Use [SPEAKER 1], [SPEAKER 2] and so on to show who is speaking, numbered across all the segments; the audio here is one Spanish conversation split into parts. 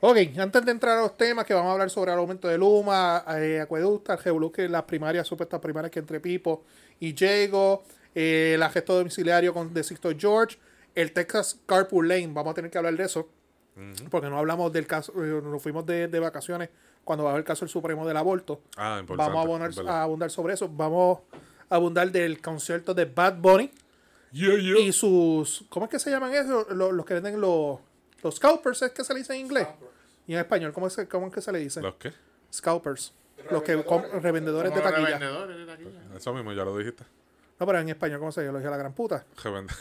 [SPEAKER 1] Ok, antes de entrar a los temas que vamos a hablar sobre el aumento de Luma, eh, Acueducta, el que las primarias, supuestas primarias que entre Pipo y Diego, eh, el arresto domiciliario con, de Sixto George, el Texas Carpool Lane, vamos a tener que hablar de eso, porque no hablamos del caso, eh, nos fuimos de, de vacaciones cuando va a haber el caso del Supremo del aborto.
[SPEAKER 2] Ah, importante.
[SPEAKER 1] Vamos a, abonar-
[SPEAKER 2] verdad.
[SPEAKER 1] a abundar sobre eso. Vamos a abundar del concierto de Bad Bunny
[SPEAKER 2] Yeah, yeah.
[SPEAKER 1] y sus. ¿Cómo es que se llaman eso? Lo- Los, que venden los. Los scalpers es que se le dice en inglés. Y en español, ¿cómo es, que- cómo es que se le dice?
[SPEAKER 2] ¿Los qué?
[SPEAKER 1] Scalpers. Los que com- revendedores de
[SPEAKER 3] Como
[SPEAKER 1] taquilla.
[SPEAKER 3] revendedores de este taquilla.
[SPEAKER 2] Eso mismo, ya lo dijiste.
[SPEAKER 1] No, pero en español, ¿cómo se llama? Lo dije a la gran puta.
[SPEAKER 2] Revende-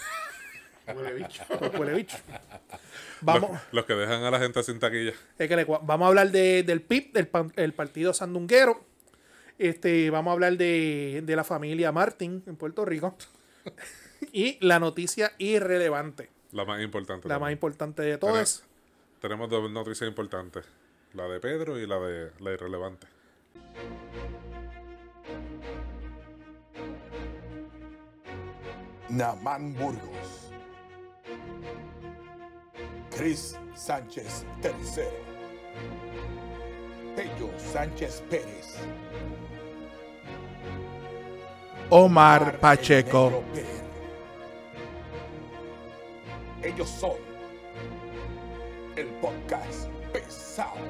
[SPEAKER 3] Huele bicho.
[SPEAKER 1] Los huele bicho.
[SPEAKER 2] Los,
[SPEAKER 1] Vamos,
[SPEAKER 2] los que dejan a la gente sin taquilla.
[SPEAKER 1] es que le cua- vamos a hablar de- del PIB, del pan- el partido sandunguero. Este, vamos a hablar de, de la familia Martín en Puerto Rico. y la noticia irrelevante.
[SPEAKER 2] La más importante.
[SPEAKER 1] La más
[SPEAKER 2] también.
[SPEAKER 1] importante de todas.
[SPEAKER 2] Tenemos dos noticias importantes. La de Pedro y la de la irrelevante.
[SPEAKER 4] Namán Burgos. Chris Sánchez III. Pello Sánchez Pérez.
[SPEAKER 5] Omar
[SPEAKER 4] El
[SPEAKER 5] Pacheco,
[SPEAKER 4] Negro Pérez. Ellos son el podcast pesado.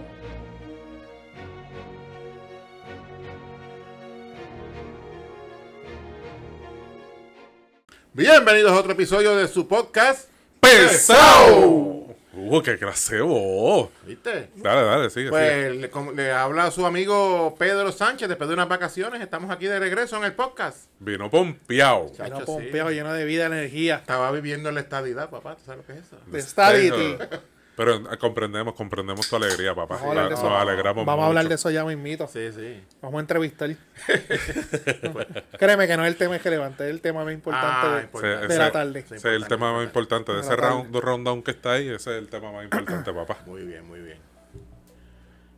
[SPEAKER 3] Bienvenidos a otro episodio de su podcast.
[SPEAKER 2] ¡Pesado! ¡Uh, qué clase de voz!
[SPEAKER 3] ¿Viste?
[SPEAKER 2] Dale, dale, sigue, sigue.
[SPEAKER 3] Pues le, como- le habla su amigo Pedro Sánchez después de unas vacaciones. Estamos aquí de regreso en el podcast.
[SPEAKER 2] Vino pompeado.
[SPEAKER 3] Chacho,
[SPEAKER 1] Lleno
[SPEAKER 3] sí.
[SPEAKER 1] pompeo, lleno de vida, energía.
[SPEAKER 3] Estaba viviendo en la estadidad, papá. ¿Tú sabes lo que es eso?
[SPEAKER 1] De Stability.
[SPEAKER 2] Pero, pero, eh, comprendemos, comprendemos tu alegría, papá.
[SPEAKER 1] Vamos a hablar
[SPEAKER 2] La-
[SPEAKER 1] de
[SPEAKER 2] nos
[SPEAKER 1] eso.
[SPEAKER 2] alegramos
[SPEAKER 1] Vamos a hablar
[SPEAKER 2] mucho.
[SPEAKER 1] de eso ya mismito.
[SPEAKER 3] Sí, sí.
[SPEAKER 1] Vamos a entrevistar. Créeme que no es el tema que levanté, es el tema más importante
[SPEAKER 3] Ah,
[SPEAKER 1] de-
[SPEAKER 3] importante.
[SPEAKER 2] Ese-
[SPEAKER 1] de
[SPEAKER 2] ese-
[SPEAKER 1] la tarde.
[SPEAKER 2] Ese es el tema más importante. De ese
[SPEAKER 1] la tarde.
[SPEAKER 2] round, round down que está ahí, ese es el tema más importante, papá.
[SPEAKER 3] Muy bien, muy bien.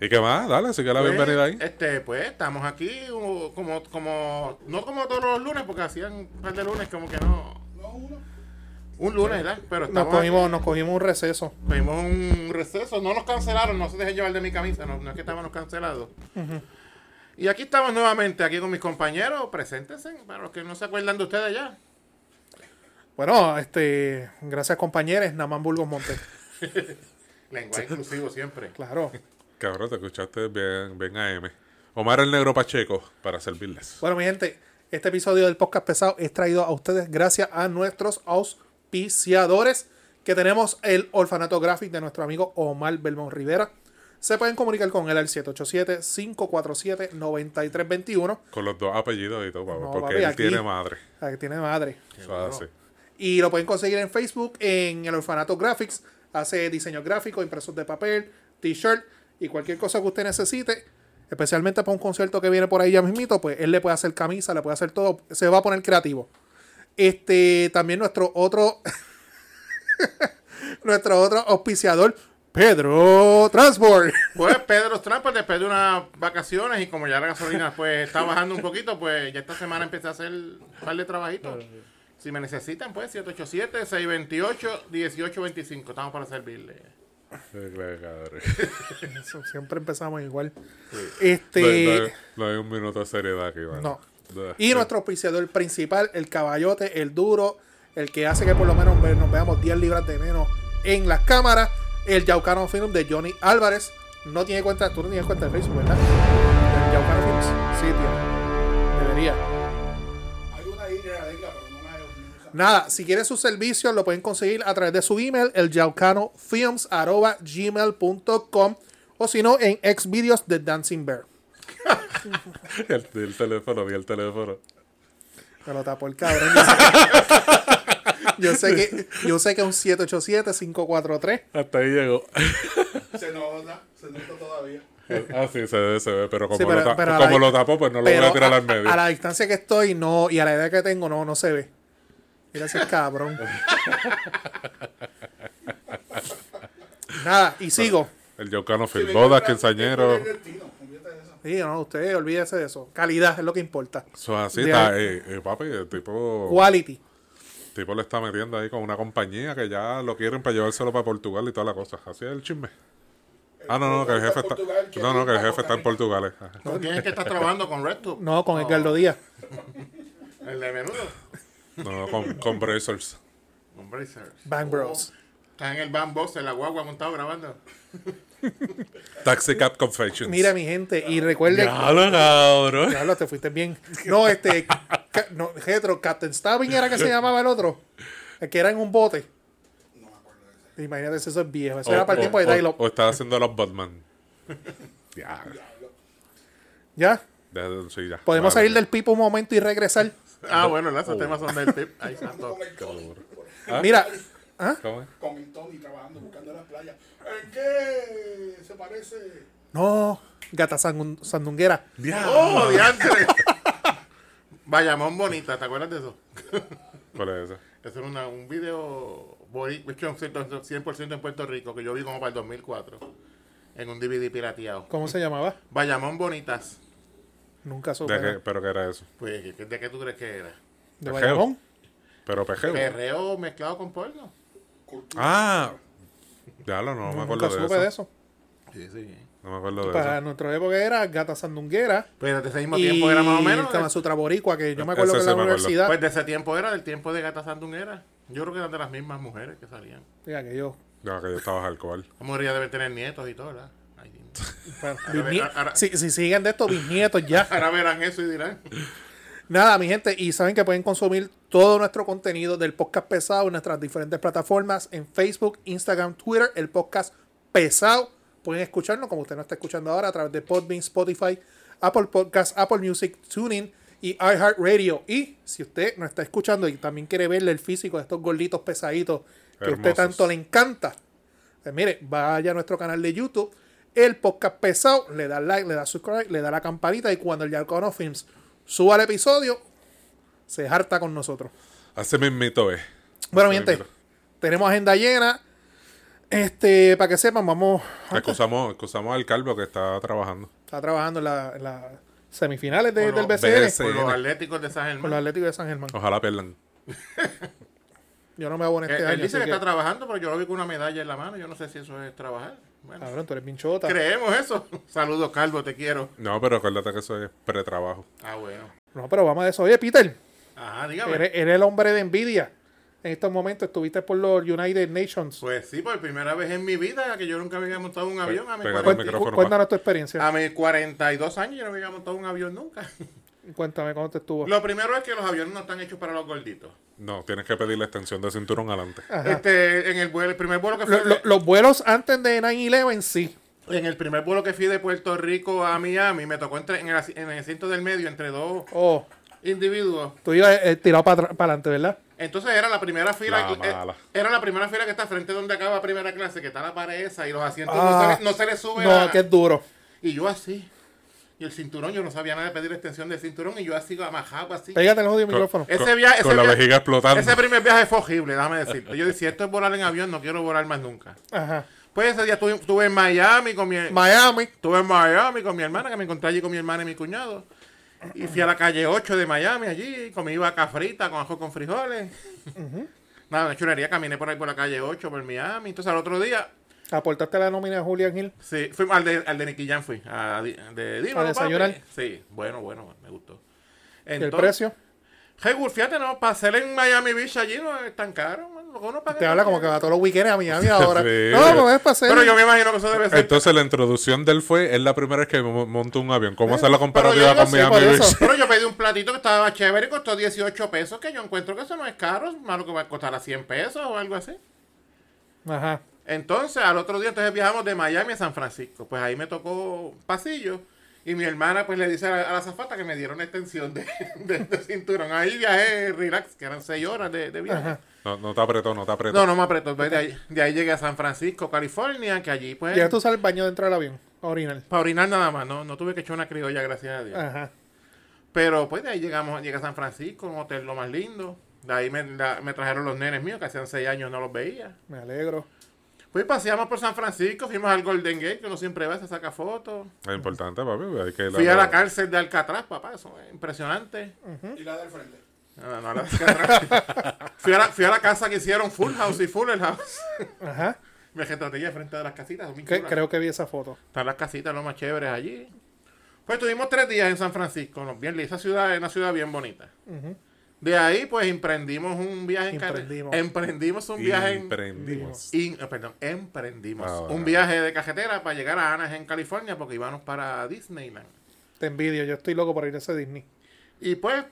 [SPEAKER 2] ¿Y qué más? Dale, sigue la
[SPEAKER 3] Pues,
[SPEAKER 2] bienvenida ahí.
[SPEAKER 1] eh,
[SPEAKER 3] Este, pues, estamos aquí uh, como, como, no como todos los lunes, porque hacían un par de lunes como que no. Un lunes, ¿verdad? Pero
[SPEAKER 1] Nos
[SPEAKER 3] estamos aquí.
[SPEAKER 1] cogimos, nos cogimos un receso.
[SPEAKER 3] Tuvimos un receso, no nos cancelaron, no se dejen llevar de mi camisa, no, no es que estábamos cancelados. Y aquí estamos nuevamente, aquí con mis compañeros, preséntense, para los que no se acuerdan de ustedes ya.
[SPEAKER 1] Bueno, este, gracias compañeros, Namán Burgos Montes.
[SPEAKER 3] Lenguaje inclusivo siempre.
[SPEAKER 1] Claro.
[SPEAKER 2] Cabrón, te escuchaste bien, bien AM. Omar el Negro Pacheco, para servirles.
[SPEAKER 1] Bueno, mi gente, este episodio del podcast pesado es traído a ustedes gracias a nuestros auspiciadores que tenemos el orfanato graphic de nuestro amigo Omar Belmont Rivera. Se pueden comunicar con él al 787-547-9321.
[SPEAKER 2] Con los dos apellidos y todo, papá,
[SPEAKER 1] No,
[SPEAKER 2] porque
[SPEAKER 1] papi,
[SPEAKER 2] él
[SPEAKER 1] aquí-
[SPEAKER 2] tiene madre.
[SPEAKER 1] La que tiene madre.
[SPEAKER 2] Eso es así.
[SPEAKER 1] Y lo pueden conseguir en Facebook, en el Orfanato Graphics. Hace diseño gráfico, impresos de papel, t-shirt y cualquier cosa que usted necesite. Especialmente para un concierto que viene por ahí ya mismito, pues él le puede hacer camisa, le puede hacer todo. Se va a poner creativo. Este, también nuestro otro, nuestro otro auspiciador, Pedro Transport.
[SPEAKER 3] Pues Pedro Trampas, después de unas vacaciones y como ya la gasolina pues está bajando un poquito, pues ya esta semana empecé a hacer un par de trabajitos. Si me necesitan, pues 787-628-1825, estamos para servirle.
[SPEAKER 2] Sí, claro, cabrón.
[SPEAKER 1] Eso, Siempre empezamos igual.
[SPEAKER 2] No hay-
[SPEAKER 1] Este.
[SPEAKER 2] no hay- no hay un minuto de seriedad aquí, mano.
[SPEAKER 1] No.
[SPEAKER 2] Da-
[SPEAKER 1] Y nuestro auspiciador principal, el caballote, el duro, el que hace que por lo menos ve- nos veamos 10 libras de menos en las cámaras, el Yaucano Film de Johnny Álvarez. No tiene cuenta, tú no tienes cuenta de Facebook, ¿verdad? El Yaucano Films, sí, tiene. Debería. Nada, si quieres sus servicios, lo pueden conseguir a través de su email, el yaucanofilms.gmail.com o si no, en exvideos de Dancing Bear.
[SPEAKER 2] El, el teléfono, vi el teléfono.
[SPEAKER 1] Me lo tapó el cabrón. Yo sé que, yo sé que, yo sé que es un 787-543.
[SPEAKER 2] Hasta ahí llegó.
[SPEAKER 4] Se nota, se nota todavía.
[SPEAKER 2] Ah, sí, se ve, se ve. Pero como,
[SPEAKER 1] Sí, pero-
[SPEAKER 2] lo, ta-
[SPEAKER 1] pero a la-
[SPEAKER 2] como lo tapó, pues no lo voy
[SPEAKER 1] Pero
[SPEAKER 2] a tirar
[SPEAKER 1] a,
[SPEAKER 2] al medio.
[SPEAKER 1] a la distancia que estoy no y a la edad que tengo no, no se ve. Mira ese cabrón. Nada, y sigo.
[SPEAKER 2] El Yocano Film, bodas, quinceañero.
[SPEAKER 1] Sí, no, ustedes olvídense de eso. Calidad es lo que importa.
[SPEAKER 2] Eso es así,
[SPEAKER 1] De
[SPEAKER 2] está,
[SPEAKER 1] ahí-
[SPEAKER 2] eh, eh, papi, el tipo,
[SPEAKER 1] Quality.
[SPEAKER 2] tipo le está metiendo ahí con una compañía que ya lo quieren para llevárselo para Portugal y toda la cosa. Así es el chisme. Ah, no, no, que el jefe está. No, no, que el jefe está en Portugal. eh. Ajá.
[SPEAKER 3] ¿Con quién es que está trabajando con RedTube?
[SPEAKER 1] No, con Edgardo Díaz.
[SPEAKER 3] El de menudo.
[SPEAKER 2] No, no, con, con Brazers.
[SPEAKER 3] Con Brazers.
[SPEAKER 1] Bang Bros.
[SPEAKER 3] Está en el van box, en la guagua montado grabando.
[SPEAKER 2] Taxi Cab Confections.
[SPEAKER 1] Mira, mi gente, y recuerden.
[SPEAKER 2] Ya lo cabrón.
[SPEAKER 1] Diablo, te fuiste bien. No, este. ca- no, Getro, Captain Stabbing era que se llamaba el otro. El que era en un bote. Imagínate, eso es viejo. Eso era para el tiempo de
[SPEAKER 2] o,
[SPEAKER 1] Dialog.
[SPEAKER 2] o estaba haciendo los Batman. Ya.
[SPEAKER 1] Ya,
[SPEAKER 2] de- sí, ya.
[SPEAKER 1] podemos
[SPEAKER 2] Vale.
[SPEAKER 1] salir del pipo un momento y regresar.
[SPEAKER 3] Ah, bueno, esos temas son del tip. Ahí está todo.
[SPEAKER 1] Mira, ¿ah?
[SPEAKER 2] ¿Cómo es?
[SPEAKER 4] Con el Tony trabajando, buscando la playa. ¿En qué se parece?
[SPEAKER 1] no, gata sangun- sandunguera.
[SPEAKER 3] ¡Oh, diantre! Bayamón Bonita, ¿te acuerdas de eso?
[SPEAKER 2] ¿Cuál es esa?
[SPEAKER 3] Eso era una- un video boni- hecho en ciento- 100% en Puerto Rico que yo vi como para el 2004 en un DVD pirateado.
[SPEAKER 1] ¿Cómo se llamaba?
[SPEAKER 3] Bayamón Bonitas.
[SPEAKER 1] Nunca supe.
[SPEAKER 2] ¿De qué-
[SPEAKER 1] ¿De,
[SPEAKER 2] ¿Pero qué era eso?
[SPEAKER 3] Pues, ¿de qué- ¿de qué tú crees que era?
[SPEAKER 1] de Bayamón?
[SPEAKER 2] ¿Pero pejeo?
[SPEAKER 3] Perreo mezclado con porno.
[SPEAKER 2] Ah. Ya lo, no, me acuerdo
[SPEAKER 1] Nunca
[SPEAKER 2] de
[SPEAKER 1] supe
[SPEAKER 2] eso.
[SPEAKER 1] de eso.
[SPEAKER 3] Sí, sí.
[SPEAKER 2] No me acuerdo de
[SPEAKER 1] Para
[SPEAKER 2] eso.
[SPEAKER 1] nuestra época era gata sandunguera.
[SPEAKER 3] Pero de ese mismo
[SPEAKER 1] Y
[SPEAKER 3] tiempo era más o menos. eh,
[SPEAKER 1] Kama Sutra Boricua, que yo me acuerdo
[SPEAKER 2] Eso
[SPEAKER 1] que en
[SPEAKER 2] sí
[SPEAKER 1] la
[SPEAKER 2] me acuerdo.
[SPEAKER 1] universidad.
[SPEAKER 3] Pues de ese tiempo era, del tiempo de Gata Sandunguera. Yo creo que eran de las mismas mujeres que salían.
[SPEAKER 1] Mira que yo.
[SPEAKER 2] No, que yo estaba alcohol.
[SPEAKER 3] La mayoría deben tener nietos y todo, ¿verdad? Ay, Dios.
[SPEAKER 1] bueno,
[SPEAKER 3] Ahora-
[SPEAKER 1] bisnie-
[SPEAKER 3] ahora-
[SPEAKER 1] si, si siguen de estos bisnietos ya.
[SPEAKER 3] Ahora verán eso y dirán.
[SPEAKER 1] Nada, mi gente, y saben que pueden consumir todo nuestro contenido del podcast pesado en nuestras diferentes plataformas, en Facebook, Instagram, Twitter, el podcast pesado. Pueden escucharnos como usted no está escuchando ahora a través de Podbean, Spotify, Apple Podcasts, Apple Music, TuneIn y iHeartRadio. Y si usted no está escuchando y también quiere verle el físico de estos gorditos pesaditos que a usted
[SPEAKER 2] Hermosos.
[SPEAKER 1] tanto le encanta, pues mire, vaya a nuestro canal de YouTube, el podcast pesado, le da like, le da subscribe, le da la campanita y cuando el Yarcono Films suba el episodio, se harta con nosotros.
[SPEAKER 2] Así mismito es.
[SPEAKER 1] Bueno, mi
[SPEAKER 2] Así
[SPEAKER 1] gente,
[SPEAKER 2] mismito.
[SPEAKER 1] tenemos agenda llena. Este, para que sepan, vamos
[SPEAKER 2] Excusamos, excusamos Pues al calvo que está trabajando.
[SPEAKER 1] está trabajando en la- en las semifinales de-
[SPEAKER 3] Con
[SPEAKER 1] del
[SPEAKER 3] los
[SPEAKER 1] BCN
[SPEAKER 2] BS.
[SPEAKER 3] Por los
[SPEAKER 2] viene.
[SPEAKER 3] atléticos de San
[SPEAKER 1] con los
[SPEAKER 3] Germán.
[SPEAKER 1] Atlético de San Germán.
[SPEAKER 2] Ojalá pierdan.
[SPEAKER 1] Yo no me abono
[SPEAKER 3] Él,
[SPEAKER 1] este
[SPEAKER 3] él
[SPEAKER 1] año. así
[SPEAKER 3] dice Eh, que está
[SPEAKER 1] que,
[SPEAKER 3] trabajando, pero yo lo vi con una medalla en la mano. Yo no sé si eso es trabajar. Bueno,
[SPEAKER 1] cabrón, tú eres pinchota.
[SPEAKER 3] creemos eso. Saludos, Calvo, te quiero.
[SPEAKER 2] No, pero acuérdate que eso es pretrabajo.
[SPEAKER 3] Ah, bueno.
[SPEAKER 1] No, pero vamos a eso. Oye, Peter,
[SPEAKER 3] Ajá, dígame.
[SPEAKER 1] eres, eres el hombre de envidia. En estos momentos estuviste por los United Nations.
[SPEAKER 3] Pues sí, por primera vez en mi vida que yo nunca había montado
[SPEAKER 1] Pues,
[SPEAKER 3] un avión. A mis,
[SPEAKER 2] pégate el
[SPEAKER 1] Cuént-
[SPEAKER 3] cuarenta-
[SPEAKER 2] micrófono,
[SPEAKER 1] cuéntanos tu experiencia.
[SPEAKER 3] a mis 42 años yo no había montado un avión nunca.
[SPEAKER 1] Cuéntame cómo te estuvo.
[SPEAKER 3] Lo primero es que los aviones no están hechos para los gorditos.
[SPEAKER 2] No, tienes que pedir la extensión de cinturón adelante.
[SPEAKER 1] Ajá.
[SPEAKER 3] Este, en el, vuelo, el primer vuelo que fue
[SPEAKER 1] Lo- lo- los vuelos antes de 9-11, sí.
[SPEAKER 3] En el primer vuelo que fui de Puerto Rico a Miami, me tocó entre, en, el, asi- en el asiento del medio entre dos
[SPEAKER 1] Oh,
[SPEAKER 3] individuos.
[SPEAKER 1] tú ibas eh, tirado para adelante, ¿verdad?
[SPEAKER 3] Entonces era la primera fila.
[SPEAKER 2] La
[SPEAKER 3] eh,
[SPEAKER 2] mala.
[SPEAKER 3] era la primera fila que está frente donde acaba primera clase, que está la pared esa y los asientos
[SPEAKER 1] Ah.
[SPEAKER 3] Este no, se, le- no se le sube.
[SPEAKER 1] No,
[SPEAKER 3] la-
[SPEAKER 1] que es duro.
[SPEAKER 3] Y yo así. Y el cinturón, yo no sabía nada de pedir extensión del cinturón y yo así amajado así.
[SPEAKER 1] Pégate el jodido
[SPEAKER 2] Co-
[SPEAKER 1] micrófono.
[SPEAKER 3] Ese viaje-
[SPEAKER 2] con
[SPEAKER 3] ese
[SPEAKER 2] la
[SPEAKER 3] viaje-
[SPEAKER 2] vejiga explotando.
[SPEAKER 3] Ese primer viaje fue horrible, déjame decirte. Yo decía, si esto es volar en avión, no quiero volar más nunca.
[SPEAKER 1] Ajá.
[SPEAKER 3] Pues ese día estuve, estuve en Miami con mi...
[SPEAKER 1] Miami.
[SPEAKER 3] Estuve en Miami con mi hermana, que me encontré allí con mi hermana y mi cuñado. Y fui a la calle 8 de Miami allí, comí vaca frita con ajo con frijoles. Nada, una chulería, caminé por ahí por la calle 8, por Miami. Entonces al otro día,
[SPEAKER 1] Aportaste la nómina de Julian Hill.
[SPEAKER 3] sí, fui al de, al de Nicky Jam, fui. A, di- de Dino,
[SPEAKER 1] ¿A desayunar?
[SPEAKER 3] Sí, bueno, bueno, me gustó.
[SPEAKER 1] ¿Y el
[SPEAKER 3] Entonces-
[SPEAKER 1] precio?
[SPEAKER 3] Hey, Gur, fíjate, no, para hacer en Miami Beach allí no es tan caro. man, lo que uno paga
[SPEAKER 1] Te
[SPEAKER 3] es
[SPEAKER 1] habla
[SPEAKER 3] tan
[SPEAKER 1] como que
[SPEAKER 3] caro.
[SPEAKER 1] va todos los weekends a Miami ahora.
[SPEAKER 2] Sí.
[SPEAKER 1] No, pues es para hacer.
[SPEAKER 3] Pero yo me imagino que eso debe ser.
[SPEAKER 2] Entonces la introducción de él fue, es la primera vez que mo- monto un avión. ¿Cómo hacer la
[SPEAKER 3] pero yo
[SPEAKER 2] comparativa
[SPEAKER 3] digo,
[SPEAKER 2] con
[SPEAKER 3] sí,
[SPEAKER 2] Miami
[SPEAKER 1] por
[SPEAKER 2] Beach?
[SPEAKER 1] eso.
[SPEAKER 3] Pero yo pedí un platito que estaba chévere y costó 18 pesos, que yo encuentro que eso no es caro, es malo que va a costar a 100 pesos o algo así.
[SPEAKER 1] Ajá.
[SPEAKER 3] Entonces, al otro día, entonces viajamos de Miami a San Francisco. Pues ahí me tocó pasillo. Y mi hermana, pues le dice a la, a la azafata que me dieron extensión de, de- de cinturón. Ahí viajé relax, que eran 6 horas de, de viaje.
[SPEAKER 2] No, no te apretó, no te apretó.
[SPEAKER 3] No, no me apretó. Pues, de, ahí, de ahí llegué a San Francisco, California, que allí, pues.
[SPEAKER 1] Ya tú sales al baño dentro del avión. a Orinar.
[SPEAKER 3] Para orinar nada más, no, no tuve que echar una criolla, gracias a Dios.
[SPEAKER 1] Ajá.
[SPEAKER 3] Pero pues de ahí llegamos, llegué a San Francisco, un hotel lo más lindo. De ahí me, la- me trajeron los nenes míos, que hacían seis años no los veía.
[SPEAKER 1] Me alegro.
[SPEAKER 3] Pues paseamos por San Francisco, fuimos al Golden Gate, que uno siempre va, se saca fotos.
[SPEAKER 2] Es importante, papi. pues, Hay que
[SPEAKER 3] Fui a la cárcel de Alcatraz, papá, eso es impresionante.
[SPEAKER 4] Y la del frente.
[SPEAKER 3] No, no, no, la de Alcatraz. fui, a la, fui a la casa que hicieron Full House y Fuller House.
[SPEAKER 1] Ajá.
[SPEAKER 3] Vegetratilla frente a las casitas. son bien
[SPEAKER 1] Que-
[SPEAKER 3] chulas.
[SPEAKER 1] creo que vi esa foto.
[SPEAKER 3] Están las casitas lo más chéveres allí. Pues tuvimos tres días en San Francisco. nos Bien, esa ciudad es una ciudad bien bonita. De ahí, pues, emprendimos un viaje en carre-
[SPEAKER 1] Emprendimos.
[SPEAKER 3] Emprendimos un viaje en...
[SPEAKER 2] Emprendimos.
[SPEAKER 3] in- eh, perdón, emprendimos
[SPEAKER 2] Ah,
[SPEAKER 3] un
[SPEAKER 2] bueno.
[SPEAKER 3] viaje de cajetera para llegar a Anaheim, California, porque íbamos para Disneyland.
[SPEAKER 1] Te envidio, yo estoy loco por ir a ese Disney.
[SPEAKER 3] Y pues,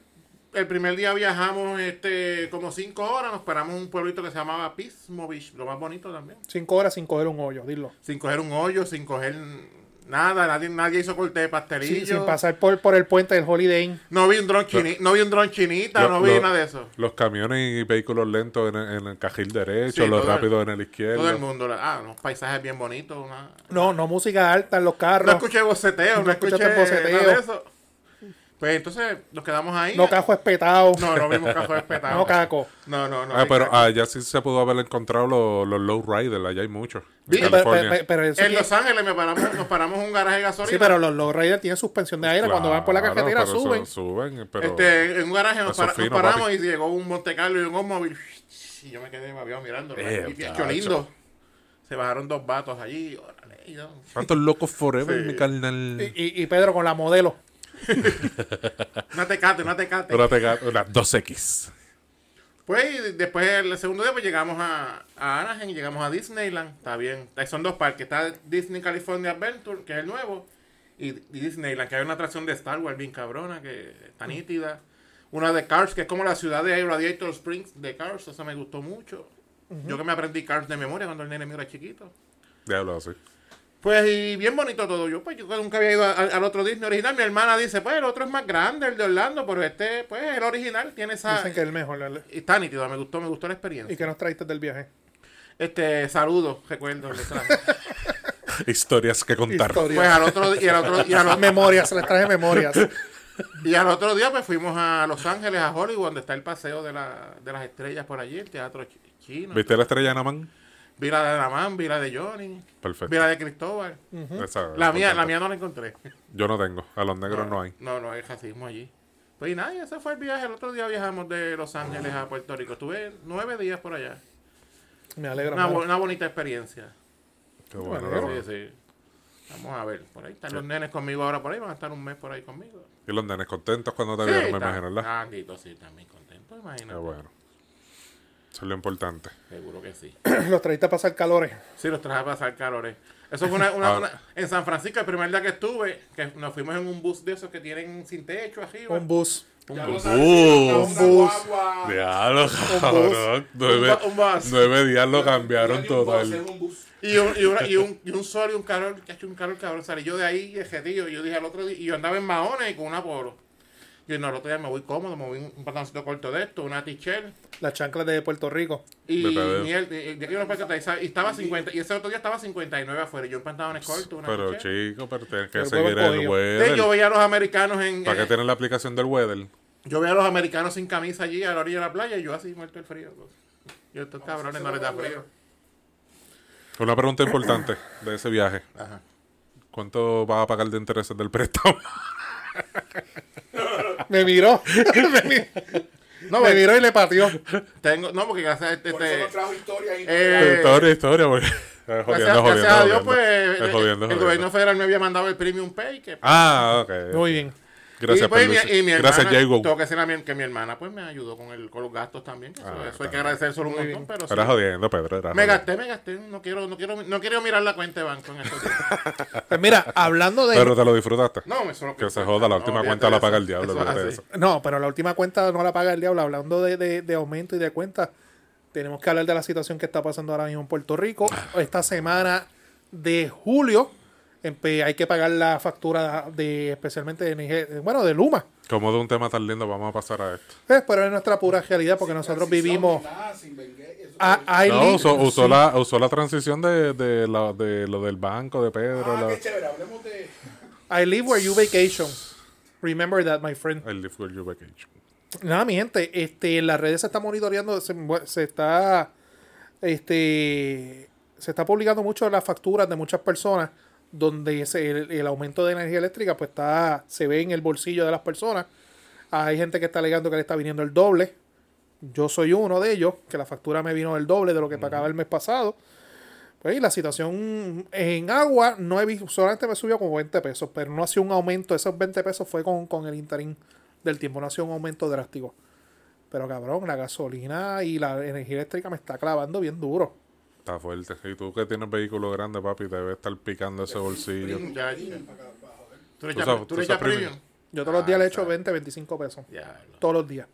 [SPEAKER 3] el primer día viajamos este como cinco horas, nos paramos en un pueblito que se llamaba Pismo Beach, lo más bonito también.
[SPEAKER 1] Cinco horas sin coger un hoyo, dilo.
[SPEAKER 3] Sin coger un hoyo, sin coger nada, nadie, nadie hizo corte de
[SPEAKER 1] Sí,
[SPEAKER 3] pastelillo.
[SPEAKER 1] sin pasar por, por el puente del Holiday Inn.
[SPEAKER 3] No vi un dron chini- no vi un dron chinita,
[SPEAKER 2] Lo-
[SPEAKER 3] no vi
[SPEAKER 2] lo-
[SPEAKER 3] nada de eso.
[SPEAKER 2] Los camiones y vehículos lentos en el, en el cajil derecho,
[SPEAKER 3] Sí,
[SPEAKER 2] los
[SPEAKER 3] todo el-
[SPEAKER 2] rápidos en el izquierdo.
[SPEAKER 3] Todo el mundo, la- ah, unos paisajes bien bonitos. una-
[SPEAKER 1] No, no música alta en los
[SPEAKER 3] No
[SPEAKER 1] carros.
[SPEAKER 3] escuché boceteo, no,
[SPEAKER 1] No
[SPEAKER 3] escuché
[SPEAKER 1] escuchaste boceteo.
[SPEAKER 3] nada de eso. Pues entonces nos quedamos ahí.
[SPEAKER 1] No, cajo espetado.
[SPEAKER 3] no, no vimos cajo espetado.
[SPEAKER 1] No caco.
[SPEAKER 3] No, no, no.
[SPEAKER 2] Ah,
[SPEAKER 3] vi
[SPEAKER 2] pero
[SPEAKER 3] caco.
[SPEAKER 2] allá sí se pudo haber encontrado los, los lowriders, allá hay muchos.
[SPEAKER 3] Sí,
[SPEAKER 1] Pero,
[SPEAKER 2] En California.
[SPEAKER 1] pero- pero eso
[SPEAKER 3] en
[SPEAKER 1] tiene-
[SPEAKER 3] Los Ángeles me paramos, nos paramos en un garaje de gasolina.
[SPEAKER 1] sí, pero los Lowriders tienen suspensión de aire. Cuando van por la
[SPEAKER 2] Claro,
[SPEAKER 1] carretera
[SPEAKER 2] pero eso-
[SPEAKER 1] suben.
[SPEAKER 2] suben, pero
[SPEAKER 3] este, en un garaje nos,
[SPEAKER 2] Eso
[SPEAKER 3] para- nos
[SPEAKER 2] fino,
[SPEAKER 3] paramos
[SPEAKER 2] papi.
[SPEAKER 3] y llegó un Monte Carlo y un Oldsmobile. Y yo me quedé babiado mirándolo.
[SPEAKER 2] Eh,
[SPEAKER 3] y bien
[SPEAKER 2] tacho.
[SPEAKER 3] lindo. Se bajaron dos vatos allí. Órale, y yo-
[SPEAKER 2] Tantos locos forever,
[SPEAKER 3] Sí.
[SPEAKER 2] mi carnal.
[SPEAKER 1] Y, y- y Pedro con la modelo.
[SPEAKER 3] Una tecate, una tecate.
[SPEAKER 2] Ahora te gato, las 2X.
[SPEAKER 3] Pues y después el segundo día pues llegamos a, a Anaheim, llegamos a Disneyland, está bien. Ahí Son dos parques, está Disney California Adventure, que es el nuevo, y, y Disneyland, que hay una atracción de Star Wars bien cabrona, que está nítida. Una de Cars, que es como la ciudad de Radiator Springs de Cars, eso me gustó mucho. Yo que me aprendí Cars de memoria cuando el nene mío era chiquito.
[SPEAKER 2] Diablo, así.
[SPEAKER 3] Pues y bien bonito todo. Yo pues yo nunca había ido a- al otro Disney original. Mi hermana dice, pues el otro es más grande, el de Orlando, pero este, pues el original tiene esa...
[SPEAKER 1] Dicen que es el mejor. ¿verdad?
[SPEAKER 3] Está nítido, me gustó, me gustó la experiencia.
[SPEAKER 1] ¿Y qué nos traíste del viaje?
[SPEAKER 3] Este, saludos, recuerdo. les traje.
[SPEAKER 2] Historias que contar.
[SPEAKER 1] Historia.
[SPEAKER 3] Pues al otro, y al, otro, y, al
[SPEAKER 1] Ah,
[SPEAKER 3] otro,
[SPEAKER 1] memorias, les traje memorias.
[SPEAKER 3] y al otro día pues fuimos a Los Ángeles, a Hollywood, donde está el paseo de, la, de las estrellas por allí, el teatro chi- chino.
[SPEAKER 2] ¿Viste la estrella de Namán?
[SPEAKER 3] Vi la de Namán, vi la de Johnny, vi
[SPEAKER 2] Perfecto.
[SPEAKER 3] la de Cristóbal.
[SPEAKER 2] Esa es
[SPEAKER 3] La mía,
[SPEAKER 2] importante.
[SPEAKER 3] la mía Ah, no la encontré.
[SPEAKER 2] Yo no tengo. A los negros no hay.
[SPEAKER 3] No, no hay racismo allí. Pues y nada, y ese fue el viaje. El otro día viajamos de Los Ángeles a Puerto Rico. Estuve nueve días por allá.
[SPEAKER 1] Me alegro.
[SPEAKER 3] Una,
[SPEAKER 1] mano.
[SPEAKER 3] bo- una bonita experiencia.
[SPEAKER 2] Qué bueno,
[SPEAKER 1] Bueno,
[SPEAKER 2] ¿no?
[SPEAKER 3] Sí, sí. Vamos a ver, por ahí están los nenes conmigo ahora por ahí, van a estar un mes por ahí conmigo.
[SPEAKER 2] Y los nenes contentos cuando te
[SPEAKER 3] Sí,
[SPEAKER 2] vieron, me
[SPEAKER 3] está-
[SPEAKER 2] imagino, ¿verdad?
[SPEAKER 3] Ah, Guito, sí, también contento, imagínate.
[SPEAKER 2] Qué bueno. Eso es lo importante.
[SPEAKER 3] Seguro que sí.
[SPEAKER 1] Los trajiste a pasar calores.
[SPEAKER 3] Sí, los traje a pasar calores. Eso fue una, una-
[SPEAKER 2] Ah.
[SPEAKER 3] una- En San Francisco, el primer día que estuve, que nos fuimos en un bus de esos que tienen sin techo arriba.
[SPEAKER 1] Un bus.
[SPEAKER 4] Ya
[SPEAKER 2] Un
[SPEAKER 4] lo
[SPEAKER 2] bus.
[SPEAKER 4] sabes, una
[SPEAKER 2] Un
[SPEAKER 1] bus.
[SPEAKER 4] guagua.
[SPEAKER 2] Diablo, cabrón. Nueve,
[SPEAKER 3] Un ba- un bus.
[SPEAKER 2] nueve días lo
[SPEAKER 4] No
[SPEAKER 2] cambiaron
[SPEAKER 4] ni un bus, es
[SPEAKER 2] total.
[SPEAKER 4] un bus.
[SPEAKER 3] Y un, y, una- y un, y un sol y un calor, que ha hecho un calor cabrón. Salí yo de ahí, ese tío, y yo dije al otro día, y yo andaba en mahones y con una polo. Yo no, al otro día me voy cómodo, me voy un, un pantaloncito corto de esto, una t-shirt.
[SPEAKER 1] Las chanclas de Puerto Rico.
[SPEAKER 3] Y
[SPEAKER 2] Me perdí.
[SPEAKER 3] miel, y- y de aquí a una parte, y sa- y estaba 50, y ese otro día estaba 59 afuera, y yo en pantalones cortos, una
[SPEAKER 2] Pero
[SPEAKER 3] t-shirt.
[SPEAKER 2] chico, pero tienes que
[SPEAKER 1] Pero
[SPEAKER 2] seguir
[SPEAKER 1] huevo cogido.
[SPEAKER 2] el
[SPEAKER 3] Sí, yo
[SPEAKER 2] weather.
[SPEAKER 3] veía a los americanos en.
[SPEAKER 2] ¿Para
[SPEAKER 3] eh,
[SPEAKER 2] qué tienes la aplicación del weather?
[SPEAKER 3] yo veía a los americanos sin camisa allí a la orilla de la playa y yo así muerto el frío. Yo estos cabrones no les da frío.
[SPEAKER 2] Una pregunta importante de ese viaje.
[SPEAKER 3] Ajá.
[SPEAKER 2] ¿Cuánto vas a pagar de intereses del préstamo?
[SPEAKER 1] Me miró. me, mi-
[SPEAKER 3] No, pues.
[SPEAKER 1] me
[SPEAKER 3] porque
[SPEAKER 1] miró y le pateó.
[SPEAKER 3] tengo, no, porque gracias a este.
[SPEAKER 4] Por eso
[SPEAKER 3] este-
[SPEAKER 4] nos trajo historia y
[SPEAKER 3] eh,
[SPEAKER 2] historia, historia, porque... Eh,
[SPEAKER 3] gracias,
[SPEAKER 2] jodiendo,
[SPEAKER 3] gracias
[SPEAKER 2] jodiendo,
[SPEAKER 3] a Dios,
[SPEAKER 2] jodiendo.
[SPEAKER 3] pues.
[SPEAKER 2] Eh,
[SPEAKER 3] el-
[SPEAKER 2] jodiendo,
[SPEAKER 3] el
[SPEAKER 2] jodiendo.
[SPEAKER 3] gobierno federal me había mandado el premium pay. Que,
[SPEAKER 2] Ah, ok.
[SPEAKER 1] Muy bien.
[SPEAKER 2] Gracias,
[SPEAKER 3] y, pues, y mi-
[SPEAKER 2] Perluci.
[SPEAKER 3] y mi
[SPEAKER 2] Gracias,
[SPEAKER 3] hermana,
[SPEAKER 2] Jago.
[SPEAKER 3] Tengo que decir a mi- que mi hermana pues me ayudó con, el, con los gastos también. que Eso,
[SPEAKER 2] Ah,
[SPEAKER 3] eso hay que
[SPEAKER 2] también.
[SPEAKER 3] agradecer solo un
[SPEAKER 1] Muy
[SPEAKER 3] montón, pero sí.
[SPEAKER 2] Era jodiendo, Pedro. Era
[SPEAKER 3] Me
[SPEAKER 2] jodiendo.
[SPEAKER 3] gasté, me gasté. No quiero, no quiero, no quiero mirar la cuenta de banco en estos días.
[SPEAKER 1] Pues mira, hablando de.
[SPEAKER 2] Pero te lo disfrutaste.
[SPEAKER 3] No, eso es lo
[SPEAKER 2] Que se joda, la última
[SPEAKER 3] olvídate
[SPEAKER 2] cuenta
[SPEAKER 3] de
[SPEAKER 2] la
[SPEAKER 3] eso.
[SPEAKER 2] paga el diablo,
[SPEAKER 3] Eso es
[SPEAKER 2] olvídate de
[SPEAKER 3] así.
[SPEAKER 2] eso.
[SPEAKER 1] No, pero la última cuenta no la paga el diablo. Hablando de, de- de aumento y de cuentas, tenemos que hablar de la situación que está pasando ahora mismo en Puerto Rico. Esta semana de julio empe- hay que pagar la factura de especialmente de, Nige- bueno, de Luma.
[SPEAKER 2] Como de un tema tan lindo, vamos a pasar a esto.
[SPEAKER 1] Eh, Pero es nuestra pura realidad porque nosotros vivimos... Ah, hay
[SPEAKER 2] No,
[SPEAKER 1] li-
[SPEAKER 2] usó, usó
[SPEAKER 1] sí.
[SPEAKER 2] la, usó la transición de, de, la- de lo del banco, de Pedro.
[SPEAKER 4] Ah,
[SPEAKER 2] la-
[SPEAKER 4] qué chévere, hablemos de.
[SPEAKER 1] I live where you vacation. Remember that, my friend.
[SPEAKER 2] el Live Where You Vacation.
[SPEAKER 1] Nada, mi gente, este, las redes se está monitoreando, se, se está este se está publicando mucho las facturas de muchas personas donde ese- el, el aumento de energía eléctrica pues está se ve en el bolsillo de las personas. Hay gente que está alegando que le está viniendo el doble. Yo soy uno de ellos, que la factura me vino el doble de lo que pagaba el mes pasado. Pues y la situación en agua no he visto, solamente me subió como 20 pesos, pero no ha sido un aumento. Esos 20 pesos fue con, con el interín del tiempo, no ha sido un aumento drástico. Pero cabrón, la gasolina y la energía eléctrica me está clavando bien duro.
[SPEAKER 2] Está fuerte. Y tú que tienes vehículo grande, papi, te debe estar picando ese bolsillo.
[SPEAKER 3] Ya, ya. Tú le
[SPEAKER 2] Tú
[SPEAKER 3] echas
[SPEAKER 2] sabes-
[SPEAKER 3] tú
[SPEAKER 2] tú
[SPEAKER 3] le echas
[SPEAKER 2] sabes premium.
[SPEAKER 3] premium.
[SPEAKER 1] Yo todos los días le
[SPEAKER 3] Ah,
[SPEAKER 1] echo
[SPEAKER 3] está.
[SPEAKER 1] 20, 25 pesos.
[SPEAKER 3] Ya, no.
[SPEAKER 1] Todos los días.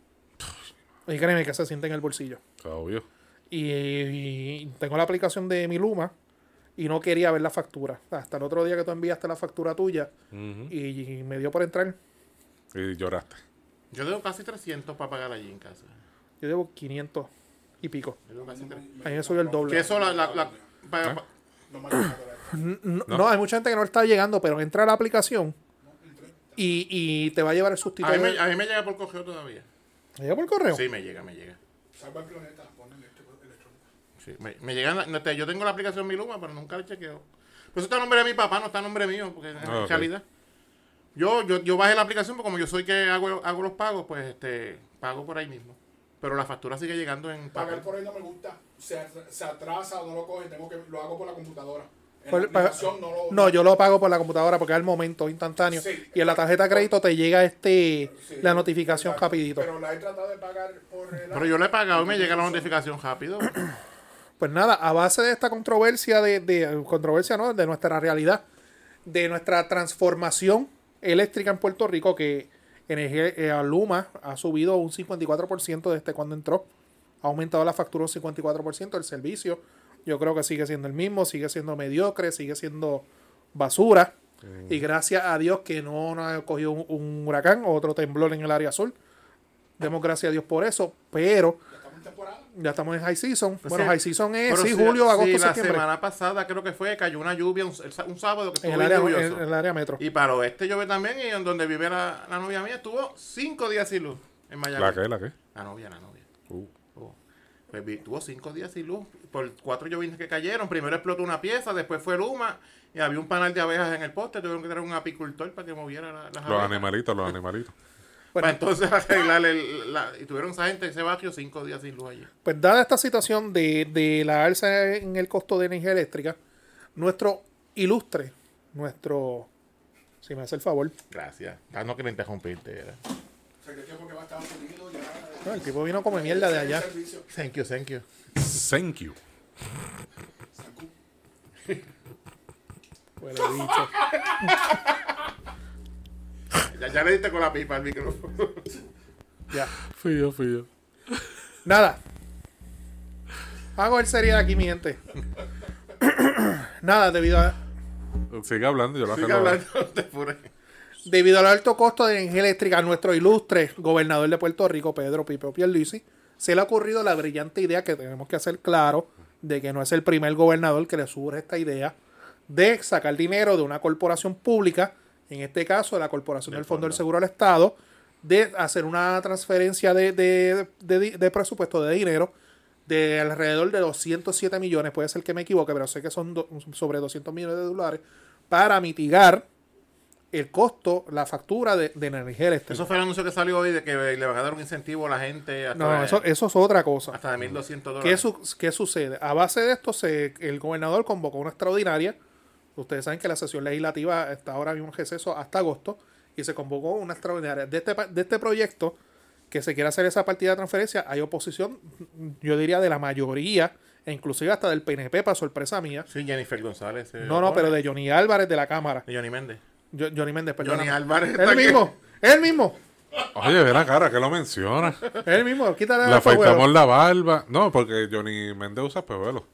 [SPEAKER 1] Y créeme que se siente en el bolsillo.
[SPEAKER 2] Obvio.
[SPEAKER 1] Y, y tengo la aplicación de Miluma y no quería ver la factura. Hasta el otro día que tú enviaste la factura tuya
[SPEAKER 2] Ujú.
[SPEAKER 1] y, y me dio por entrar.
[SPEAKER 2] Y lloraste.
[SPEAKER 3] Yo debo casi 300 para pagar allí en casa.
[SPEAKER 1] Yo debo 500 y pico.
[SPEAKER 3] Yo debo casi 300.
[SPEAKER 1] A mí me subió el
[SPEAKER 3] Que
[SPEAKER 1] doble.
[SPEAKER 3] eso la... la, la- pa- pa-
[SPEAKER 2] ¿Eh?
[SPEAKER 4] No me acuerdo de esto.
[SPEAKER 1] No, no, hay mucha gente que no le está llegando, pero entra a la aplicación y, y te va a llevar el
[SPEAKER 3] a, mí
[SPEAKER 1] sustituto.
[SPEAKER 3] me, a mí me llega por cogeo todavía.
[SPEAKER 1] ¿Llega por correo?
[SPEAKER 3] Sí, me llega, me llega.
[SPEAKER 4] Salva este el planeta, pon eléctrico- electrónico.
[SPEAKER 3] Sí, me, me llegan la- no te- yo tengo la aplicación Miluma, pero nunca la chequeo. Pero eso está a nombre de mi papá, no está a nombre mío, porque en
[SPEAKER 2] Ah, ok.
[SPEAKER 3] realidad. Yo, yo, yo bajé la aplicación, porque como yo soy que hago, hago los pagos, pues este pago por ahí mismo. Pero la factura sigue llegando en papel.
[SPEAKER 4] Pagar por ahí no me gusta. Se, at- se atrasa o no lo coge. Tengo que, lo hago por la computadora.
[SPEAKER 3] Pues,
[SPEAKER 4] En
[SPEAKER 1] Por-
[SPEAKER 4] la
[SPEAKER 1] pa-
[SPEAKER 4] aplicación no lo.
[SPEAKER 1] No, yo lo pago por la computadora porque es el momento instantáneo.
[SPEAKER 4] Sí.
[SPEAKER 1] Y en la tarjeta de crédito te llega este
[SPEAKER 4] Sí.
[SPEAKER 1] la notificación
[SPEAKER 4] Exacto.
[SPEAKER 1] rapidito.
[SPEAKER 4] Pero la he tratado de pagar por el.
[SPEAKER 3] Pero yo la he pagado y me llega la notificación rápido.
[SPEAKER 1] Pues nada, a base de esta controversia, de, de- controversia no, de nuestra realidad, de nuestra transformación eléctrica en Puerto Rico, que energía, eh, Luma ha subido un 54% desde cuando entró, ha aumentado la factura un 54%, el servicio yo creo que sigue siendo el mismo, sigue siendo mediocre, sigue siendo basura, y gracias a Dios que no nos ha cogido un, un huracán o otro temblor en el área azul, demos gracias a Dios por eso, pero...
[SPEAKER 4] Estamos en temporada.
[SPEAKER 1] Ya estamos en high season. bueno,
[SPEAKER 3] Pues sí.
[SPEAKER 1] high season es
[SPEAKER 3] Pero
[SPEAKER 1] sí,
[SPEAKER 3] si-
[SPEAKER 1] julio,
[SPEAKER 3] si
[SPEAKER 1] agosto,
[SPEAKER 3] la
[SPEAKER 1] septiembre.
[SPEAKER 3] semana pasada creo que fue, cayó una lluvia un, el sa- un sábado que
[SPEAKER 1] en
[SPEAKER 3] estuvo
[SPEAKER 1] el
[SPEAKER 3] bien
[SPEAKER 1] área,
[SPEAKER 3] lluvioso.
[SPEAKER 1] en el área metro.
[SPEAKER 3] Y para oeste llovió también y en donde vive la, la novia mía estuvo cinco días sin luz en Miami.
[SPEAKER 2] ¿La qué? ¿La qué?
[SPEAKER 3] La novia, la novia.
[SPEAKER 2] Uh.
[SPEAKER 3] Oh. Pues vi- tuvo cinco días sin luz por cuatro llovinas que cayeron. Primero explotó una pieza, después fue Luma y había un panal de abejas en el poste. Tuvieron que traer un apicultor para que moviera la- las
[SPEAKER 2] Los
[SPEAKER 3] abejas.
[SPEAKER 2] animalitos, los animalitos.
[SPEAKER 1] Bueno.
[SPEAKER 3] Para entonces arreglar el- la- y tuvieron esa gente, ese barrio, cinco días sin luz allí.
[SPEAKER 1] Pues dada esta situación de, de la alza en el costo de energía eléctrica, nuestro ilustre, nuestro, si me hace el favor,
[SPEAKER 3] Gracias. Ah, no quería interrumpirte. era.
[SPEAKER 4] Se cree que porque va a Estados Unidos ya.
[SPEAKER 1] no, el tipo vino como mierda de allá.
[SPEAKER 4] Servicio.
[SPEAKER 3] Thank you, thank you.
[SPEAKER 2] Thank you.
[SPEAKER 1] Huele bicho.
[SPEAKER 3] Ya, ya le diste con la pipa al micrófono.
[SPEAKER 1] Ya.
[SPEAKER 2] Fui yo, fui yo.
[SPEAKER 1] Nada. Hago el seriedad aquí, mi gente. Nada, debido a,
[SPEAKER 2] Sigue hablando, yo lo
[SPEAKER 3] Sigue hablando de pura-
[SPEAKER 1] Debido al alto costo de energía eléctrica, nuestro ilustre gobernador de Puerto Rico, Pedro Pipo Pierluisi, se le ha ocurrido la brillante idea que tenemos que hacer claro de que no es el primer gobernador que le surge esta idea de sacar dinero de una corporación pública, en este caso de la Corporación del Fondo del Seguro al Estado, de hacer una transferencia de, de- de- de- de presupuesto de dinero de alrededor de 207 millones, puede ser que me equivoque, pero sé que son do- sobre 200 millones de dólares, para mitigar el costo, la factura de, de energía eléctrica.
[SPEAKER 3] Eso fue el anuncio que salió hoy de que le van a dar un incentivo a la gente hasta,
[SPEAKER 1] no,
[SPEAKER 3] de,
[SPEAKER 1] eso, eh, eso es otra cosa.
[SPEAKER 3] hasta de 1.200 dólares.
[SPEAKER 1] ¿Qué, su- qué sucede? A base de esto, se, el gobernador convocó una extraordinaria. Ustedes saben que la sesión legislativa está ahora en un receso hasta agosto y se convocó una extraordinaria. De este, pa- de este proyecto que se quiere hacer esa partida de transferencia, hay oposición, yo diría, de la mayoría, e inclusive hasta del PNP, para sorpresa mía.
[SPEAKER 3] Sí, Jennifer González. eh,
[SPEAKER 1] No, no, pero de Johnny Álvarez de la Cámara.
[SPEAKER 3] de Johnny Méndez.
[SPEAKER 1] Yo- Johnny Méndez, perdón.
[SPEAKER 3] Johnny Álvarez está
[SPEAKER 1] El mismo, el mismo,
[SPEAKER 2] Oye, ve la cara que lo menciona.
[SPEAKER 1] el mismo. Quítale
[SPEAKER 2] Le
[SPEAKER 1] al pajuelo.
[SPEAKER 2] afeitamos la barba. No, porque Johnny Méndez usa pejuelo,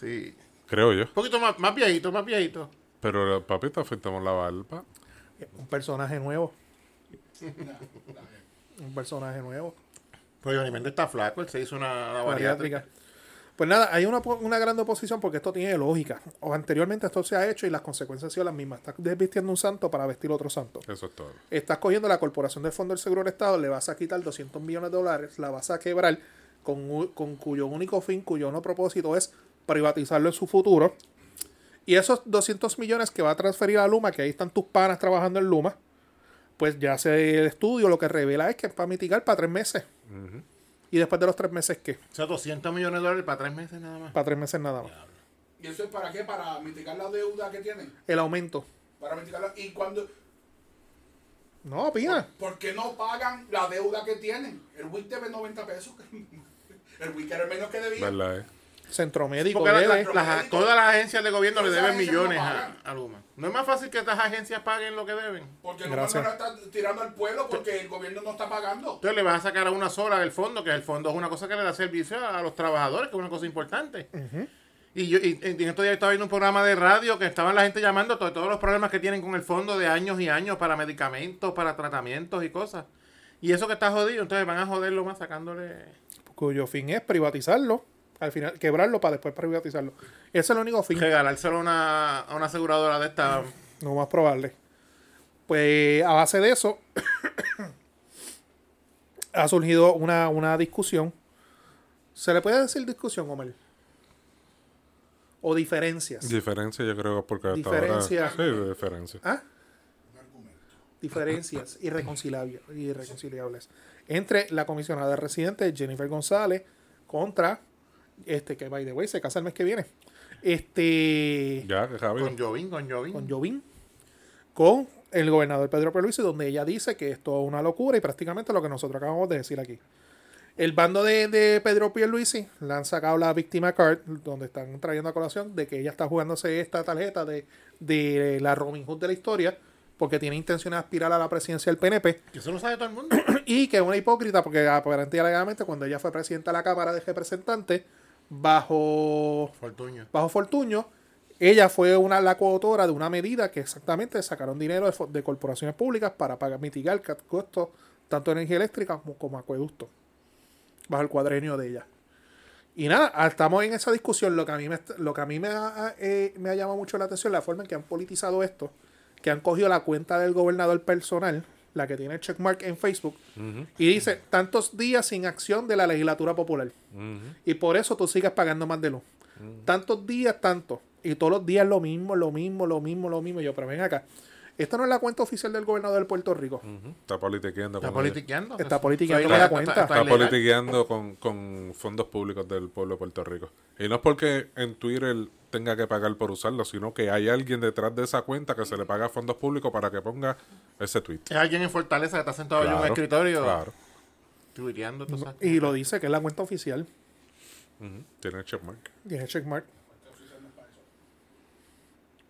[SPEAKER 3] Sí.
[SPEAKER 2] creo yo.
[SPEAKER 3] Un poquito más, más viejito, más viejito.
[SPEAKER 2] Pero papi, te afeitamos la barba.
[SPEAKER 1] Un personaje nuevo. Un personaje nuevo.
[SPEAKER 3] Pues Johnny Méndez está flaco, él se hizo una, una bariátrica.
[SPEAKER 1] Bariátrica. Pues nada, hay una, po- una gran oposición porque esto tiene lógica. O anteriormente esto se ha hecho y las consecuencias han sido las mismas. Estás desvistiendo un santo para vestir otro santo.
[SPEAKER 2] Eso es todo.
[SPEAKER 1] Estás cogiendo la Corporación del Fondo del Seguro del Estado, le vas a quitar 200 millones de dólares, la vas a quebrar con, u- con cuyo único fin, cuyo no propósito es privatizarlo en su futuro. Y esos 200 millones que va a transferir a Luma, que ahí están tus panas trabajando en Luma, pues ya se el estudio lo que revela es que es para mitigar para tres meses. Y después de los tres meses, ¿qué?
[SPEAKER 3] O sea, 200 millones de dólares para tres meses nada más.
[SPEAKER 1] Para tres meses nada más.
[SPEAKER 4] ¿Y eso es para qué? Para mitigar la deuda que tienen.
[SPEAKER 1] El aumento.
[SPEAKER 4] Para mitigarla. ¿Y cuando,
[SPEAKER 1] No, opina.
[SPEAKER 4] ¿Por qué no pagan la deuda que tienen? El WIC debe 90 pesos. El WIC era el menos que debía.
[SPEAKER 2] ¿Verdad? eh?
[SPEAKER 1] Centro médico
[SPEAKER 3] Porque la-
[SPEAKER 1] debe.
[SPEAKER 3] la- las- todas las agencias de gobierno le
[SPEAKER 4] Esas
[SPEAKER 3] deben
[SPEAKER 4] agencias no
[SPEAKER 3] millones a,
[SPEAKER 4] pagan.
[SPEAKER 3] a Luma. ¿No es más fácil que estas agencias paguen lo que deben?
[SPEAKER 4] Porque el
[SPEAKER 1] Gracias.
[SPEAKER 4] gobierno ahora está tirando al pueblo porque el gobierno no está pagando.
[SPEAKER 3] Entonces le vas a sacar a una sola del fondo, que el fondo es una cosa que le da servicio a, a los trabajadores, que es una cosa importante. Y yo y, y en estos días estaba viendo un programa de radio que estaban la gente llamando to- todos los problemas que tienen con el fondo de años y años para medicamentos, para tratamientos y cosas. Y eso que está jodido, entonces van a joderlo más sacándole...
[SPEAKER 1] Cuyo fin es privatizarlo. Al final, quebrarlo para después privatizarlo. Ese es el único fin.
[SPEAKER 3] Regalárselo a una, a una aseguradora de esta...
[SPEAKER 1] No más probable. Pues a base de eso ha surgido una, una discusión. ¿Se le puede decir discusión, Homer? O diferencias.
[SPEAKER 2] Diferencia, yo creo que porque hasta
[SPEAKER 1] Diferencia.
[SPEAKER 2] ahora. Sí, diferencia.
[SPEAKER 1] ¿Ah? Diferencias irreconciliables, irreconciliables entre la comisionada residente Jennifer González contra este que by the way se casa el mes que viene. Este
[SPEAKER 2] Ya, que
[SPEAKER 3] Con
[SPEAKER 2] Javi.
[SPEAKER 3] Jovín, con Jovín.
[SPEAKER 1] con Jovín, con el gobernador Pedro Pierluisi, donde ella dice que esto es una locura y prácticamente lo que nosotros acabamos de decir aquí. El bando de, de Pedro Pierluisi le han sacado la víctima card, donde están trayendo a colación de que ella está jugándose esta tarjeta de, de la Robin Hood de la historia, porque tiene intención de aspirar a la presidencia del PNP
[SPEAKER 3] Que Eso lo sabe todo el mundo.
[SPEAKER 1] y que es una hipócrita porque aparentemente legalmente cuando ella fue presidenta de la Cámara de Representantes bajo
[SPEAKER 3] Fortuño.
[SPEAKER 1] bajo Fortuño, ella fue una, la coautora de una medida que exactamente sacaron dinero de, fo- de corporaciones públicas para pagar, mitigar ca- costos tanto de energía eléctrica como, como acueducto, bajo el cuadrenio de ella. Y nada, ah, estamos en esa discusión. Lo que a mí me, est- lo que a mí me, ha, eh, me ha llamado mucho la atención la forma en que han politizado esto, que han cogido la cuenta del gobernador personal, la que tiene el checkmark en Facebook, y dice, tantos días sin acción de la legislatura popular. Y por eso tú sigues pagando más de luz. Tantos días, tanto. Y todos los días lo mismo, lo mismo, lo mismo, lo mismo. Y Yo, pero ven acá. Esta no es la cuenta oficial del gobernador de Puerto Rico.
[SPEAKER 2] Ujú. Está politiqueando.
[SPEAKER 3] Está
[SPEAKER 2] con ella.
[SPEAKER 3] politiqueando.
[SPEAKER 1] Está
[SPEAKER 3] Eso-
[SPEAKER 1] politiqueando,
[SPEAKER 3] eso
[SPEAKER 1] me da
[SPEAKER 3] ilegal,
[SPEAKER 1] cuenta.
[SPEAKER 2] Está
[SPEAKER 3] ilegal.
[SPEAKER 2] politiqueando con, con fondos públicos del pueblo de Puerto Rico. Y no es porque en Twitter tenga que pagar por usarlo, sino que hay alguien detrás de esa cuenta que se le paga fondos públicos para que ponga ese tweet.
[SPEAKER 3] Es alguien en Fortaleza que está sentado en un escritorio
[SPEAKER 2] Claro.
[SPEAKER 3] tuiteando. tú sabes.
[SPEAKER 1] Y lo dice que es la cuenta oficial.
[SPEAKER 2] Ujú. Tiene el checkmark.
[SPEAKER 1] Tiene checkmark.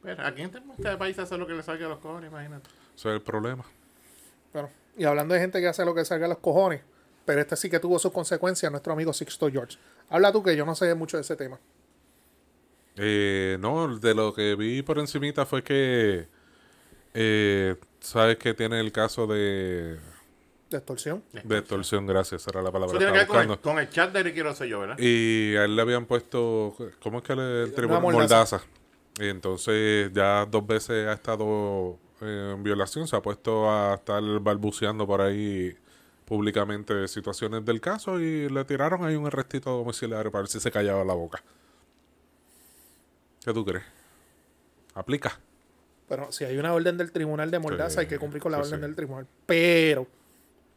[SPEAKER 3] Pero aquí en este- este país hace lo que le salga a los cojones, imagínate.
[SPEAKER 2] Ese es el problema.
[SPEAKER 1] Bueno, y hablando de gente que hace lo que salga a los cojones. Pero este sí que tuvo sus consecuencias, nuestro amigo Sixto George. Habla tú que yo no sé mucho de ese tema.
[SPEAKER 2] Eh, no, de lo que vi por encimita fue que... eh, Sabes que tiene el caso de...
[SPEAKER 1] De extorsión.
[SPEAKER 2] De extorsión, gracias, esa era la palabra.
[SPEAKER 3] Eso tiene que
[SPEAKER 2] estaba
[SPEAKER 3] ver con el,
[SPEAKER 2] buscando.
[SPEAKER 3] con el chat de Ricky Rosselló, ¿verdad?
[SPEAKER 2] Y a él le habían puesto, ¿cómo es que le, el tribunal?
[SPEAKER 1] mordaza.
[SPEAKER 2] Mordaza. Y entonces ya dos veces ha estado eh, en violación, se ha puesto a estar balbuceando por ahí públicamente situaciones del caso y le tiraron ahí un arrestito domiciliario para ver si se callaba la boca. ¿Qué tú crees? ¿Aplica?
[SPEAKER 1] Pero si hay una orden del tribunal de Mordaza,
[SPEAKER 2] Sí,
[SPEAKER 1] hay que cumplir con la
[SPEAKER 2] sí,
[SPEAKER 1] orden
[SPEAKER 2] sí.
[SPEAKER 1] del tribunal. Pero,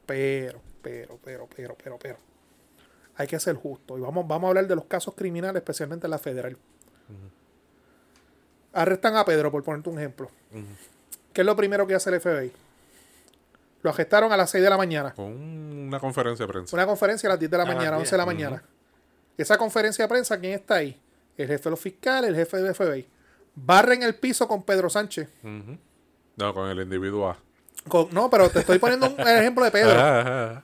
[SPEAKER 1] pero, pero, pero, pero, pero, pero. Hay que ser justo. Y vamos, vamos a hablar de los casos criminales, especialmente en la federal. Arrestan a Pedro, por ponerte un ejemplo. ¿Qué es lo primero que hace el FBI? Lo arrestaron a las 6 de la mañana.
[SPEAKER 2] Con una conferencia de prensa.
[SPEAKER 1] Una conferencia a las 10 de la
[SPEAKER 3] A las
[SPEAKER 1] mañana,
[SPEAKER 3] 10.
[SPEAKER 1] 11 de la mañana. Esa conferencia de prensa, ¿quién está ahí? El jefe de los fiscales, el jefe del FBI. Barren el piso con Pedro Sánchez.
[SPEAKER 2] No, con el individuo A.
[SPEAKER 1] Con- no, pero te estoy poniendo un el ejemplo de Pedro,
[SPEAKER 2] Ah, ah,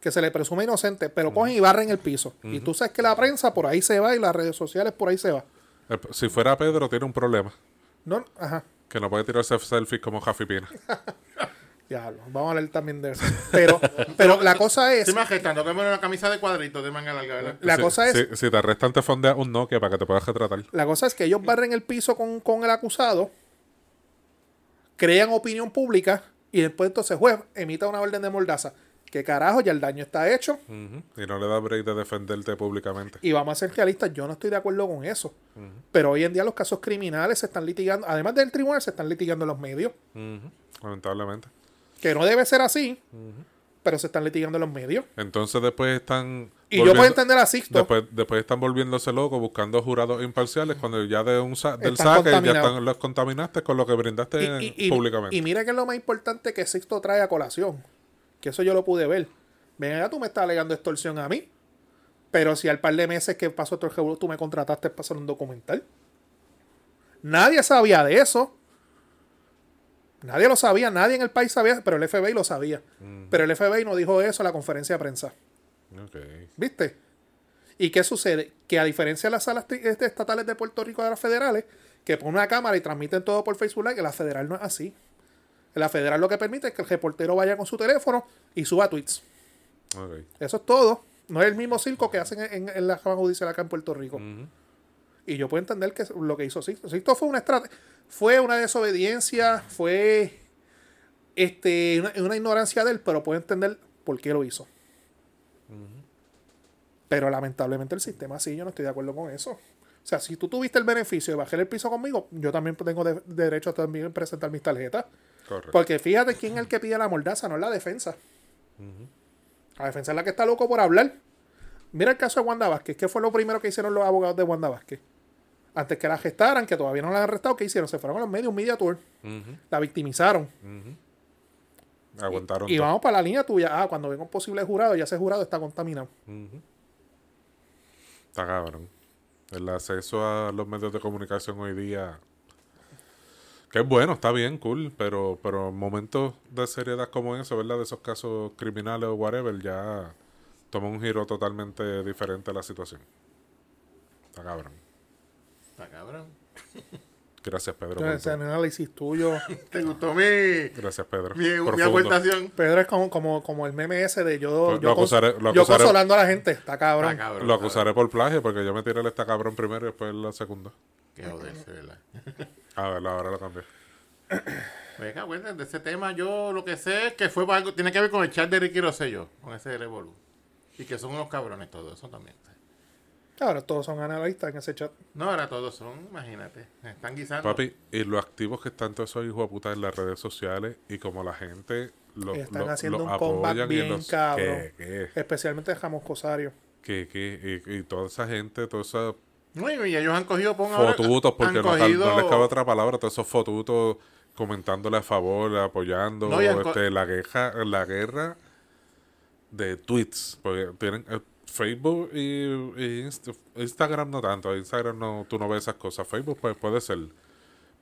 [SPEAKER 1] que se le presume inocente, pero cogen y barren el piso. Y tú sabes que la prensa por ahí se va y las redes sociales por ahí se va.
[SPEAKER 2] ah. Eh, Si fuera Pedro, tiene un problema.
[SPEAKER 1] No, ajá.
[SPEAKER 2] Que no puede tirarse selfies como Jaffi Pina.
[SPEAKER 1] Ya, lo- vamos a hablar también de eso. Pero, pero la cosa es,
[SPEAKER 3] Estoy más gestando, que poner una camisa de cuadritos de manga larga, ¿verdad?
[SPEAKER 1] la
[SPEAKER 2] Si-
[SPEAKER 1] cosa es,
[SPEAKER 2] Si, si te arrestan, te fondea un Nokia para que te puedas retratar.
[SPEAKER 1] la cosa es que ellos barren el piso con, con el acusado, crean opinión pública y después entonces el juez emita una orden de mordaza. Que carajo, ya el daño está hecho.
[SPEAKER 2] Y no le da break de defenderte públicamente.
[SPEAKER 1] Y vamos a ser realistas, yo no estoy de acuerdo con eso. Pero hoy en día los casos criminales se están litigando, además del tribunal, se están litigando en los medios,
[SPEAKER 2] Ujú, Lamentablemente.
[SPEAKER 1] que no debe ser así. pero se están litigando en los medios.
[SPEAKER 2] Entonces después están...
[SPEAKER 1] Y yo puedo
[SPEAKER 2] volviendo-
[SPEAKER 1] entender a Sixto.
[SPEAKER 2] Después, después están volviéndose locos buscando jurados imparciales cuando ya de un sa- del
[SPEAKER 1] Están
[SPEAKER 2] saque ya
[SPEAKER 1] contaminados.
[SPEAKER 2] están, los contaminaste con lo que brindaste en-
[SPEAKER 1] y, y- y-
[SPEAKER 2] públicamente.
[SPEAKER 1] y mira que es lo más importante que Sixto trae a colación. Que eso yo lo pude ver. Ven acá, tú me estás alegando extorsión a mí. Pero si al par de meses que pasó todo el revolú, tú me contrataste para hacer un documental. Nadie sabía de eso. Nadie lo sabía, nadie en el país sabía, pero el FBI lo sabía. Pero el FBI no dijo eso en la conferencia de prensa.
[SPEAKER 2] Ok.
[SPEAKER 1] ¿Viste? ¿Y qué sucede? Que a diferencia de las salas tri- este, estatales de Puerto Rico de las federales, que ponen una cámara y transmiten todo por Facebook Live, en la federal no es así. En la federal lo que permite es que el reportero vaya con su teléfono y suba tweets.
[SPEAKER 2] ok.
[SPEAKER 1] Eso es todo. No es el mismo circo que hacen en, en la Cámara Judicial acá en Puerto Rico. Y yo puedo entender que lo que hizo Sixto. Sixto fue una estrate- fue una desobediencia, fue este, una, una ignorancia de él, pero puedo entender por qué lo hizo. Pero lamentablemente el sistema sí, yo no estoy de acuerdo con eso. O sea, si tú tuviste el beneficio de bajar el piso conmigo, yo también tengo de- derecho a también presentar mis tarjetas.
[SPEAKER 2] Correcto.
[SPEAKER 1] Porque fíjate quién es el que pide la mordaza, no es la defensa. La defensa es la que está loco por hablar. Mira el caso de Wanda Vázquez. ¿Qué fue lo primero que hicieron los abogados de Wanda Vázquez? Antes que la gestaran, que todavía no la han arrestado, ¿qué hicieron? Se fueron a los medios, un media tour.
[SPEAKER 2] Ujú,
[SPEAKER 1] La victimizaron.
[SPEAKER 2] Aguantaron.
[SPEAKER 1] Y
[SPEAKER 2] todo.
[SPEAKER 1] vamos para la línea tuya. Ah, cuando venga un posible jurado, ya ese jurado está contaminado.
[SPEAKER 2] Ujú. Está cabrón. El acceso a los medios de comunicación hoy día. Que es bueno, está bien, cool, pero pero momentos de seriedad como ese, ¿verdad? De esos casos criminales o whatever, ya toma un giro totalmente diferente a la situación. Está cabrón.
[SPEAKER 3] Está cabrón.
[SPEAKER 2] Gracias, Pedro. por
[SPEAKER 1] Entonces, ese
[SPEAKER 2] tu-
[SPEAKER 1] análisis tuyo.
[SPEAKER 3] ¿Te gustó mi,
[SPEAKER 2] Gracias, Pedro.
[SPEAKER 3] mi, mi
[SPEAKER 2] Profundo.
[SPEAKER 3] aportación?
[SPEAKER 1] Pedro es como, como, como el meme ese de yo,
[SPEAKER 2] Lo-
[SPEAKER 1] yo,
[SPEAKER 2] lo
[SPEAKER 1] cons-
[SPEAKER 2] acusaré- lo
[SPEAKER 1] yo
[SPEAKER 2] acusaré.
[SPEAKER 1] consolando a la gente. Está cabrón.
[SPEAKER 3] Está cabrón.
[SPEAKER 2] Lo acusaré por plagio porque yo me tiré el esta cabrón primero y después la segunda.
[SPEAKER 3] Qué joderse, ¿verdad?
[SPEAKER 2] A ver, ahora lo cambié.
[SPEAKER 3] Venga, bueno, de ese tema yo lo que sé es que fue para algo, tiene que ver con el chat de Ricky Rosselló, con ese revolú. Y que son unos cabrones todos, eso también.
[SPEAKER 1] Ahora todos son analistas en ese chat.
[SPEAKER 3] No, ahora todos son, imagínate, están guisando.
[SPEAKER 2] Papi, y lo activos que están todos esos hijos de puta en las redes sociales y como la gente lo,
[SPEAKER 1] Están
[SPEAKER 2] lo-
[SPEAKER 1] haciendo
[SPEAKER 2] lo
[SPEAKER 1] un comeback
[SPEAKER 2] apoyan y
[SPEAKER 1] bien
[SPEAKER 2] los-
[SPEAKER 1] cabrón.
[SPEAKER 2] ¿Qué,
[SPEAKER 1] Especialmente Ramos Cosario.
[SPEAKER 2] qué, qué, qué? y, y toda esa gente, todos esos
[SPEAKER 3] No, y ellos han cogido, pongan ahora-
[SPEAKER 2] fotutos, porque
[SPEAKER 3] han
[SPEAKER 2] no, cal- no
[SPEAKER 3] cogido-
[SPEAKER 2] les cabe otra palabra, todos esos fotutos comentándole a favor, apoyando
[SPEAKER 3] No, y han co-
[SPEAKER 2] este, la, guerra, la guerra de tweets. Porque tienen eh, Facebook y, y Inst- Instagram no tanto, Instagram no, tú no ves esas cosas, Facebook pues, puede ser.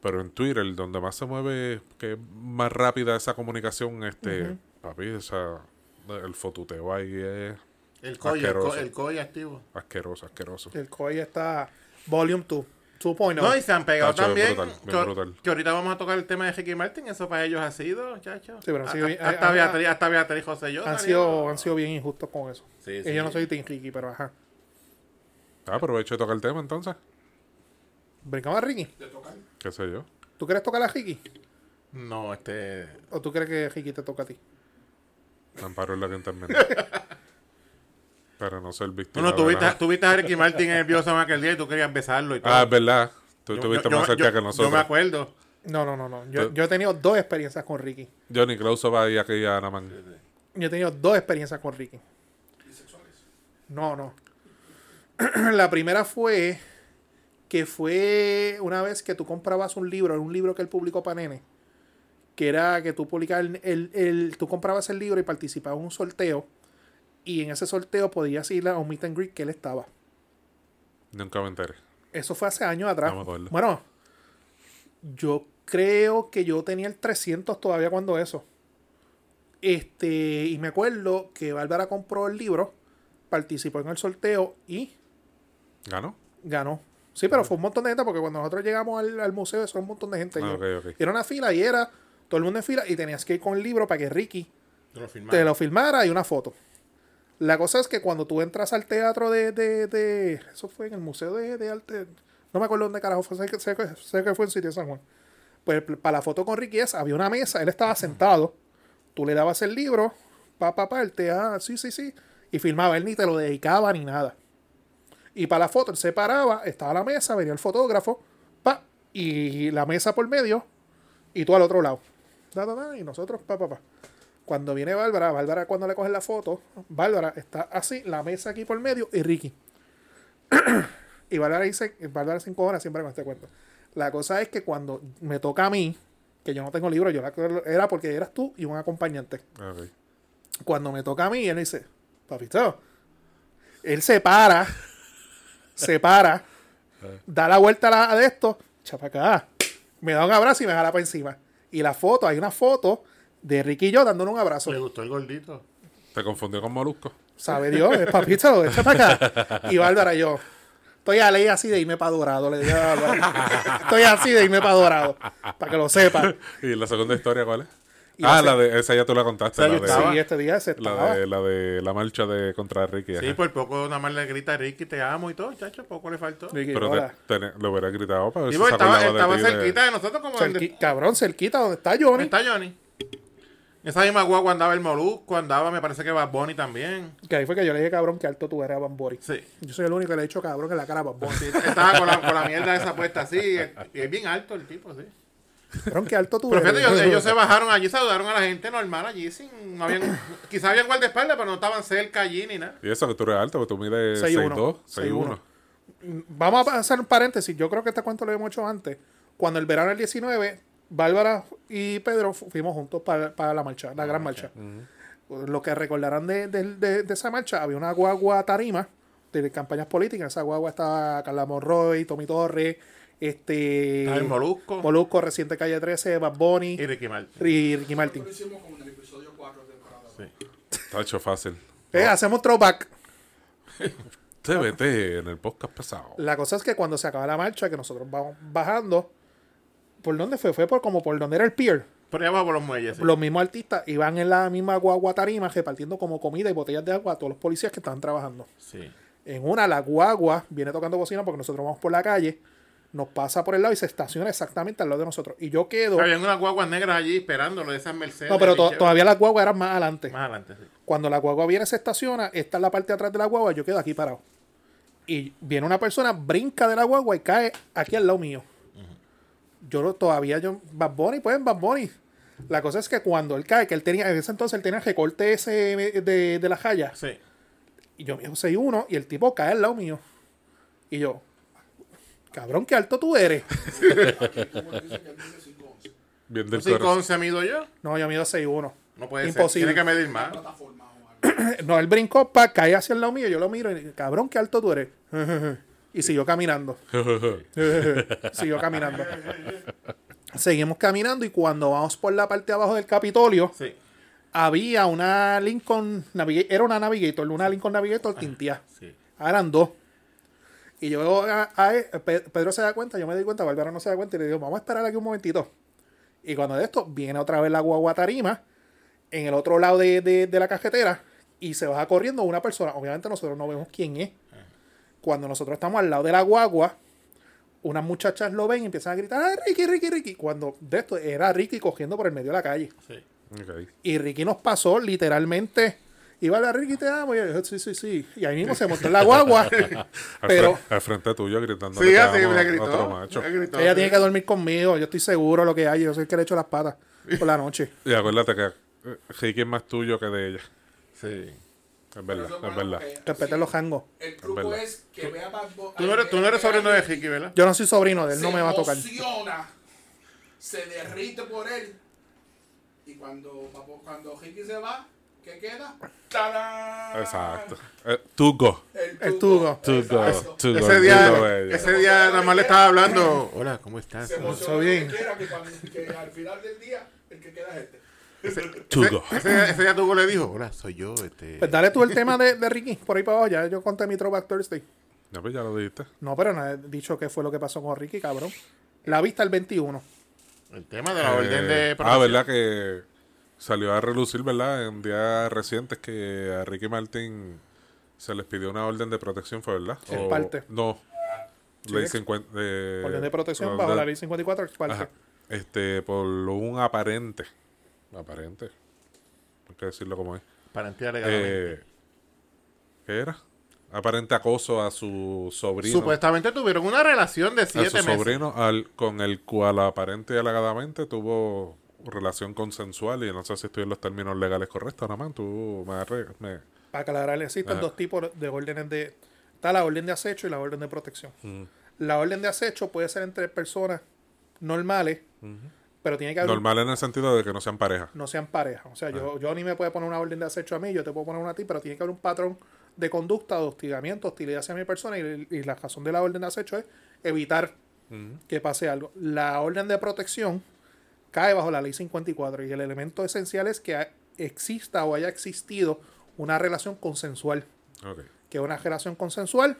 [SPEAKER 2] Pero en Twitter, donde más se mueve, que es más rápida esa comunicación, este, papi, o sea, el fotuteo ahí es
[SPEAKER 3] El COI, el
[SPEAKER 2] asqueroso.
[SPEAKER 3] COI, el COI activo.
[SPEAKER 2] asqueroso, asqueroso.
[SPEAKER 1] El COI está Volume 2. 2.0.
[SPEAKER 3] No, y se han pegado
[SPEAKER 2] Tacho, bien
[SPEAKER 3] también.
[SPEAKER 2] brutal, bien
[SPEAKER 3] que,
[SPEAKER 2] brutal.
[SPEAKER 3] que ahorita vamos a tocar el tema de Ricky Martin, eso para ellos ha sido, chacho.
[SPEAKER 1] Sí, pero han
[SPEAKER 3] A-
[SPEAKER 1] sido
[SPEAKER 3] a-
[SPEAKER 1] bien-
[SPEAKER 3] hasta,
[SPEAKER 1] han-
[SPEAKER 3] Beatriz, hasta Beatriz José yo.
[SPEAKER 1] han,
[SPEAKER 3] salieron.
[SPEAKER 1] sido, han sido bien injustos con eso.
[SPEAKER 3] Sí,
[SPEAKER 1] y
[SPEAKER 3] sí.
[SPEAKER 1] yo no soy Team Ricky, pero ajá.
[SPEAKER 2] Ah, aprovecho de tocar el tema entonces,
[SPEAKER 1] Brincamos a Ricky.
[SPEAKER 4] Te toca.
[SPEAKER 2] qué sé yo.
[SPEAKER 1] ¿Tú quieres tocar a Ricky?
[SPEAKER 3] No, este.
[SPEAKER 1] ¿O tú crees que Ricky te toca a ti?
[SPEAKER 2] Amparo es la que entendí. Para no ser víctima.
[SPEAKER 3] Bueno,
[SPEAKER 2] de
[SPEAKER 3] tuviste,
[SPEAKER 2] nada.
[SPEAKER 3] tuviste a Ricky Martin nervioso en aquel día y tú querías besarlo y todo.
[SPEAKER 2] Ah, es verdad. Tú
[SPEAKER 3] Yo-
[SPEAKER 2] estuviste
[SPEAKER 3] yo-
[SPEAKER 2] más
[SPEAKER 3] yo-
[SPEAKER 2] cerca que
[SPEAKER 3] Yo me
[SPEAKER 2] nosotros.
[SPEAKER 3] acuerdo.
[SPEAKER 1] No, no, no, no. Yo,
[SPEAKER 2] Tú-
[SPEAKER 1] yo he tenido dos experiencias con Ricky.
[SPEAKER 2] Johnny Clauso va ahí aquí a Anaman.
[SPEAKER 1] Yo he tenido dos experiencias con Ricky. No, no. La primera fue que fue una vez que tú comprabas un libro, un libro que él publicó para nene, que era que tú publicabas, el, el- el- tú comprabas el libro y participabas en un sorteo, y en ese sorteo podías ir a un meet and greet que él estaba.
[SPEAKER 2] Nunca me enteré.
[SPEAKER 1] Eso fue hace años atrás.
[SPEAKER 2] No me acuerdo.
[SPEAKER 1] bueno, yo creo que yo tenía el 300 todavía cuando eso. Este, y me acuerdo que Bárbara compró el libro, participó en el sorteo y
[SPEAKER 2] ¿Ganó?
[SPEAKER 1] ganó. Sí, pero fue un montón de gente porque cuando nosotros llegamos al, al museo, eso era un montón de gente.
[SPEAKER 2] Ah,
[SPEAKER 1] Yo-
[SPEAKER 2] ok, ok.
[SPEAKER 1] Era una fila y era todo el mundo en fila y tenías que ir con el libro para que Ricky
[SPEAKER 3] Te lo
[SPEAKER 1] te lo filmara y una foto. La cosa es que cuando tú entras al teatro de. de- de- eso fue en el Museo de, de Arte. No me acuerdo dónde carajo fue. Sé que, sé que- sé que fue en Sitio San Juan. Pues pl- para la foto con Ricky esa, había una mesa. Él estaba sentado. Tú le dabas el libro. Pa, pa, pa. Él te. Ah, sí, sí, sí. Y filmaba. Él ni te lo dedicaba ni nada. Y para la foto, él se paraba. Estaba la mesa. Venía el fotógrafo. Pa. Y la mesa por medio. Y tú al otro lado. Da, da, da, y nosotros, pa, pa, pa. Cuando viene Bárbara, Bárbara cuando le cogen la foto, Bárbara está así, la mesa aquí por medio y Ricky. y Bárbara dice, Bárbara se encojona siempre con este cuento. La cosa es que cuando me toca a mí, que yo no tengo libro, yo la- era porque eras tú y un acompañante
[SPEAKER 2] Ok.
[SPEAKER 1] cuando me toca a mí, él me dice, papito, él se para, se para,
[SPEAKER 2] Eh.
[SPEAKER 1] da la vuelta a, la- a de esto, chapa acá, me da un abrazo y me jala para encima. Y la foto, hay una foto de Ricky y yo dándole un abrazo.
[SPEAKER 3] Le gustó el gordito.
[SPEAKER 2] Te confundió con Molusco.
[SPEAKER 1] Sabe Dios, es papito, echa para acá. Y Bárbara, yo, estoy a ley así de irme para dorado, le dije a Bárbara. Estoy así de irme para dorado, para que lo sepa.
[SPEAKER 2] ¿Y la segunda historia cuál es?
[SPEAKER 1] Y
[SPEAKER 2] Ah,
[SPEAKER 1] hace-
[SPEAKER 2] la de esa ya tú la contaste.
[SPEAKER 3] Esa
[SPEAKER 2] la
[SPEAKER 3] yo
[SPEAKER 2] de-
[SPEAKER 3] estaba.
[SPEAKER 1] Sí, este día se estaba.
[SPEAKER 2] La de, la de la marcha de contra Ricky.
[SPEAKER 3] Sí, pues,
[SPEAKER 2] ajá.
[SPEAKER 3] por poco nada más le grita Ricky, te amo y todo, chacho, poco le faltó. Sí,
[SPEAKER 1] Ricky,
[SPEAKER 2] Pero te-
[SPEAKER 1] hola.
[SPEAKER 2] te- lo hubiera gritado para ver si
[SPEAKER 3] porque
[SPEAKER 2] se
[SPEAKER 3] estaba,
[SPEAKER 2] acordaba de
[SPEAKER 3] estaba
[SPEAKER 2] ti, de-
[SPEAKER 3] cerquita de nosotros como
[SPEAKER 1] Cerqui-
[SPEAKER 3] donde,
[SPEAKER 1] cabrón, cerquita donde está Johnny.
[SPEAKER 3] donde está Johnny. Esa misma guagua andaba el Molusco, andaba, me parece que Bad Bunny también.
[SPEAKER 1] Que ahí fue que yo le dije, cabrón, que alto tú eres a Bambori.
[SPEAKER 3] Sí.
[SPEAKER 1] Yo soy el único que le he dicho cabrón en la cara a Bambori.
[SPEAKER 3] Sí, estaba con la, con la mierda esa puesta así. Y es bien alto el tipo, sí.
[SPEAKER 1] Cabrón, que alto tú
[SPEAKER 3] Pero
[SPEAKER 1] eres.
[SPEAKER 3] fíjate, ellos, ellos se bajaron allí, saludaron a la gente normal allí. sin no habían, Quizás habían guardaespaldas, pero no estaban cerca allí ni nada.
[SPEAKER 2] Y eso que tú eres alto, que tú mides
[SPEAKER 1] 6'1",
[SPEAKER 2] 6'2, 6'1.
[SPEAKER 1] 6'1". Vamos a hacer un paréntesis. Yo creo que este cuento lo hemos hecho antes. Cuando el verano del 19, Bárbara y Pedro fu- fuimos juntos para, para la marcha,
[SPEAKER 3] Ah,
[SPEAKER 1] la, gran marcha. Lo que recordarán de, de- de- de esa marcha, había una guagua tarima de campañas políticas. Esa guagua estaba Carla Monroy, Tommy Torres, este.
[SPEAKER 3] Estaba el Molusco.
[SPEAKER 1] Molusco, reciente Calle 13, Bad Bunny
[SPEAKER 3] Y Ah. Ricky Martin.
[SPEAKER 1] y Ricky Martin.
[SPEAKER 4] Lo hicimos como en el episodio 4 de temporada.
[SPEAKER 3] Sí.
[SPEAKER 2] Está hecho fácil.
[SPEAKER 1] Eh, hacemos throwback.
[SPEAKER 2] TBT en el podcast pasado.
[SPEAKER 1] La cosa es que cuando se acaba la marcha, que nosotros vamos bajando, ¿por dónde fue? Fue por como por donde era el pier.
[SPEAKER 3] Por ahí abajo por los muelles. sí.
[SPEAKER 1] Los mismos artistas iban en la misma guagua tarima repartiendo como comida y botellas de agua a todos los policías que estaban trabajando.
[SPEAKER 3] Sí.
[SPEAKER 1] En una, la guagua viene tocando bocina porque nosotros vamos por la calle, nos pasa por el lado y se estaciona exactamente al lado de nosotros. Y yo quedo.
[SPEAKER 3] Habían unas guaguas negras allí esperándolo de esas Mercedes.
[SPEAKER 1] No, pero
[SPEAKER 3] así
[SPEAKER 1] to-
[SPEAKER 3] chévere.
[SPEAKER 1] todavía las guaguas eran más adelante.
[SPEAKER 3] Más adelante, sí.
[SPEAKER 1] Cuando la guagua viene, se estaciona, está en la parte de atrás de la guagua, yo quedo aquí parado. Y viene una persona, brinca de la guagua y cae aquí al lado mío. Yo lo- todavía, yo, Bad Bunny, pues Bad Bunny. La cosa es que cuando él cae, que él tenía, en ese entonces él tenía el recorte ese de, de las rayas,
[SPEAKER 3] Sí.
[SPEAKER 1] y yo mido 6'1 y el tipo cae al lado mío. Y yo, cabrón, qué alto tú eres.
[SPEAKER 4] Aquí, como él dice que él mide 5'11".
[SPEAKER 2] Bien del
[SPEAKER 3] Sí,
[SPEAKER 2] corazón.
[SPEAKER 3] con se mido yo.
[SPEAKER 1] No, yo mido 6'1.
[SPEAKER 3] No puede
[SPEAKER 1] Imposible.
[SPEAKER 3] ser. Tiene que medir más.
[SPEAKER 4] Plataforma o algo.
[SPEAKER 1] No, él brincó para caer hacia el lado mío. Yo lo miro y digo, cabrón, qué alto tú eres. Y siguió caminando. siguió caminando. Seguimos caminando y cuando vamos por la parte de abajo del Capitolio,
[SPEAKER 3] Sí.
[SPEAKER 1] había una Lincoln Navigator. Era una Navigator, una Lincoln Navigator tintía.
[SPEAKER 3] Sí.
[SPEAKER 1] Ah, Eran dos. Y yo, a- a- eh, Pe- Pedro se da cuenta, yo me doy cuenta, Bárbara no se da cuenta y le digo, vamos a esperar aquí un momentito. Y cuando de esto, viene otra vez la guagua tarima en el otro lado de, de- de la cajetera y se baja corriendo una persona. Obviamente nosotros no vemos quién es. Cuando nosotros estamos al lado de la guagua, unas muchachas lo ven y empiezan a gritar, ¡Ay, Ricky, Ricky, Ricky! Cuando de esto era Ricky cogiendo por el medio de la calle.
[SPEAKER 3] Sí.
[SPEAKER 2] Ok.
[SPEAKER 1] Y Ricky nos pasó literalmente. Iba a la Ricky, te amo. Y yo, sí, sí, sí. Y ahí mismo se montó en la guagua.
[SPEAKER 2] Al,
[SPEAKER 1] pero
[SPEAKER 2] fre- al frente tuyo gritando.
[SPEAKER 3] Sí, así le
[SPEAKER 2] Otro
[SPEAKER 3] gritó.
[SPEAKER 2] macho.
[SPEAKER 3] Le gritó.
[SPEAKER 1] ella tiene que dormir conmigo. Yo estoy seguro lo que hay. Yo soy el que le echo las patas por la noche.
[SPEAKER 2] Y acuérdate que eh, Ricky es más tuyo que de ella.
[SPEAKER 3] Sí.
[SPEAKER 2] Es
[SPEAKER 4] Pero
[SPEAKER 2] verdad,
[SPEAKER 4] eso
[SPEAKER 2] es
[SPEAKER 4] fue
[SPEAKER 2] verdad.
[SPEAKER 4] porque-
[SPEAKER 1] Respeten los jangos.
[SPEAKER 4] El truco
[SPEAKER 2] verdad.
[SPEAKER 4] es que vea Bad Bunny.
[SPEAKER 3] Tú no eres, tú no eres sobrino de Ricky, ¿verdad?
[SPEAKER 1] Yo no soy sobrino de él,
[SPEAKER 4] Se
[SPEAKER 1] no me va a tocar.
[SPEAKER 4] emociona, se derrite por él. Y cuando, papo- cuando Ricky se va, ¿qué queda? ¡Tarán!
[SPEAKER 2] Exacto. Eh, Tugo.
[SPEAKER 1] El tugo.
[SPEAKER 2] Tugo.
[SPEAKER 4] Exacto.
[SPEAKER 2] Tugo.
[SPEAKER 3] Ese día,
[SPEAKER 2] Tugo, ella.
[SPEAKER 3] ese día nada más le estaba hablando. Hola, ¿cómo estás?
[SPEAKER 4] Se emociona
[SPEAKER 1] Está bien.
[SPEAKER 4] bien. Que quiera, que, cuando- que al final del día, el que queda es este.
[SPEAKER 2] Tugo.
[SPEAKER 3] Ese, día- ese día tú le dijo, hola, soy yo, este.
[SPEAKER 1] Pues dale tú el tema de, de Ricky por ahí para abajo. Ya yo conté mi Throwback Thursday.
[SPEAKER 2] No, pues ya lo dijiste.
[SPEAKER 1] No, pero no he dicho qué fue lo que pasó con Ricky, cabrón. La vista el 21.
[SPEAKER 3] El tema de la
[SPEAKER 2] Eh,
[SPEAKER 3] orden de
[SPEAKER 2] ah,
[SPEAKER 3] protección.
[SPEAKER 2] ¿verdad? Que salió a relucir, ¿verdad? En días recientes que a Ricky Martin se les pidió una orden de protección, ¿fue verdad?
[SPEAKER 1] En parte.
[SPEAKER 2] No. Ley
[SPEAKER 1] ex-
[SPEAKER 2] 50. eh,
[SPEAKER 1] Orden de protección
[SPEAKER 2] orden-
[SPEAKER 1] bajo la ley 54. ex parte.
[SPEAKER 2] Ajá. Este, por un aparente. Aparente. Hay que decirlo como es.
[SPEAKER 3] Para entrar legalmente.
[SPEAKER 2] Eh, ¿Qué era? Aparente acoso a su sobrino.
[SPEAKER 3] Supuestamente tuvieron una relación de
[SPEAKER 2] a
[SPEAKER 3] siete
[SPEAKER 2] su
[SPEAKER 3] meses.
[SPEAKER 2] sobrino al, con el cual aparente y alegadamente tuvo relación consensual y no sé si estoy en los términos legales correctos, nada más. Tú me, arre- me-
[SPEAKER 1] Para aclarar, existen
[SPEAKER 2] Ajá.
[SPEAKER 1] dos tipos de órdenes de... Está la orden de acecho y la orden de protección. La orden de acecho puede ser entre personas normales, pero tiene que haber... un-
[SPEAKER 2] Normal en el sentido de que no sean pareja.
[SPEAKER 1] no sean pareja. O sea, yo, yo ni me puede poner una orden de acecho a mí, yo te puedo poner una a ti, pero tiene que haber un patrón de conducta, de hostigamiento, hostilidad hacia mi persona y, y la razón de la orden de acecho es evitar que pase algo. La orden de protección cae bajo la ley 54 y el elemento esencial es que ha- exista o haya existido una relación consensual.
[SPEAKER 2] Ok.
[SPEAKER 1] Que una relación consensual,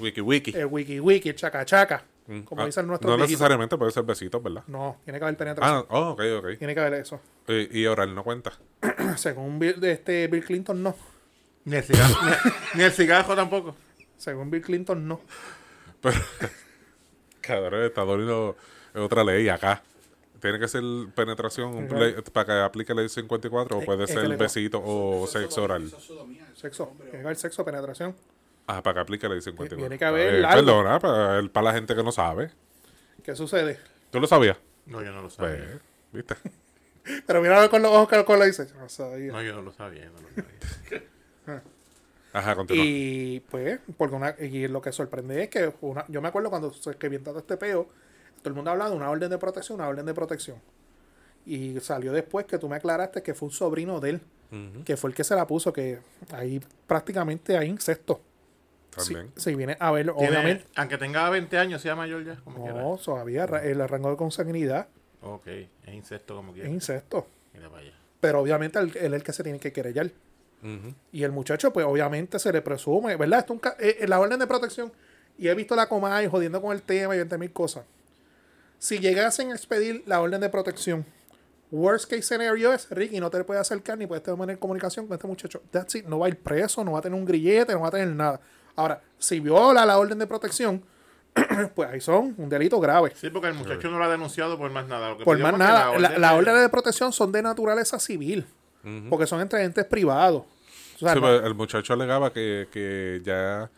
[SPEAKER 2] Wiki wiki.
[SPEAKER 1] el wiki wiki, el chaca chaca,
[SPEAKER 2] Mm.
[SPEAKER 1] Eh, como
[SPEAKER 2] Ah,
[SPEAKER 1] dicen
[SPEAKER 2] No
[SPEAKER 1] nuestros viejitos.
[SPEAKER 2] necesariamente puede ser besitos, ¿verdad?
[SPEAKER 1] No, tiene que haber penetración.
[SPEAKER 2] Ah, oh, ok, ok.
[SPEAKER 1] Tiene que haber eso.
[SPEAKER 2] Eh, y oral no cuenta.
[SPEAKER 1] Según Bill- este Bill Clinton, no.
[SPEAKER 3] Ni el cigarro, ni- ni el cigarro tampoco.
[SPEAKER 1] Según Bill Clinton, no.
[SPEAKER 2] Cabrón, está doliendo es otra ley acá. Tiene que ser penetración
[SPEAKER 1] Claro.
[SPEAKER 2] ley- para que aplique ley 54 o
[SPEAKER 1] Eh,
[SPEAKER 2] puede
[SPEAKER 1] es
[SPEAKER 2] ser
[SPEAKER 1] que le-
[SPEAKER 2] besito o
[SPEAKER 4] Eso es
[SPEAKER 2] sexo
[SPEAKER 4] sodomía,
[SPEAKER 2] oral.
[SPEAKER 4] eso es sodomía, eso es
[SPEAKER 1] Sexo.
[SPEAKER 4] hombre,
[SPEAKER 1] Tiene que haber sexo, penetración.
[SPEAKER 2] Ah, para que aplique ley 54.
[SPEAKER 1] Tiene que haber
[SPEAKER 2] Eh,
[SPEAKER 1] algo.
[SPEAKER 2] perdona, para, el- para la gente que no sabe.
[SPEAKER 1] ¿Qué sucede?
[SPEAKER 2] ¿Tú lo sabías?
[SPEAKER 3] No, yo no lo sabía.
[SPEAKER 2] Pues, ¿viste?
[SPEAKER 1] Pero mira con los ojos que lo dice. yo no sabía.
[SPEAKER 3] No, yo no lo sabía. yo no lo sabía.
[SPEAKER 2] Ajá, continúa.
[SPEAKER 1] Y pues, porque una, y lo que sorprende es que una, yo me acuerdo cuando se todo este peo, todo el mundo hablaba de una orden de protección, una orden de protección. Y salió después que tú me aclaraste que fue un sobrino de él,
[SPEAKER 2] Ujú,
[SPEAKER 1] que fue el que se la puso, que ahí prácticamente hay incesto. Si,
[SPEAKER 2] También.
[SPEAKER 1] si viene a verlo,
[SPEAKER 3] Tiene-
[SPEAKER 1] obviamente.
[SPEAKER 3] aunque tenga 20 años, sea mayor ya, como
[SPEAKER 1] No, todavía ra- el rango de consanguinidad
[SPEAKER 3] quiera. Ok, es incesto como
[SPEAKER 1] es
[SPEAKER 3] quiera.
[SPEAKER 1] incesto.
[SPEAKER 3] Mira para allá.
[SPEAKER 1] Pero obviamente él él es el que se tiene que querellar.
[SPEAKER 2] Ujú.
[SPEAKER 1] Y el muchacho, pues obviamente se le presume, ¿verdad? Esto es un ca- eh, eh, la orden de protección. Y he visto la Comay jodiendo con el tema y 20 mil cosas. Si llegasen a expedir la orden de protección, worst case scenario es, Ricky, no te puede acercar ni puedes tener comunicación con este muchacho. That's it. No va a ir preso, no va a tener un grillete, no va a tener nada. Ahora, si viola la orden de protección, pues ahí son un delito grave.
[SPEAKER 3] Sí, porque el muchacho no lo ha denunciado por más nada. Lo que
[SPEAKER 1] Por
[SPEAKER 3] pidió
[SPEAKER 1] más
[SPEAKER 3] fue que
[SPEAKER 1] nada, la- las
[SPEAKER 3] orden de-
[SPEAKER 1] órdenes de protección son de naturaleza civil, porque son entre entes privados. O sea,
[SPEAKER 2] Sí,
[SPEAKER 1] no-
[SPEAKER 2] pues, el muchacho alegaba que, que ya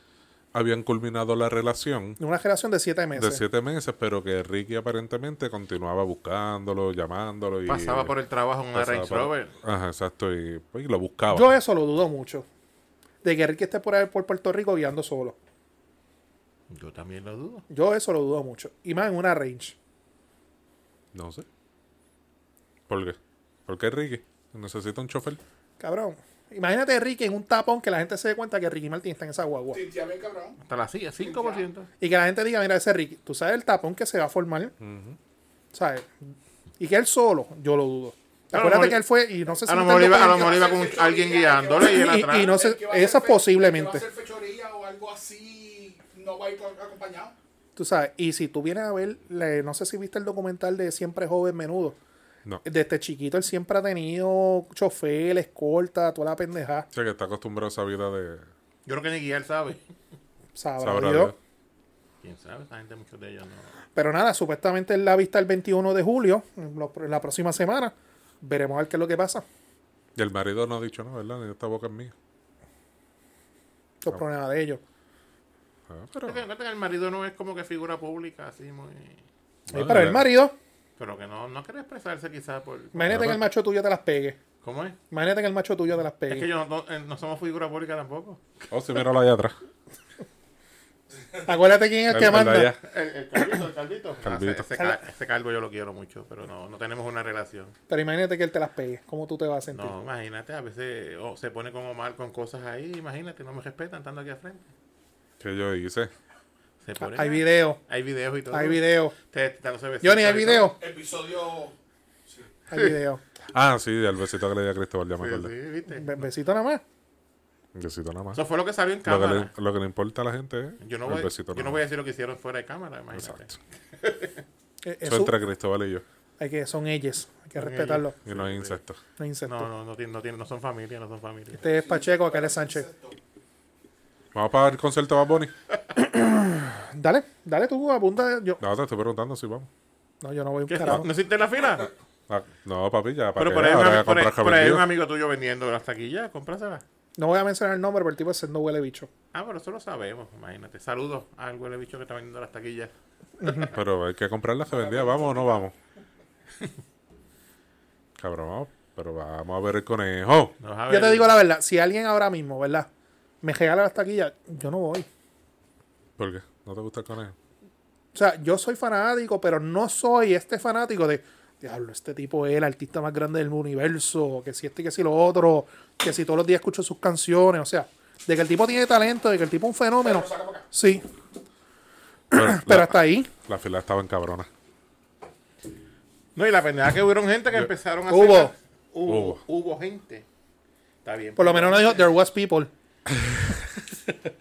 [SPEAKER 2] habían culminado la relación
[SPEAKER 1] una relación de siete meses.
[SPEAKER 2] de siete meses, pero que Ricky aparentemente continuaba buscándolo, llamándolo y
[SPEAKER 3] Pasaba por el trabajo en una
[SPEAKER 2] pasaba
[SPEAKER 3] Range
[SPEAKER 2] por-
[SPEAKER 3] Rover.
[SPEAKER 2] Ajá, exacto, y, pues, y lo buscaba.
[SPEAKER 1] Yo eso lo dudo mucho. De que Ricky esté por ahí por Puerto Rico guiando solo.
[SPEAKER 3] Yo también lo dudo.
[SPEAKER 1] Yo eso lo dudo mucho. Y más en una range.
[SPEAKER 2] No sé. ¿Por qué? ¿Por qué Ricky? ¿Necesita un chofer?
[SPEAKER 1] Cabrón. Imagínate a Ricky en un tapón que la gente se dé cuenta que Ricky Martín está en esa guagua.
[SPEAKER 4] Cintia, ven, cabrón.
[SPEAKER 3] Hasta la silla, 5%.
[SPEAKER 1] Y que la gente diga, mira, ese Ricky, tú sabes el tapón que se va a formar. ¿Sabes? Y que él solo, yo lo dudo.
[SPEAKER 3] A lo
[SPEAKER 1] Acuérdate
[SPEAKER 3] mejor-
[SPEAKER 1] que él fue y no sé si
[SPEAKER 3] A lo
[SPEAKER 1] me
[SPEAKER 3] mejor
[SPEAKER 1] tengo
[SPEAKER 3] iba, a lo
[SPEAKER 1] que-
[SPEAKER 3] mejor iba con un- alguien guiándole y él
[SPEAKER 1] Y-
[SPEAKER 3] atrás.
[SPEAKER 1] y no sé,
[SPEAKER 4] El que va a
[SPEAKER 1] esa
[SPEAKER 4] hacer fe-
[SPEAKER 1] posiblemente.
[SPEAKER 4] el que va a hacer fechoría o algo así, no va a ir con- acompañado.
[SPEAKER 1] Tú sabes, y si tú vienes a ver, le- no sé si viste el documental de Siempre Joven Menudo.
[SPEAKER 2] No. O
[SPEAKER 1] Desde chiquito él siempre ha tenido chofer, escolta, toda la pendejada.
[SPEAKER 2] sea, que está acostumbrado a esa vida de...
[SPEAKER 3] Yo creo que ni guiar sabe.
[SPEAKER 1] Sabrá
[SPEAKER 2] Sabrá
[SPEAKER 1] Dios.
[SPEAKER 2] Dios.
[SPEAKER 3] Quién sabe, esta gente, muchos de ellos no.
[SPEAKER 1] Pero nada, supuestamente él la vista el 21 de julio, lo- la próxima semana. Veremos a ver qué es lo que pasa.
[SPEAKER 2] Y el marido no ha dicho nada, ¿verdad? Ni esta boca es mía.
[SPEAKER 1] Los problemas de ellos.
[SPEAKER 2] Ah, pero...
[SPEAKER 3] Yo creo que el marido no es como que figura pública, así muy.
[SPEAKER 1] Sí,
[SPEAKER 2] Ah,
[SPEAKER 1] pero el marido,
[SPEAKER 3] Pero que no, no quiere expresarse quizás por.
[SPEAKER 1] imagínate que el macho tuyo te las pegue.
[SPEAKER 3] ¿Cómo es?
[SPEAKER 1] Imagínate que el macho tuyo te las pegue.
[SPEAKER 3] Es que ellos no, no- eh, no somos figura pública tampoco.
[SPEAKER 2] Oh, sí, míralo allá atrás.
[SPEAKER 1] Acuérdate quién es el que
[SPEAKER 2] de
[SPEAKER 1] manda.
[SPEAKER 2] allá.
[SPEAKER 3] El, el calvito, el calvito.
[SPEAKER 2] Calvito.
[SPEAKER 3] Ese, cal- ese calvo yo lo quiero mucho, pero no, no tenemos una relación.
[SPEAKER 1] Pero imagínate que él te las pegue. ¿Cómo tú te vas a sentir?
[SPEAKER 3] No, imagínate, a veces oh, se pone como mal con cosas ahí, imagínate, no me respetan estando aquí al frente.
[SPEAKER 2] Que yo hice.
[SPEAKER 3] Se pone
[SPEAKER 1] Ah, hay
[SPEAKER 3] mal.
[SPEAKER 1] video,
[SPEAKER 3] Hay videos y todo.
[SPEAKER 1] hay video.
[SPEAKER 3] Ustedes dándose besitos
[SPEAKER 1] Johnny, hay
[SPEAKER 3] y todo.
[SPEAKER 1] video,
[SPEAKER 4] Episodio.
[SPEAKER 1] hay video.
[SPEAKER 2] Ah, sí, el besito que le di a Cristóbal, ya me
[SPEAKER 3] Sí,
[SPEAKER 2] acuerdo.
[SPEAKER 3] sí, ¿viste?
[SPEAKER 1] Be- Besito nada más.
[SPEAKER 2] Besito nada más.
[SPEAKER 3] Eso fue lo que salió en
[SPEAKER 2] Lo que,
[SPEAKER 3] cámara.
[SPEAKER 2] le, lo que le importa a la gente es
[SPEAKER 3] Yo no,
[SPEAKER 2] el
[SPEAKER 3] voy,
[SPEAKER 2] besito
[SPEAKER 3] yo
[SPEAKER 2] nada
[SPEAKER 3] no voy a
[SPEAKER 2] más.
[SPEAKER 3] decir lo que hicieron fuera de cámara, imagínate.
[SPEAKER 2] Exacto.
[SPEAKER 1] Eh,
[SPEAKER 2] Eso
[SPEAKER 1] eso-
[SPEAKER 2] entre Cristóbal y yo.
[SPEAKER 1] hay que, son ellos. Hay que respetarlo.
[SPEAKER 2] Y no hay insectos.
[SPEAKER 1] No hay insecto.
[SPEAKER 3] No, no, no, tiene- no, tiene- no son familia, no son familia.
[SPEAKER 1] Este es Pacheco, acá él es Sánchez.
[SPEAKER 2] Vamos para el concierto de Bad Bunny.
[SPEAKER 1] Dale, dale tú, apunta. Yo,
[SPEAKER 2] No, te estoy preguntando si vamos.
[SPEAKER 1] no, yo no voy a un
[SPEAKER 3] ¿Qué?
[SPEAKER 1] carajo.
[SPEAKER 3] ¿No hiciste la fila?
[SPEAKER 2] Ah, no, papi, ya. ¿para
[SPEAKER 3] Pero
[SPEAKER 2] qué?
[SPEAKER 3] por ahí, un,
[SPEAKER 2] Ahora
[SPEAKER 3] ami- por ahí-
[SPEAKER 2] compras
[SPEAKER 3] por ahí hay un
[SPEAKER 2] cabello.
[SPEAKER 3] amigo tuyo vendiendo las taquillas, cómpraselas.
[SPEAKER 1] No voy a mencionar el nombre, pero el tipo ese no huele bicho.
[SPEAKER 3] Ah, pero eso lo sabemos, imagínate. Saludos al huele bicho que está vendiendo las taquillas.
[SPEAKER 2] Pero hay que comprar las que vendía. ¿Vamos o no vamos? Cabrón, vamos- pero vamos a ver el conejo.
[SPEAKER 3] Vamos a
[SPEAKER 1] Yo te
[SPEAKER 3] ver.
[SPEAKER 1] digo la verdad, si alguien ahora mismo, ¿verdad? Me regala las taquillas, yo no voy.
[SPEAKER 2] ¿Por qué? ¿No te gusta el conejo?
[SPEAKER 1] O sea, yo soy fanático, pero no soy este fanático de, diablo, este tipo es el artista más grande del universo, que si este, que si lo otro, que si todos los días escucho sus canciones, o sea, de que el tipo tiene talento, de que el tipo es un fenómeno. Sí,
[SPEAKER 2] Pero,
[SPEAKER 1] pero
[SPEAKER 2] la,
[SPEAKER 1] hasta ahí.
[SPEAKER 2] la fila estaba en cabrona.
[SPEAKER 3] No, y la pendeja que hubieron gente que empezaron a
[SPEAKER 1] Hubo.
[SPEAKER 3] hacer. Hubo.
[SPEAKER 2] Hubo.
[SPEAKER 3] Hubo gente. Está bien.
[SPEAKER 1] Por lo menos no dijo, there was people.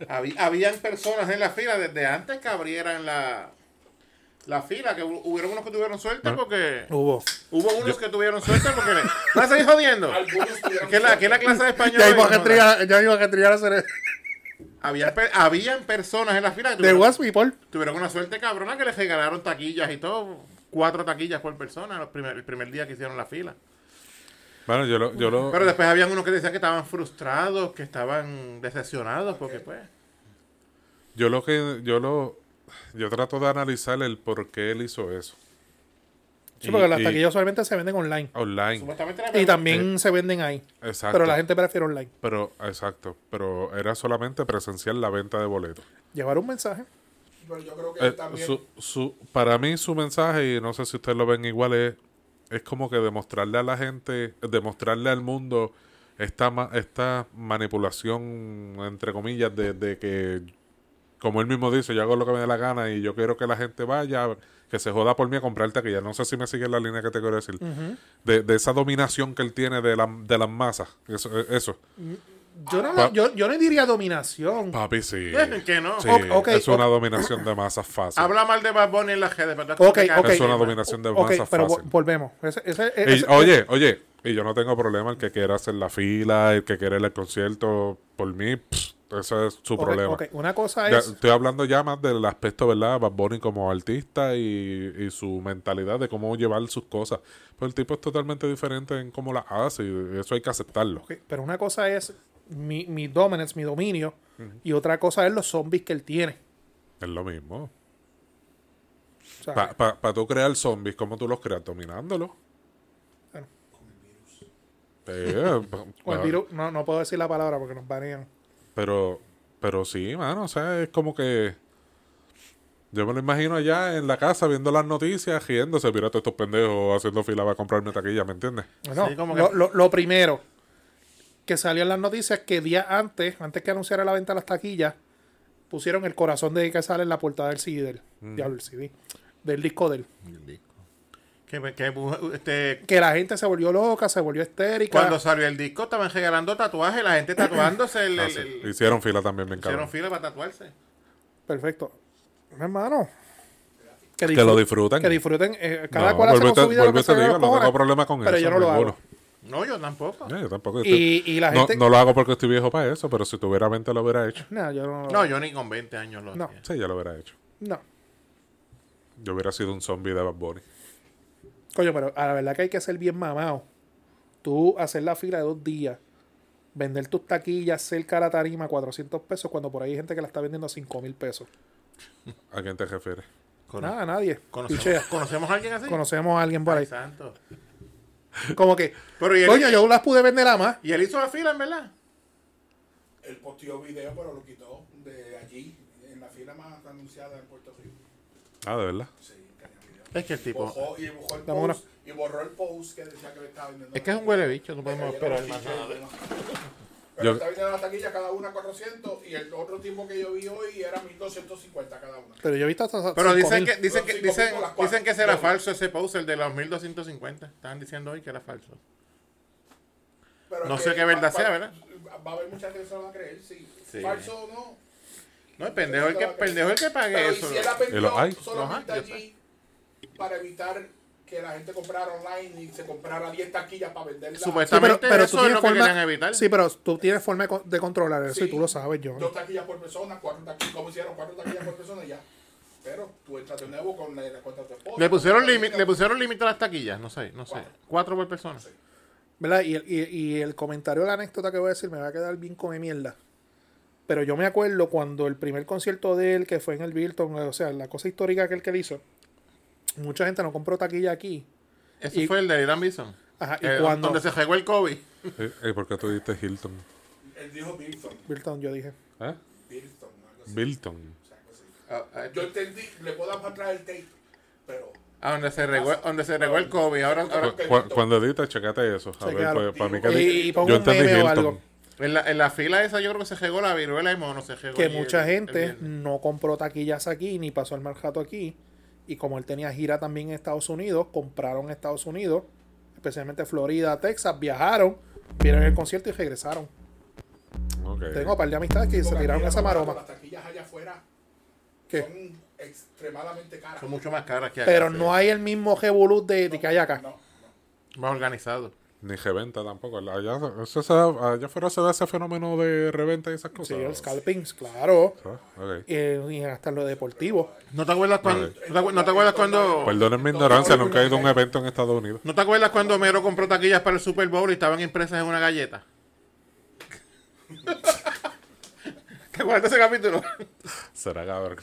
[SPEAKER 3] Habí- habían personas en la fila desde antes que abrieran la, la fila, que hu- hubieron unos que tuvieron suerte porque...
[SPEAKER 1] Hubo.
[SPEAKER 3] Hubo unos que tuvieron suerte porque... le- ¿Vas a seguir jodiendo?
[SPEAKER 4] Algunos tuvieron
[SPEAKER 3] ¿Qué es la, que es la clase de español?
[SPEAKER 1] Ya
[SPEAKER 3] hoy,
[SPEAKER 1] iba a
[SPEAKER 3] no, no.
[SPEAKER 1] trillar- ya iba a trillar a hacer
[SPEAKER 3] Habían, pe- habían personas en la fila que
[SPEAKER 1] There
[SPEAKER 3] tuvieron,
[SPEAKER 1] was people.
[SPEAKER 3] tuvieron una suerte cabrona que les regalaron taquillas y todo. Cuatro taquillas por persona los primer- el primer día que hicieron la fila.
[SPEAKER 2] Bueno, yo lo... Yo lo
[SPEAKER 3] Pero después habían unos que decían que estaban frustrados, que estaban decepcionados porque pues...
[SPEAKER 2] Yo lo que yo lo yo trato de analizar el por qué él hizo eso.
[SPEAKER 1] Sí,
[SPEAKER 2] Y-
[SPEAKER 1] porque las
[SPEAKER 2] y
[SPEAKER 1] taquillas solamente se venden online.
[SPEAKER 2] online.
[SPEAKER 3] Supuestamente la
[SPEAKER 1] Y también se venden ahí.
[SPEAKER 2] Exacto.
[SPEAKER 1] Pero la gente prefiere online.
[SPEAKER 2] Pero, exacto, pero era solamente presencial la venta de boletos.
[SPEAKER 1] Llevar un mensaje.
[SPEAKER 4] Pero yo creo que
[SPEAKER 2] Eh,
[SPEAKER 4] él también.
[SPEAKER 2] su- su- para mí su mensaje, y no sé si ustedes lo ven igual, es, es como que demostrarle a la gente, demostrarle al mundo esta, ma- esta manipulación, entre comillas, de, de que, como él mismo dice, yo hago lo que me dé la gana y yo quiero que la gente vaya, que se joda por mí a comprar taquilla. No sé si me sigue la línea que te quiero decir. de, de esa dominación que él tiene de, la, de las masas. Eso. eh, eso.
[SPEAKER 1] Yo no,
[SPEAKER 2] Pa-
[SPEAKER 1] lo- yo, yo no diría dominación.
[SPEAKER 2] Papi, sí.
[SPEAKER 3] Que no.
[SPEAKER 2] Sí,
[SPEAKER 1] Ok, ok,
[SPEAKER 2] es una
[SPEAKER 1] ok.
[SPEAKER 2] dominación de masas fácil.
[SPEAKER 3] Habla mal de Bad Bunny en la redes, pero
[SPEAKER 1] Ok, ok.
[SPEAKER 2] Es una dominación de
[SPEAKER 1] Ok,
[SPEAKER 2] masas
[SPEAKER 1] pero vo-
[SPEAKER 2] fácil.
[SPEAKER 1] volvemos. Ese- ese-
[SPEAKER 2] Y-
[SPEAKER 1] ese-
[SPEAKER 2] oye, oye, y yo no tengo problema el que quiera hacer la fila, el que quiera ir al concierto, por mí, pss, ese es su
[SPEAKER 1] ok,
[SPEAKER 2] problema.
[SPEAKER 1] ok, Una cosa
[SPEAKER 2] Ya,
[SPEAKER 1] es.
[SPEAKER 2] estoy hablando ya más del aspecto, ¿verdad? Bad Bunny como artista y, y su mentalidad de cómo llevar sus cosas. Pero el tipo es totalmente diferente en cómo las hace y eso hay que aceptarlo.
[SPEAKER 1] ok, pero una cosa es mi, mi dominance, mi dominio. Y otra cosa es los zombies que él tiene.
[SPEAKER 2] Es lo mismo.
[SPEAKER 1] O sea,
[SPEAKER 2] Para pa, pa tú crear zombies, ¿cómo tú los creas? Dominándolos.
[SPEAKER 1] Claro.
[SPEAKER 2] Eh, pa-
[SPEAKER 1] o el
[SPEAKER 2] pa-
[SPEAKER 1] virus- no, no puedo decir la palabra porque nos banean.
[SPEAKER 2] Pero, pero sí, mano, o sea, es como que. Yo me lo imagino allá en la casa viendo las noticias, riéndose, mira, todos estos pendejos haciendo fila para comprarme taquilla, ¿me entiendes?
[SPEAKER 1] Bueno,
[SPEAKER 3] Sí, como
[SPEAKER 1] lo,
[SPEAKER 3] que-
[SPEAKER 1] lo- lo primero que salió en las noticias que día antes, antes que anunciara la venta de las taquillas, pusieron el corazón de que sale en la portada del CD del,
[SPEAKER 3] Mm.
[SPEAKER 1] diablo, el CD, del disco del.
[SPEAKER 3] Que, que, bu- este,
[SPEAKER 1] Que la gente se volvió loca, se volvió histérica.
[SPEAKER 3] cuando salió el disco estaban regalando tatuajes, la gente tatuándose, el,
[SPEAKER 2] Ah,
[SPEAKER 3] el-
[SPEAKER 2] sí.
[SPEAKER 3] el-
[SPEAKER 2] Hicieron fila también, me
[SPEAKER 3] hicieron
[SPEAKER 2] encanta.
[SPEAKER 3] fila para tatuarse.
[SPEAKER 1] Perfecto. Mi hermano. Que,
[SPEAKER 2] Que lo
[SPEAKER 1] disfrut-
[SPEAKER 2] disfruten.
[SPEAKER 1] Que disfruten. eh,
[SPEAKER 2] No,
[SPEAKER 1] cada cual hace con
[SPEAKER 2] vuelvo y te-
[SPEAKER 1] su vida lo
[SPEAKER 2] vuelvo
[SPEAKER 1] que
[SPEAKER 2] y
[SPEAKER 1] se
[SPEAKER 2] te
[SPEAKER 1] le dé
[SPEAKER 2] digo,
[SPEAKER 1] los
[SPEAKER 2] no tengo
[SPEAKER 1] cojones,
[SPEAKER 2] problema con
[SPEAKER 1] Pero
[SPEAKER 2] eso.
[SPEAKER 1] yo no lo hago.
[SPEAKER 2] ninguno.
[SPEAKER 3] No, yo tampoco.
[SPEAKER 2] Eh, yo tampoco.
[SPEAKER 1] Y, y la
[SPEAKER 2] no,
[SPEAKER 1] gente.
[SPEAKER 2] no lo hago porque estoy viejo para eso, pero si tuviera 20 lo hubiera hecho.
[SPEAKER 1] No, yo no.
[SPEAKER 3] No, yo ni con 20 años lo
[SPEAKER 1] No.
[SPEAKER 3] hacía.
[SPEAKER 2] Sí, ya lo hubiera hecho.
[SPEAKER 1] no.
[SPEAKER 2] Yo hubiera sido un zombie de Bad Bunny.
[SPEAKER 1] Coño, pero a la verdad que hay que ser bien mamado. Tú hacer la fila de dos días, vender tus taquillas cerca de la tarima 400 pesos, cuando por ahí hay gente que la está vendiendo a 5 mil pesos.
[SPEAKER 2] ¿A quién te refieres?
[SPEAKER 3] Cono-
[SPEAKER 1] Nada, nadie. Pichea.
[SPEAKER 3] ¿Conocemos, ¿Conocemos a alguien así?
[SPEAKER 1] Conocemos a alguien por
[SPEAKER 3] Ay,
[SPEAKER 1] ahí.
[SPEAKER 3] santo.
[SPEAKER 1] Como que,
[SPEAKER 3] Pero y él,
[SPEAKER 1] coño, yo las pude vender a más.
[SPEAKER 3] y él hizo la fila, en verdad.
[SPEAKER 4] Él posteó video, pero lo quitó de allí, en la fila más anunciada en Puerto Rico.
[SPEAKER 2] Ah, de verdad.
[SPEAKER 4] Sí, tenía video.
[SPEAKER 3] Es que el tipo...
[SPEAKER 4] Bojó y, borró el
[SPEAKER 1] Dame una-
[SPEAKER 4] post, y borró el post que decía que le estaba vendiendo.
[SPEAKER 3] Es que es un huele bicho, no podemos esperar más nada. de él.
[SPEAKER 4] Pero
[SPEAKER 2] Yo-
[SPEAKER 4] está vendiendo las taquillas cada una 400 y el otro tiempo que yo vi hoy era 1250 cada una.
[SPEAKER 1] Pero yo he visto hasta.
[SPEAKER 3] Pero
[SPEAKER 1] 5.000.
[SPEAKER 3] dicen que, dicen, que,
[SPEAKER 4] Los cinco
[SPEAKER 3] dicen,
[SPEAKER 4] mil con las cuatro.
[SPEAKER 3] dicen que ese era
[SPEAKER 4] Doble.
[SPEAKER 3] falso ese post, el de los 1250. Estaban diciendo hoy que era falso.
[SPEAKER 4] Pero
[SPEAKER 3] No
[SPEAKER 4] es
[SPEAKER 3] sé
[SPEAKER 4] que
[SPEAKER 3] qué verdad
[SPEAKER 4] va-
[SPEAKER 3] sea,
[SPEAKER 4] va-
[SPEAKER 3] ¿verdad?
[SPEAKER 4] Va a haber mucha gente que se lo va a creer, sí.
[SPEAKER 3] Sí.
[SPEAKER 4] Falso o no.
[SPEAKER 3] No, el pendejo el que, pendejo el que pague
[SPEAKER 4] Pero
[SPEAKER 3] eso.
[SPEAKER 4] y si él la
[SPEAKER 2] Y los hay.
[SPEAKER 4] vendió solamente
[SPEAKER 3] Ajá, yo sé.
[SPEAKER 4] allí para evitar que la gente comprara online y se comprara 10 taquillas para venderla.
[SPEAKER 1] Sí, pero,
[SPEAKER 3] Supuestamente
[SPEAKER 1] pero tú
[SPEAKER 3] eso es
[SPEAKER 1] tienes
[SPEAKER 3] lo que querían
[SPEAKER 1] forma,
[SPEAKER 3] evitar.
[SPEAKER 1] sí, pero tú tienes forma de con- de controlar eso y
[SPEAKER 4] Sí.
[SPEAKER 1] tú lo sabes, yo.
[SPEAKER 4] Dos taquillas por persona, cuatro taquillas, como hicieron, cuatro taquillas por persona y ya. Pero tú entras de nuevo con la, la cuenta de tu esposa.
[SPEAKER 3] le pusieron
[SPEAKER 4] con la
[SPEAKER 3] límite,
[SPEAKER 4] taquilla.
[SPEAKER 3] le pusieron límite a las taquillas, no sé, no sé. Cuatro,
[SPEAKER 4] Cuatro.
[SPEAKER 3] por persona.
[SPEAKER 1] ¿Verdad? Y el, y, y el comentario, la anécdota que voy a decir me va a quedar bien come mierda. Pero yo me acuerdo cuando el primer concierto de él, que fue en el Bilton, o sea, la cosa histórica que él que él hizo, mucha gente no compró taquilla aquí.
[SPEAKER 3] Eso
[SPEAKER 1] Y-
[SPEAKER 3] fue el de Irán Bison.
[SPEAKER 1] Ajá, y
[SPEAKER 3] Eh,
[SPEAKER 1] cuando.
[SPEAKER 3] Donde se regó el COVID.
[SPEAKER 2] Eh, eh, ¿Por qué tú dijiste Hilton?
[SPEAKER 4] Él dijo Bilton.
[SPEAKER 1] Bilton, yo dije.
[SPEAKER 2] ¿Eh?
[SPEAKER 4] Bilton, algo así.
[SPEAKER 2] Bilton.
[SPEAKER 4] algo así.
[SPEAKER 3] A, a-
[SPEAKER 4] Yo entendí, le puedo dar para atrás el tape, pero
[SPEAKER 3] a Ah, donde se regó, donde se regó el COVID. Ahora, ahora-
[SPEAKER 2] Cu- cu- cuando editas, checate eso. A ver, pues,
[SPEAKER 1] Chequealo.
[SPEAKER 2] para, mí que
[SPEAKER 1] Y-
[SPEAKER 2] di-
[SPEAKER 1] y pon
[SPEAKER 2] yo
[SPEAKER 1] un
[SPEAKER 2] entendí
[SPEAKER 1] meme o
[SPEAKER 2] Hilton.
[SPEAKER 1] algo.
[SPEAKER 3] en, la, en la fila esa yo creo que se regó la viruela y mono se regó.
[SPEAKER 1] que
[SPEAKER 3] allí
[SPEAKER 1] mucha
[SPEAKER 3] el- el
[SPEAKER 1] gente
[SPEAKER 3] viernes.
[SPEAKER 1] no compró taquillas aquí ni pasó el mal rato aquí. Y como él tenía gira también en Estados Unidos, compraron en Estados Unidos, especialmente Florida, Texas, viajaron, vieron el concierto y regresaron.
[SPEAKER 2] Ok.
[SPEAKER 1] Tengo un par de amistades que se
[SPEAKER 4] Porque
[SPEAKER 1] tiraron
[SPEAKER 4] aquí,
[SPEAKER 1] esa
[SPEAKER 4] aparato,
[SPEAKER 1] maroma.
[SPEAKER 4] Las taquillas allá afuera
[SPEAKER 1] ¿Qué?
[SPEAKER 4] son extremadamente caras.
[SPEAKER 3] Son mucho más caras que acá.
[SPEAKER 1] Pero
[SPEAKER 3] sí.
[SPEAKER 1] no hay el mismo revolut de, de que hay acá.
[SPEAKER 4] No,
[SPEAKER 3] Más organizado.
[SPEAKER 2] Ni reventa tampoco. Allá, eso se da- allá afuera se da ese fenómeno de reventa y esas cosas.
[SPEAKER 1] Sí, el scalping, claro.
[SPEAKER 2] Ah, ok.
[SPEAKER 1] Eh, y hasta lo deportivo.
[SPEAKER 3] ¿No te acuerdas cuando,
[SPEAKER 2] Ok.
[SPEAKER 3] no te acu- no te acuerdas cuando
[SPEAKER 2] Perdonen mi ignorancia, nunca he ido a un evento en Estados Unidos.
[SPEAKER 3] ¿No te acuerdas cuando Homero compró taquillas para el Super Bowl y estaban impresas en una galleta? ¿Te acuerdas de ese capítulo?
[SPEAKER 2] Será cabrón.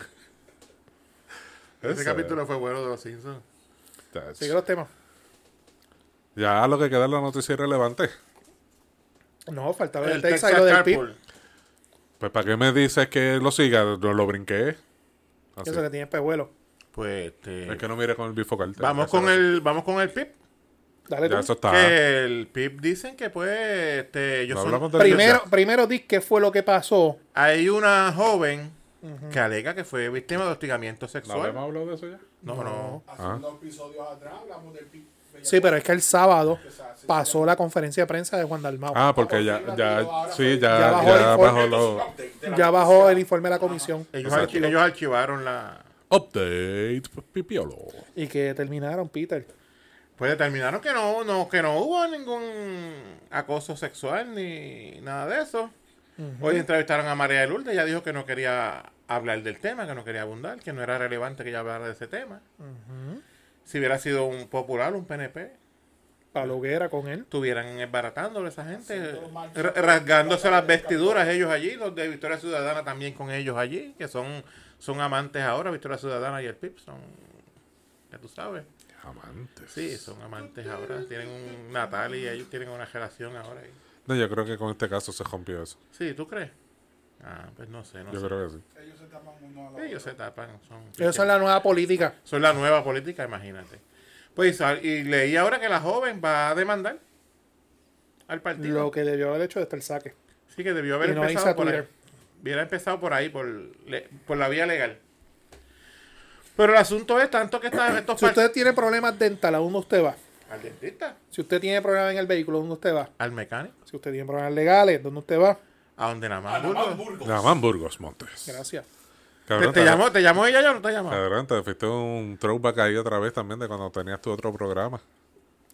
[SPEAKER 3] Ese
[SPEAKER 2] Ese-
[SPEAKER 3] capítulo fue bueno de los Simpsons.
[SPEAKER 2] Tach.
[SPEAKER 1] Sigue los temas.
[SPEAKER 2] Ya lo que queda es la noticia irrelevante.
[SPEAKER 1] No, faltaba el,
[SPEAKER 3] El
[SPEAKER 1] Texas y lo del
[SPEAKER 3] Texas
[SPEAKER 1] PIB.
[SPEAKER 3] Carpool.
[SPEAKER 2] Pues, ¿para qué me dices que lo siga? No lo brinqué. Así.
[SPEAKER 1] Eso que tiene pejuelo.
[SPEAKER 3] Pues este,
[SPEAKER 2] Es que no mire con el bifocal.
[SPEAKER 3] vamos con el vamos con el PIB.
[SPEAKER 1] Dale
[SPEAKER 2] Ya
[SPEAKER 1] tú.
[SPEAKER 2] eso está.
[SPEAKER 3] Que el PIB dicen que pues este, ellos
[SPEAKER 2] Ah. No
[SPEAKER 3] son-
[SPEAKER 2] hablamos de
[SPEAKER 1] Primero, primero di qué fue lo que pasó.
[SPEAKER 3] hay una joven que alega que fue víctima de hostigamiento
[SPEAKER 2] ¿No habíamos
[SPEAKER 3] sexual.
[SPEAKER 2] hablado de eso ya?
[SPEAKER 3] No, no.
[SPEAKER 4] hace
[SPEAKER 2] Ah.
[SPEAKER 4] unos episodios atrás hablamos del PIB.
[SPEAKER 1] Sí, pero es que el sábado
[SPEAKER 4] Exacto, sí,
[SPEAKER 1] pasó la conferencia de prensa de Juan Dalmau.
[SPEAKER 2] Ah, porque ya,
[SPEAKER 4] Ahora sí,
[SPEAKER 2] ya,
[SPEAKER 4] ahora
[SPEAKER 2] sí,
[SPEAKER 4] sí.
[SPEAKER 2] ya,
[SPEAKER 1] Ya
[SPEAKER 2] ya,
[SPEAKER 1] bajó el
[SPEAKER 2] bajó
[SPEAKER 1] informe.
[SPEAKER 2] los
[SPEAKER 1] ya bajó el informe de la comisión
[SPEAKER 3] Ellos,
[SPEAKER 2] Exacto.
[SPEAKER 3] archi- ellos archivaron la
[SPEAKER 2] update pipiolo.
[SPEAKER 1] y que terminaron, Peter.
[SPEAKER 3] Pues determinaron que no, no, que no hubo ningún acoso sexual ni nada de eso. Hoy entrevistaron a María de Lourdes, ella dijo que no quería hablar del tema, que no quería abundar, que no era relevante que ella hablara de ese tema. Si hubiera sido un popular, un PNP,
[SPEAKER 1] Paloguera con él.
[SPEAKER 3] estuvieran embaratándole a esa gente,
[SPEAKER 4] Haciendo marchas.
[SPEAKER 3] ra- rasgándose las vestiduras ellos allí, los de Victoria Ciudadana también con ellos allí, que son, son amantes ahora, Victoria Ciudadana y el PIB son, ya tú sabes.
[SPEAKER 2] Amantes.
[SPEAKER 3] Sí, son amantes ahora. Tienen un Natal y ellos tienen una relación ahora.
[SPEAKER 2] No, yo creo que con este caso se rompió eso.
[SPEAKER 3] Sí, ¿tú crees? Ah, pues no sé, no
[SPEAKER 2] Yo
[SPEAKER 3] sé.
[SPEAKER 2] creo que sí.
[SPEAKER 4] Ellos se tapan uno a la
[SPEAKER 3] Ellos se tapan. Son,
[SPEAKER 1] Ellos son la nueva política.
[SPEAKER 3] son la nueva política, imagínate. Pues ah, y leí ahora que la joven va a demandar al partido.
[SPEAKER 1] Lo que debió haber hecho desde el saque.
[SPEAKER 3] Sí, que debió haber
[SPEAKER 1] Y no
[SPEAKER 3] empezado
[SPEAKER 1] hizo
[SPEAKER 3] por ahí.
[SPEAKER 1] Twitter.
[SPEAKER 3] Hubiera empezado por ahí, por, le- por la vía legal. Pero el asunto es tanto que están estos
[SPEAKER 1] Si
[SPEAKER 3] partidos...
[SPEAKER 1] usted tiene problemas dental, ¿a dónde usted va?
[SPEAKER 3] Al dentista,
[SPEAKER 1] Si usted tiene problemas en el vehículo, ¿dónde usted va?
[SPEAKER 3] al mecánico,
[SPEAKER 1] Si usted tiene problemas legales, ¿dónde usted va?
[SPEAKER 3] a donde nada más.
[SPEAKER 4] otra.
[SPEAKER 3] burgo.
[SPEAKER 4] Burgos.
[SPEAKER 2] Nada más Burgos Montes.
[SPEAKER 1] Gracias.
[SPEAKER 3] ¿Te,
[SPEAKER 2] Cabrón,
[SPEAKER 3] te llamó, ¿Te llamó ella ya o no te llamó?
[SPEAKER 2] Cabrón, te fuiste un throwback ahí otra vez también de cuando tenías tu otro programa.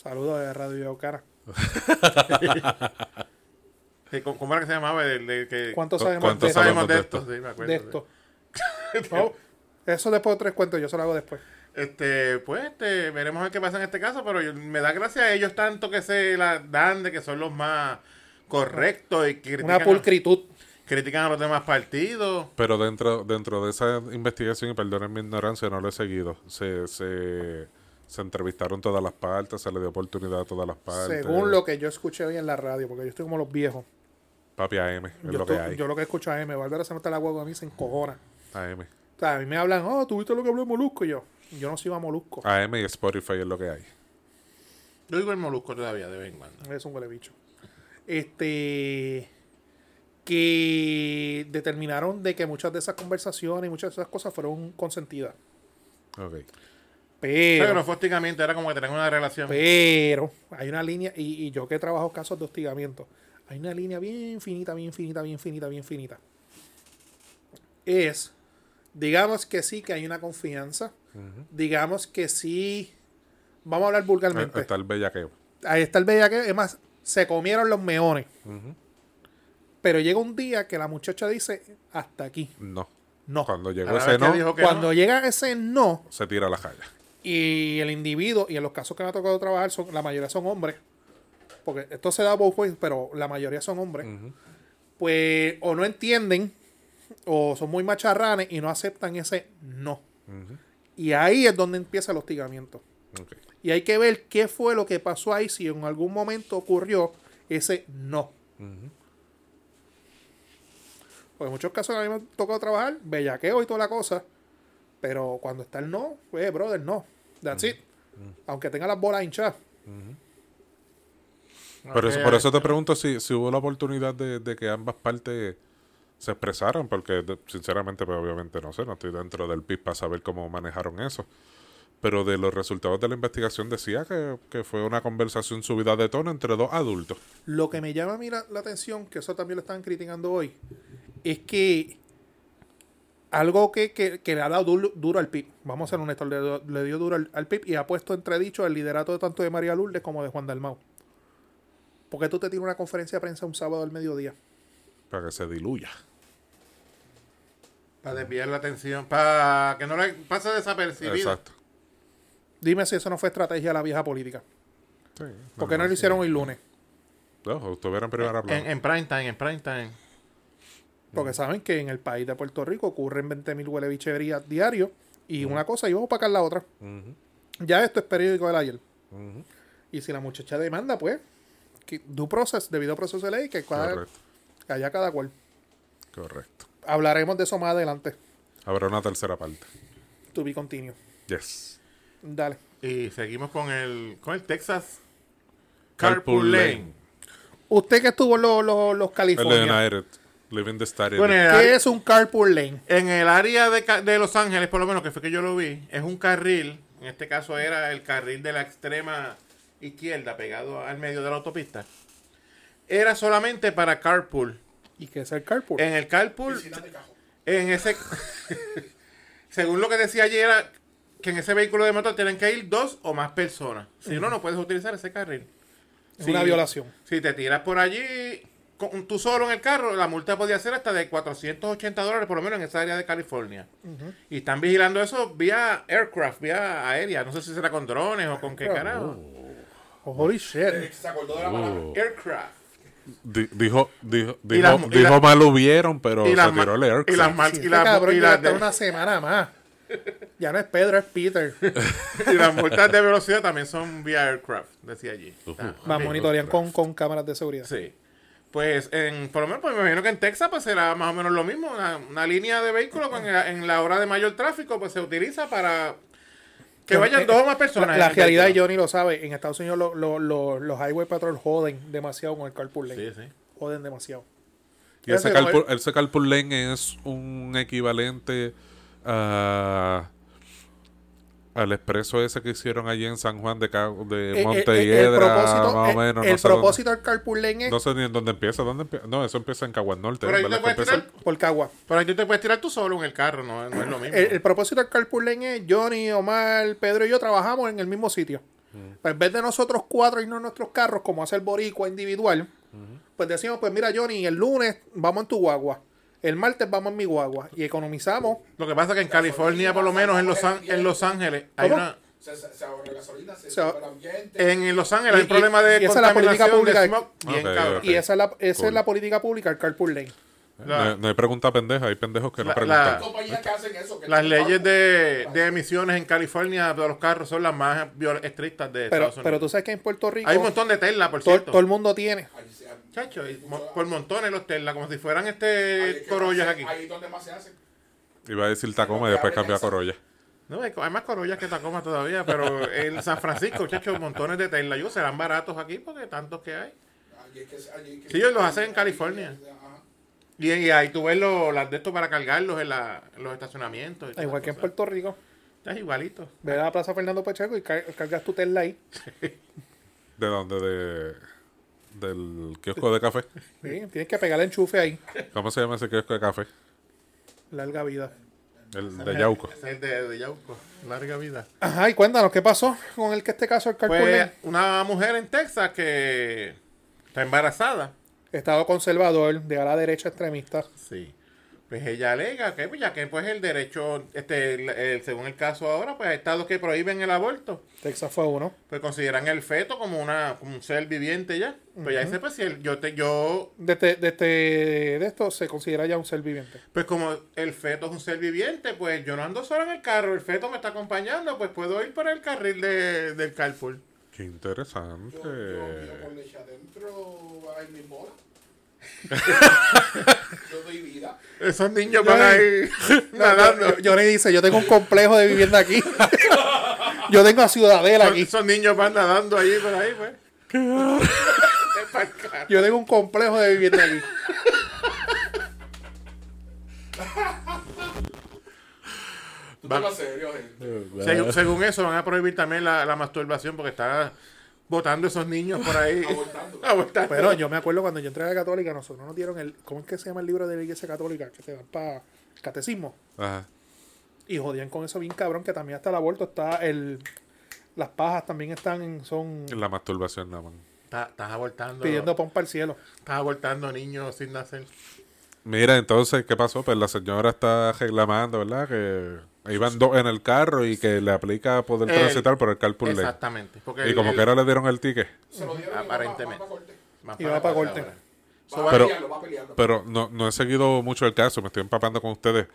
[SPEAKER 1] Saludos de Radio Cara.
[SPEAKER 3] Sí, ¿cómo- ¿Cómo era que se llamaba? El, el que,
[SPEAKER 1] ¿Cuánto
[SPEAKER 2] ¿Cu-
[SPEAKER 1] sabemos
[SPEAKER 2] cuánto
[SPEAKER 1] de,
[SPEAKER 3] ¿Cuánto sabemos
[SPEAKER 2] Sabemos
[SPEAKER 3] de
[SPEAKER 2] de
[SPEAKER 3] esto?
[SPEAKER 2] esto.
[SPEAKER 3] Sí, me acuerdo.
[SPEAKER 1] de esto? No, eso después de tres cuentos, yo se lo hago después.
[SPEAKER 3] Este, pues este, veremos a ver qué pasa en este caso, pero yo- me da gracia a ellos tanto que se la dan de que son los más correctos y critican,
[SPEAKER 1] Una pulcritud.
[SPEAKER 3] a, critican a los demás partidos.
[SPEAKER 2] Pero dentro, dentro de esa investigación, y perdonen mi ignorancia, no lo he seguido. Se, se, se entrevistaron todas las partes, se le dio oportunidad a todas las partes.
[SPEAKER 1] Según lo que yo escuché hoy en la radio, porque yo estoy como los viejos.
[SPEAKER 2] Papi AM, es
[SPEAKER 1] Yo,
[SPEAKER 2] lo
[SPEAKER 1] estoy-
[SPEAKER 2] que hay.
[SPEAKER 1] yo lo que escucho a M. Valverde se mete la guagua a mí se encojona.
[SPEAKER 2] AM.
[SPEAKER 1] O sea, a mí me hablan, oh, ¿tuviste lo que habló de Molusco? Y yo, yo no sigo a Molusco.
[SPEAKER 2] AM y Spotify es lo que hay.
[SPEAKER 3] Yo digo el molusco todavía, de vez en cuando.
[SPEAKER 1] Es un huele bicho. Este. Que determinaron de que muchas de esas conversaciones y muchas de esas cosas fueron consentidas.
[SPEAKER 2] Ok.
[SPEAKER 1] Pero.
[SPEAKER 3] Pero no fue hostigamiento, era como que tenían una relación.
[SPEAKER 1] Pero hay una línea, y, y yo que trabajo casos de hostigamiento, hay una línea bien finita, bien finita, bien finita, bien finita. Es, digamos que sí, que hay una confianza, digamos que sí, vamos a hablar
[SPEAKER 2] Ah,
[SPEAKER 1] vulgarmente.
[SPEAKER 2] Está el bellaqueo.
[SPEAKER 1] Ahí está el bellaqueo, es más, se comieron los meones. Pero llega un día que la muchacha dice, hasta aquí.
[SPEAKER 2] No.
[SPEAKER 1] No.
[SPEAKER 2] Cuando
[SPEAKER 3] A la
[SPEAKER 2] llegó
[SPEAKER 3] vez
[SPEAKER 2] ese
[SPEAKER 3] que
[SPEAKER 2] no,
[SPEAKER 3] dijo que
[SPEAKER 1] Cuando
[SPEAKER 3] no,
[SPEAKER 1] llega ese no,
[SPEAKER 2] se tira a la jaya.
[SPEAKER 1] y el individuo, y en los casos que me ha tocado trabajar, son, la mayoría son hombres, porque esto se da both ways, pero la mayoría son hombres, pues o no entienden, o son muy macharranes y no aceptan ese no. Y ahí es donde empieza el hostigamiento.
[SPEAKER 3] Ah,
[SPEAKER 2] Ok.
[SPEAKER 1] Y hay que ver qué fue lo que pasó ahí, si en algún momento ocurrió ese no. Pues en muchos casos a mí me ha tocado trabajar, bellaqueo y toda la cosa. Pero cuando está el no, pues, brother, no. That's it. Aunque tenga las bolas hinchadas.
[SPEAKER 2] Pero
[SPEAKER 3] Ok,
[SPEAKER 2] eso- por eso te pregunto si, si hubo la oportunidad de, de que ambas partes se expresaran, porque de- sinceramente, pues obviamente no sé, no estoy dentro del PIB para saber cómo manejaron eso. Pero de los resultados de la investigación decía que, que fue una conversación subida de tono entre dos adultos.
[SPEAKER 1] Lo que me llama a mí la, la atención, que eso también lo están criticando hoy, es que algo que, que- que le ha dado duro, duro al PIB, vamos a ser honestos, le, dio- le dio duro al, al PIB y ha puesto entredicho el liderato tanto de María Lourdes como de Juan Dalmau. Porque tú te tienes una conferencia de prensa un sábado al mediodía.
[SPEAKER 2] Para que se diluya.
[SPEAKER 3] Para desviar la atención, para que no le pase desapercibido.
[SPEAKER 2] Exacto.
[SPEAKER 1] Dime si eso no fue estrategia de la vieja política.
[SPEAKER 2] Sí,
[SPEAKER 1] ¿Por qué no
[SPEAKER 2] no,
[SPEAKER 1] lo hicieron hoy lunes?
[SPEAKER 2] no, estuvieron en primera
[SPEAKER 3] En,
[SPEAKER 2] plana.
[SPEAKER 3] en prime time, en prime time.
[SPEAKER 1] Porque saben que en el país de Puerto Rico ocurren 20.000 huelebicherías diario y una cosa iba a opacar la otra. Ya esto es periódico del ayer. Y si la muchacha demanda, pues, que due process, debido a proceso de ley, que cada,
[SPEAKER 2] Correcto,
[SPEAKER 1] allá cada cual.
[SPEAKER 2] correcto.
[SPEAKER 1] Hablaremos de eso más adelante.
[SPEAKER 2] Habrá una tercera parte.
[SPEAKER 1] To be continuo.
[SPEAKER 2] Yes.
[SPEAKER 1] Dale.
[SPEAKER 3] Y seguimos con el, con el Texas
[SPEAKER 2] Carpool
[SPEAKER 3] Carpool
[SPEAKER 2] Lane.
[SPEAKER 3] Lane.
[SPEAKER 1] Usted que estuvo en los, los, los
[SPEAKER 2] El
[SPEAKER 1] California,
[SPEAKER 2] United. Living the Star
[SPEAKER 3] Bueno, en el
[SPEAKER 1] ¿qué
[SPEAKER 3] área-
[SPEAKER 1] es un carpool lane?
[SPEAKER 3] en el área de, Ca- de Los Ángeles, por lo menos que fue que yo lo vi, es un carril, en este caso era el carril de la extrema izquierda pegado al medio de la autopista. Era solamente para carpool.
[SPEAKER 1] ¿Y qué es el carpool?
[SPEAKER 3] En el carpool,
[SPEAKER 4] Piscina de cajón.
[SPEAKER 3] en ese según lo que decía ayer era que en ese vehículo de motor tienen que ir dos o más personas. Si no, no puedes utilizar ese carril.
[SPEAKER 1] Es una violación.
[SPEAKER 3] Si te tiras por allí con, tú solo en el carro, la multa podía ser hasta de 480 dólares, por lo menos en esa área de California. Y están vigilando eso vía aircraft, vía aérea. No sé si será con drones o con qué carajo.
[SPEAKER 1] Oh, Holy shit. este
[SPEAKER 4] Eh, Se acordó de la palabra.
[SPEAKER 3] Aircraft.
[SPEAKER 2] Di- dijo, dijo,
[SPEAKER 3] Y las-
[SPEAKER 2] dijo,
[SPEAKER 3] y las-
[SPEAKER 2] dijo mal hubieron, pero
[SPEAKER 3] y
[SPEAKER 2] se
[SPEAKER 3] las ma-
[SPEAKER 2] tiró el Air.
[SPEAKER 3] y las mar-
[SPEAKER 1] Si
[SPEAKER 3] y
[SPEAKER 1] este
[SPEAKER 3] las-
[SPEAKER 1] cabrón
[SPEAKER 3] y
[SPEAKER 1] lleva
[SPEAKER 3] las
[SPEAKER 1] hasta
[SPEAKER 3] de-
[SPEAKER 1] una semana más. Ya no es Pedro, es Peter.
[SPEAKER 3] y las multas de velocidad también son vía aircraft, decía allí. Ah, Está-
[SPEAKER 1] Más
[SPEAKER 3] sí.
[SPEAKER 1] monitorean con, con cámaras de seguridad.
[SPEAKER 3] Sí. Pues, en, por lo menos, pues, me imagino que en Texas pues será más o menos lo mismo. Una, una línea de vehículos con la- en la hora de mayor tráfico pues se utiliza para que vayan dos o más personas.
[SPEAKER 1] eh, La, la
[SPEAKER 3] en el
[SPEAKER 1] realidad, y
[SPEAKER 3] vehículo.
[SPEAKER 1] Johnny lo sabe, en Estados Unidos lo- lo- lo- los highway patrol joden demasiado con el carpool lane.
[SPEAKER 3] Sí, sí.
[SPEAKER 1] Joden demasiado.
[SPEAKER 2] Y ese
[SPEAKER 1] Ese
[SPEAKER 2] carpool,
[SPEAKER 1] gol-
[SPEAKER 2] ese carpool lane es un equivalente a, al expreso ese que hicieron allí en San Juan de, Ca- de
[SPEAKER 1] Eh, eh,
[SPEAKER 2] Monte
[SPEAKER 1] eh, el
[SPEAKER 2] Hiedra,
[SPEAKER 1] propósito,
[SPEAKER 2] más
[SPEAKER 1] eh,
[SPEAKER 2] o menos.
[SPEAKER 1] el
[SPEAKER 2] no, sé
[SPEAKER 1] propósito del carpool lane
[SPEAKER 2] dónde,
[SPEAKER 1] es
[SPEAKER 2] no sé ni en dónde empieza. ¿dónde empie- No, eso empieza en Caguas Norte.
[SPEAKER 3] Pero ahí
[SPEAKER 2] ¿verdad?
[SPEAKER 3] te puedes
[SPEAKER 2] Que empieza-
[SPEAKER 3] tirar,
[SPEAKER 1] por Cagua.
[SPEAKER 3] pero ahí tú te puedes tirar tú solo en el carro, no, no es lo mismo.
[SPEAKER 1] El, el propósito del carpool lane es Johnny, Omar, Pedro y yo trabajamos en el mismo sitio.
[SPEAKER 3] Mm.
[SPEAKER 1] Pues en vez de nosotros cuatro irnos en nuestros carros, como hace el boricua individual, pues decimos, pues mira Johnny, el lunes vamos en tu guagua, el martes vamos en mi guagua y economizamos
[SPEAKER 3] lo que pasa es que en California, por lo menos en Los, An- en los Ángeles, hay
[SPEAKER 1] ¿Cómo?
[SPEAKER 3] una,
[SPEAKER 4] Se, se, se ahorra gasolina, se
[SPEAKER 1] Se ahor-
[SPEAKER 4] ahorra el ambiente.
[SPEAKER 3] en, en Los Ángeles hay un
[SPEAKER 1] Y- y-
[SPEAKER 3] problema de
[SPEAKER 1] y esa es la política
[SPEAKER 3] contaminación
[SPEAKER 1] pública
[SPEAKER 3] de
[SPEAKER 1] de-
[SPEAKER 3] smog bien
[SPEAKER 2] Ok,
[SPEAKER 3] cabrón.
[SPEAKER 2] ok.
[SPEAKER 1] y esa es la, esa
[SPEAKER 2] Cool.
[SPEAKER 1] es la política pública, el carpool lane.
[SPEAKER 3] La-
[SPEAKER 2] no, no hay pregunta pendeja, hay pendejos que
[SPEAKER 3] La-
[SPEAKER 2] no preguntan.
[SPEAKER 4] Hay compañías que hacen eso. que
[SPEAKER 3] Las
[SPEAKER 4] tienen
[SPEAKER 3] leyes
[SPEAKER 4] barco.
[SPEAKER 3] de, de emisiones en California de los carros son las más viol- estrictas de
[SPEAKER 1] Pero,
[SPEAKER 3] Estados
[SPEAKER 1] pero
[SPEAKER 3] Unidos.
[SPEAKER 1] tú sabes que en Puerto Rico
[SPEAKER 3] Hay un montón de Tesla, por
[SPEAKER 1] todo,
[SPEAKER 3] cierto.
[SPEAKER 1] todo el mundo tiene.
[SPEAKER 4] Ahí se- ahí
[SPEAKER 3] Chacho, y mo- por montones los Tesla, como si fueran
[SPEAKER 4] es
[SPEAKER 3] este
[SPEAKER 4] que
[SPEAKER 3] Corollas
[SPEAKER 4] más se-
[SPEAKER 3] aquí.
[SPEAKER 4] Ahí es donde más se hace.
[SPEAKER 2] Iba a decir Tacoma y después cambió a Corolla.
[SPEAKER 3] No, hay, co- hay más Corollas que Tacoma todavía, pero en San Francisco, chacho, montones de Tesla. Yo serán baratos aquí porque tantos que hay.
[SPEAKER 4] Ahí es que se- ahí es que
[SPEAKER 3] Sí, ellos los hacen en California.
[SPEAKER 4] Ajá.
[SPEAKER 3] Y, y ahí tú ves los, las de estos para cargarlos en, la- en los estacionamientos. y todas
[SPEAKER 1] Igual
[SPEAKER 3] esas
[SPEAKER 1] que en
[SPEAKER 3] cosas.
[SPEAKER 1] Puerto Rico.
[SPEAKER 3] Es igualito.
[SPEAKER 1] Ve a la Plaza Fernando Pacheco y car- cargas tu Tesla ahí.
[SPEAKER 2] ¿De dónde? De, del kiosco de café.
[SPEAKER 1] Sí, Tienes que pegar el enchufe ahí.
[SPEAKER 2] ¿Cómo se llama ese kiosco de café?
[SPEAKER 1] Larga vida.
[SPEAKER 2] El de Yauco.
[SPEAKER 3] Ese es de, de Yauco. Larga vida.
[SPEAKER 1] Ajá, y cuéntanos, ¿qué pasó con el que este caso del carpool
[SPEAKER 3] Pues
[SPEAKER 1] lane?
[SPEAKER 3] una mujer en Texas que está embarazada.
[SPEAKER 1] Estado conservador, de ala derecha extremista.
[SPEAKER 3] Sí. Pues Pues ella alega que pues, ya que pues el derecho, este, el- el- según el caso ahora, pues hay estados que prohíben el aborto.
[SPEAKER 1] Texas fue uno.
[SPEAKER 3] Pues consideran el feto como una como un ser viviente ya. Pues ya dice, pues si el- yo te, yo
[SPEAKER 1] Desde, desde este, de esto se considera ya un ser viviente.
[SPEAKER 3] Pues como el feto es un ser viviente, pues yo no ando solo en el carro, el feto me está acompañando, pues puedo ir por el carril de, del carpool.
[SPEAKER 2] Qué interesante.
[SPEAKER 4] Yo,
[SPEAKER 3] Eh.
[SPEAKER 4] yo, yo con leche adentro a mi bola. yo doy vida.
[SPEAKER 3] Esos niños van ahí nadando.
[SPEAKER 1] Johnny dice, yo tengo un complejo de vivienda aquí. yo tengo a Ciudadela aquí.
[SPEAKER 3] Esos niños van nadando ahí por ahí, pues. Es pa'l carro.
[SPEAKER 1] Yo tengo un complejo de vivienda aquí.
[SPEAKER 4] Tú te lo serio, gente.
[SPEAKER 3] Según, según eso, van a prohibir también la, la masturbación porque están botando esos niños por ahí.
[SPEAKER 4] Abortando.
[SPEAKER 3] Abortando.
[SPEAKER 1] Pero yo me acuerdo cuando yo entré a la católica, nosotros nos dieron el, ¿cómo es que se llama el libro de la iglesia católica? Que te dan para catecismo.
[SPEAKER 2] Ajá.
[SPEAKER 1] Y jodían con eso bien cabrón, que también hasta el aborto está el... Las pajas también están, en- son
[SPEAKER 2] La masturbación nada más.
[SPEAKER 3] Está- estás abortando.
[SPEAKER 1] pidiendo pompa al cielo.
[SPEAKER 3] Estás abortando niños sin nacer.
[SPEAKER 2] Mira, entonces, ¿qué pasó? Pues la señora está reclamando, ¿verdad? Que iban dos en el carro y que le aplica poder
[SPEAKER 3] El-
[SPEAKER 2] transitar por el carpool lane.
[SPEAKER 3] Exactamente. Porque
[SPEAKER 2] Y
[SPEAKER 3] el-
[SPEAKER 2] como
[SPEAKER 3] el-
[SPEAKER 2] que ahora le dieron el ticket.
[SPEAKER 4] Se lo dieron
[SPEAKER 3] Aparentemente.
[SPEAKER 4] Y va pa- va pa corte.
[SPEAKER 3] más
[SPEAKER 1] y va pa' corte.
[SPEAKER 3] ahora.
[SPEAKER 4] Va a
[SPEAKER 2] Pero-
[SPEAKER 4] pelearlo, va a pelearlo.
[SPEAKER 2] Pero no, no he seguido mucho el caso, me estoy empapando con ustedes.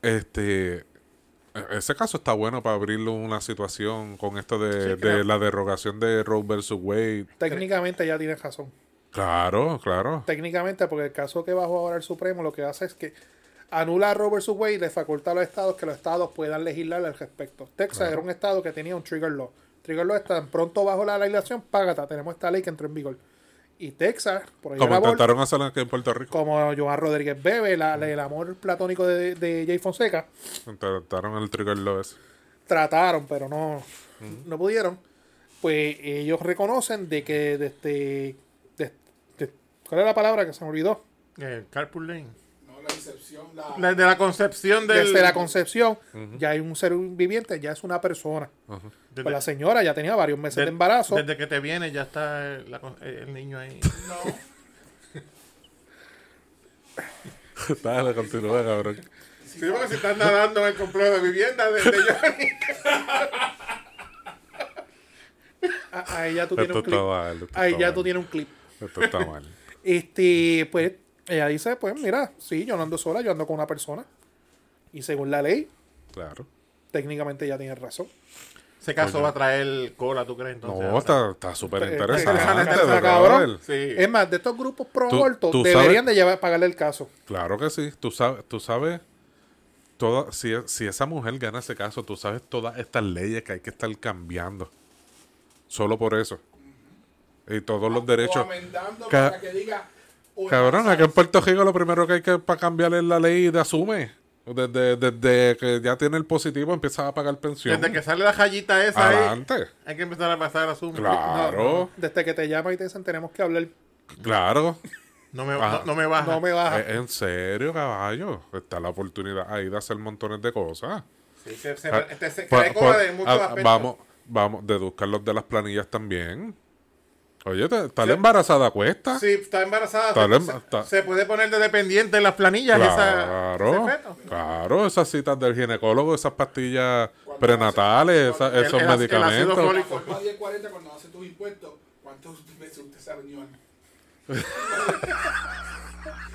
[SPEAKER 2] Este. e- Ese caso está bueno para abrirle una situación con esto de, de la derogación de Roe versus Wade.
[SPEAKER 1] Técnicamente ya tienes razón.
[SPEAKER 2] Claro, claro.
[SPEAKER 1] Técnicamente, porque el caso que bajó ahora el Supremo lo que hace es que anula a Robert Subway y le faculta a los estados que los estados puedan legislar al respecto. Texas era un estado que tenía un trigger law. Trigger law es tan pronto bajo la legislación, págata, tenemos esta ley que entró en vigor. Y Texas, por ahí
[SPEAKER 2] Como
[SPEAKER 1] era Bol-
[SPEAKER 2] intentaron hacer aquí en Puerto Rico.
[SPEAKER 1] como Joan Rodríguez Bebe, la- la- el amor platónico de, de Jay Fonseca,
[SPEAKER 2] Intentaron el trigger law ese.
[SPEAKER 1] trataron, pero no, no pudieron. Pues ellos reconocen de que desde, des- des- ¿cuál es la palabra que se me olvidó?
[SPEAKER 3] El carpool lane.
[SPEAKER 4] No, la incepción, la.
[SPEAKER 3] La- de la concepción del...
[SPEAKER 1] desde este, la concepción ya hay un ser viviente, ya es una persona.
[SPEAKER 3] desde-
[SPEAKER 1] Pues la señora ya tenía varios meses de,
[SPEAKER 3] de-
[SPEAKER 1] embarazo.
[SPEAKER 3] Desde que te viene ya está el, la con- eh, el niño ahí.
[SPEAKER 4] No.
[SPEAKER 2] Dale, continúa, cabrón.
[SPEAKER 3] Sí, porque se están nadando en el complejo de vivienda desde Johnny.
[SPEAKER 1] Ah, ahí ya tú tienes
[SPEAKER 2] Esto
[SPEAKER 1] un clip.
[SPEAKER 2] está mal. esto
[SPEAKER 1] Ahí
[SPEAKER 2] está
[SPEAKER 1] ya
[SPEAKER 2] mal.
[SPEAKER 1] tú tienes un clip.
[SPEAKER 2] Esto está mal.
[SPEAKER 1] Este, pues ella dice, pues mira, sí, yo no ando sola, yo ando con una persona. Y según la ley,
[SPEAKER 2] Claro.
[SPEAKER 1] técnicamente ya tiene razón.
[SPEAKER 3] Ese caso va a traer cola, ¿tú crees? Entonces,
[SPEAKER 2] No, está está súper
[SPEAKER 1] Pues, Interesante,
[SPEAKER 2] interesante.
[SPEAKER 1] está
[SPEAKER 2] brother.
[SPEAKER 1] cabrón.
[SPEAKER 3] Sí.
[SPEAKER 1] Es más, de estos grupos pro
[SPEAKER 2] Tú-
[SPEAKER 1] aborto
[SPEAKER 2] tú
[SPEAKER 1] deberían
[SPEAKER 2] sabes-
[SPEAKER 1] de llevar, pagarle el caso.
[SPEAKER 2] Claro que sí. Tú sabes, tú sabes toda, si, si esa mujer gana ese caso, tú sabes todas estas leyes que hay que estar cambiando. Solo por eso. Y todos los derechos.
[SPEAKER 4] O amendando
[SPEAKER 2] Ca-
[SPEAKER 4] para que diga. o
[SPEAKER 2] Cabrón,
[SPEAKER 4] entonces,
[SPEAKER 2] acá en Puerto Rico lo primero que hay que para cambiar es la ley de asume. Desde, desde que ya tiene el positivo empieza a pagar pensión.
[SPEAKER 3] Desde que sale la jallita esa ahí,
[SPEAKER 2] Adelante.
[SPEAKER 3] hay que empezar a pasar a Zoom.
[SPEAKER 2] Claro,
[SPEAKER 1] Desde que te llaman y te dicen, tenemos que hablar,
[SPEAKER 2] claro.
[SPEAKER 3] No, no me,
[SPEAKER 2] Ajá.
[SPEAKER 3] no, no me baja.
[SPEAKER 1] no me baja.
[SPEAKER 2] Eh, En serio, caballo. Está la oportunidad ahí de hacer montones de cosas.
[SPEAKER 3] Sí, se, se,
[SPEAKER 2] Ah,
[SPEAKER 3] este, se
[SPEAKER 2] por-
[SPEAKER 3] trae cola
[SPEAKER 2] por-
[SPEAKER 3] de muchos
[SPEAKER 2] ah,
[SPEAKER 3] aspectos.
[SPEAKER 2] Vamos, vamos, deduzcan los de las planillas también. Oye, te- está la embarazada cuesta. em-
[SPEAKER 3] Si está embarazada,
[SPEAKER 2] Está
[SPEAKER 3] se,
[SPEAKER 2] bien,
[SPEAKER 3] se-
[SPEAKER 2] está-
[SPEAKER 3] se puede poner de dependiente en las planillas esa,
[SPEAKER 2] Claro,
[SPEAKER 3] ese feto.
[SPEAKER 2] claro, esas citas del ginecólogo, esas pastillas prenatales, esa-
[SPEAKER 3] el-
[SPEAKER 2] esos
[SPEAKER 3] el ácido
[SPEAKER 2] medicamentos.
[SPEAKER 3] fólico.
[SPEAKER 4] La forma 1040 cuando hace tus impuestos, ¿cuántos meses usted se reunió?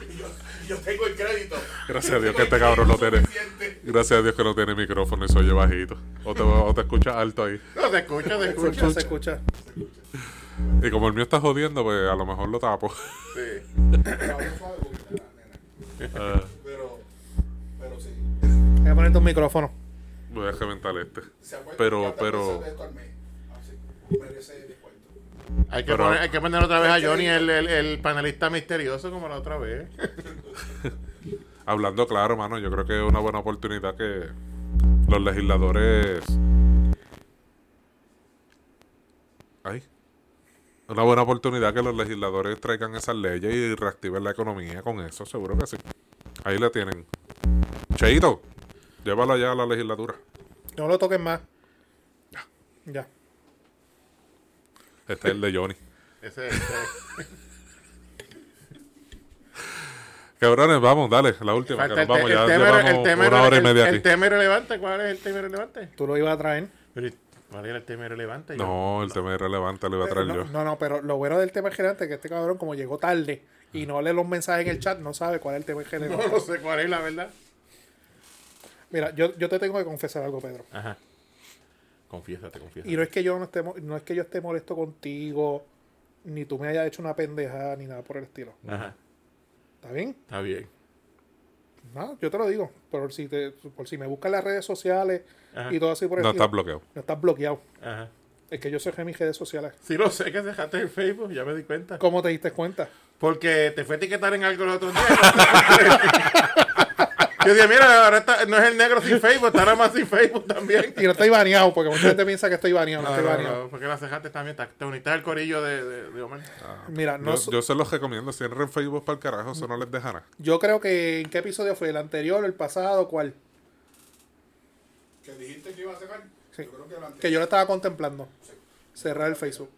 [SPEAKER 4] Y yo, y yo tengo el crédito.
[SPEAKER 2] Gracias a Dios que este cabrón lo tiene.
[SPEAKER 4] Suficiente.
[SPEAKER 2] Gracias a Dios que no tiene micrófono y se oye bajito. O te, o te escuchas alto ahí.
[SPEAKER 3] No, se escucha, se
[SPEAKER 1] Se
[SPEAKER 3] escucha.
[SPEAKER 1] escucha, se escucha.
[SPEAKER 2] Y como el mío está jodiendo, pues a lo mejor lo tapo.
[SPEAKER 3] Sí.
[SPEAKER 4] Pero hablo suave porque está la nena. Pero, pero sí.
[SPEAKER 1] Voy a poner un micrófono.
[SPEAKER 2] Voy a reventar este.
[SPEAKER 4] ¿Se acuerda
[SPEAKER 2] Pero,
[SPEAKER 4] cuántas veces
[SPEAKER 2] pero.
[SPEAKER 4] de esto al mes? Así, merece descuento.
[SPEAKER 3] Hay, que
[SPEAKER 2] Pero-
[SPEAKER 3] poner, hay que poner otra vez a Johnny, el, el, el panelista misterioso, como la otra vez. este.
[SPEAKER 2] Hablando claro, mano, yo creo que es una buena oportunidad que los legisladores. Ay. Una buena oportunidad que los legisladores traigan esas leyes y reactiven la economía con eso, seguro que sí. Ahí la tienen. Cheito, llévala ya a la legislatura.
[SPEAKER 1] No lo toquen más. Ya.
[SPEAKER 2] Este es el de Johnny.
[SPEAKER 3] Ese, ese-
[SPEAKER 2] Cabrones, vamos, dale, la última.
[SPEAKER 3] Falta
[SPEAKER 2] que
[SPEAKER 3] el,
[SPEAKER 2] nos vamos,
[SPEAKER 3] te-
[SPEAKER 2] ya
[SPEAKER 3] el tema,
[SPEAKER 2] llevamos
[SPEAKER 3] el tema
[SPEAKER 2] una hora y media
[SPEAKER 3] el,
[SPEAKER 2] aquí.
[SPEAKER 3] el tema irrelevante. ¿Cuál es el tema irrelevante?
[SPEAKER 1] Tú lo ibas a traer.
[SPEAKER 3] Pero, ¿Cuál era el tema irrelevante? Yo-
[SPEAKER 2] No, el tema irrelevante lo iba a traer
[SPEAKER 1] No,
[SPEAKER 2] yo.
[SPEAKER 1] no, no, pero lo bueno del tema gerente es que este cabrón, como llegó tarde y no lee los mensajes en el chat, no sabe cuál es el tema gerente.
[SPEAKER 3] No lo sé cuál es la verdad.
[SPEAKER 1] Mira, yo, yo te tengo que confesar algo, Pedro.
[SPEAKER 3] Ajá. Confiésate, confiésate.
[SPEAKER 1] Y no es que yo no esté, mo- no es que yo esté molesto contigo, ni tú me hayas hecho una pendejada, ni nada por el estilo.
[SPEAKER 3] Ajá.
[SPEAKER 1] ¿Está bien?
[SPEAKER 3] Está bien.
[SPEAKER 1] No, yo te lo digo. Por si, te, por si me buscas en las redes sociales
[SPEAKER 3] Ajá.
[SPEAKER 1] y todo así por el
[SPEAKER 2] No
[SPEAKER 1] estilo.
[SPEAKER 2] estás bloqueado.
[SPEAKER 1] no estás bloqueado.
[SPEAKER 3] Ajá.
[SPEAKER 1] Es que yo soy mis redes sociales.
[SPEAKER 3] Sí lo sé que dejaste en Facebook, ya me di cuenta.
[SPEAKER 1] ¿Cómo te diste cuenta?
[SPEAKER 3] Porque te fue a etiquetar en algo el otro día. Yo dije, mira, ahora está- no es el negro sin Facebook, está nada más sin Facebook también.
[SPEAKER 1] Y no estoy baneado, porque mucha gente piensa que estoy baneado. No,
[SPEAKER 3] No,
[SPEAKER 1] estoy
[SPEAKER 3] no,
[SPEAKER 1] baneado.
[SPEAKER 3] no, porque las cejaste también. Te, te uniste al corillo de, de, de Omar.
[SPEAKER 1] Mira, no,
[SPEAKER 2] Yo,
[SPEAKER 1] so-
[SPEAKER 2] yo se los recomiendo. Cierren Facebook para el carajo, eso no les deja nada.
[SPEAKER 1] Yo creo que en qué episodio fue, el anterior, el pasado, cuál.
[SPEAKER 4] Que dijiste que iba a sacar.
[SPEAKER 1] Sí.
[SPEAKER 4] Yo creo que lo antes.
[SPEAKER 1] Que yo lo estaba contemplando. Cerrar el Facebook.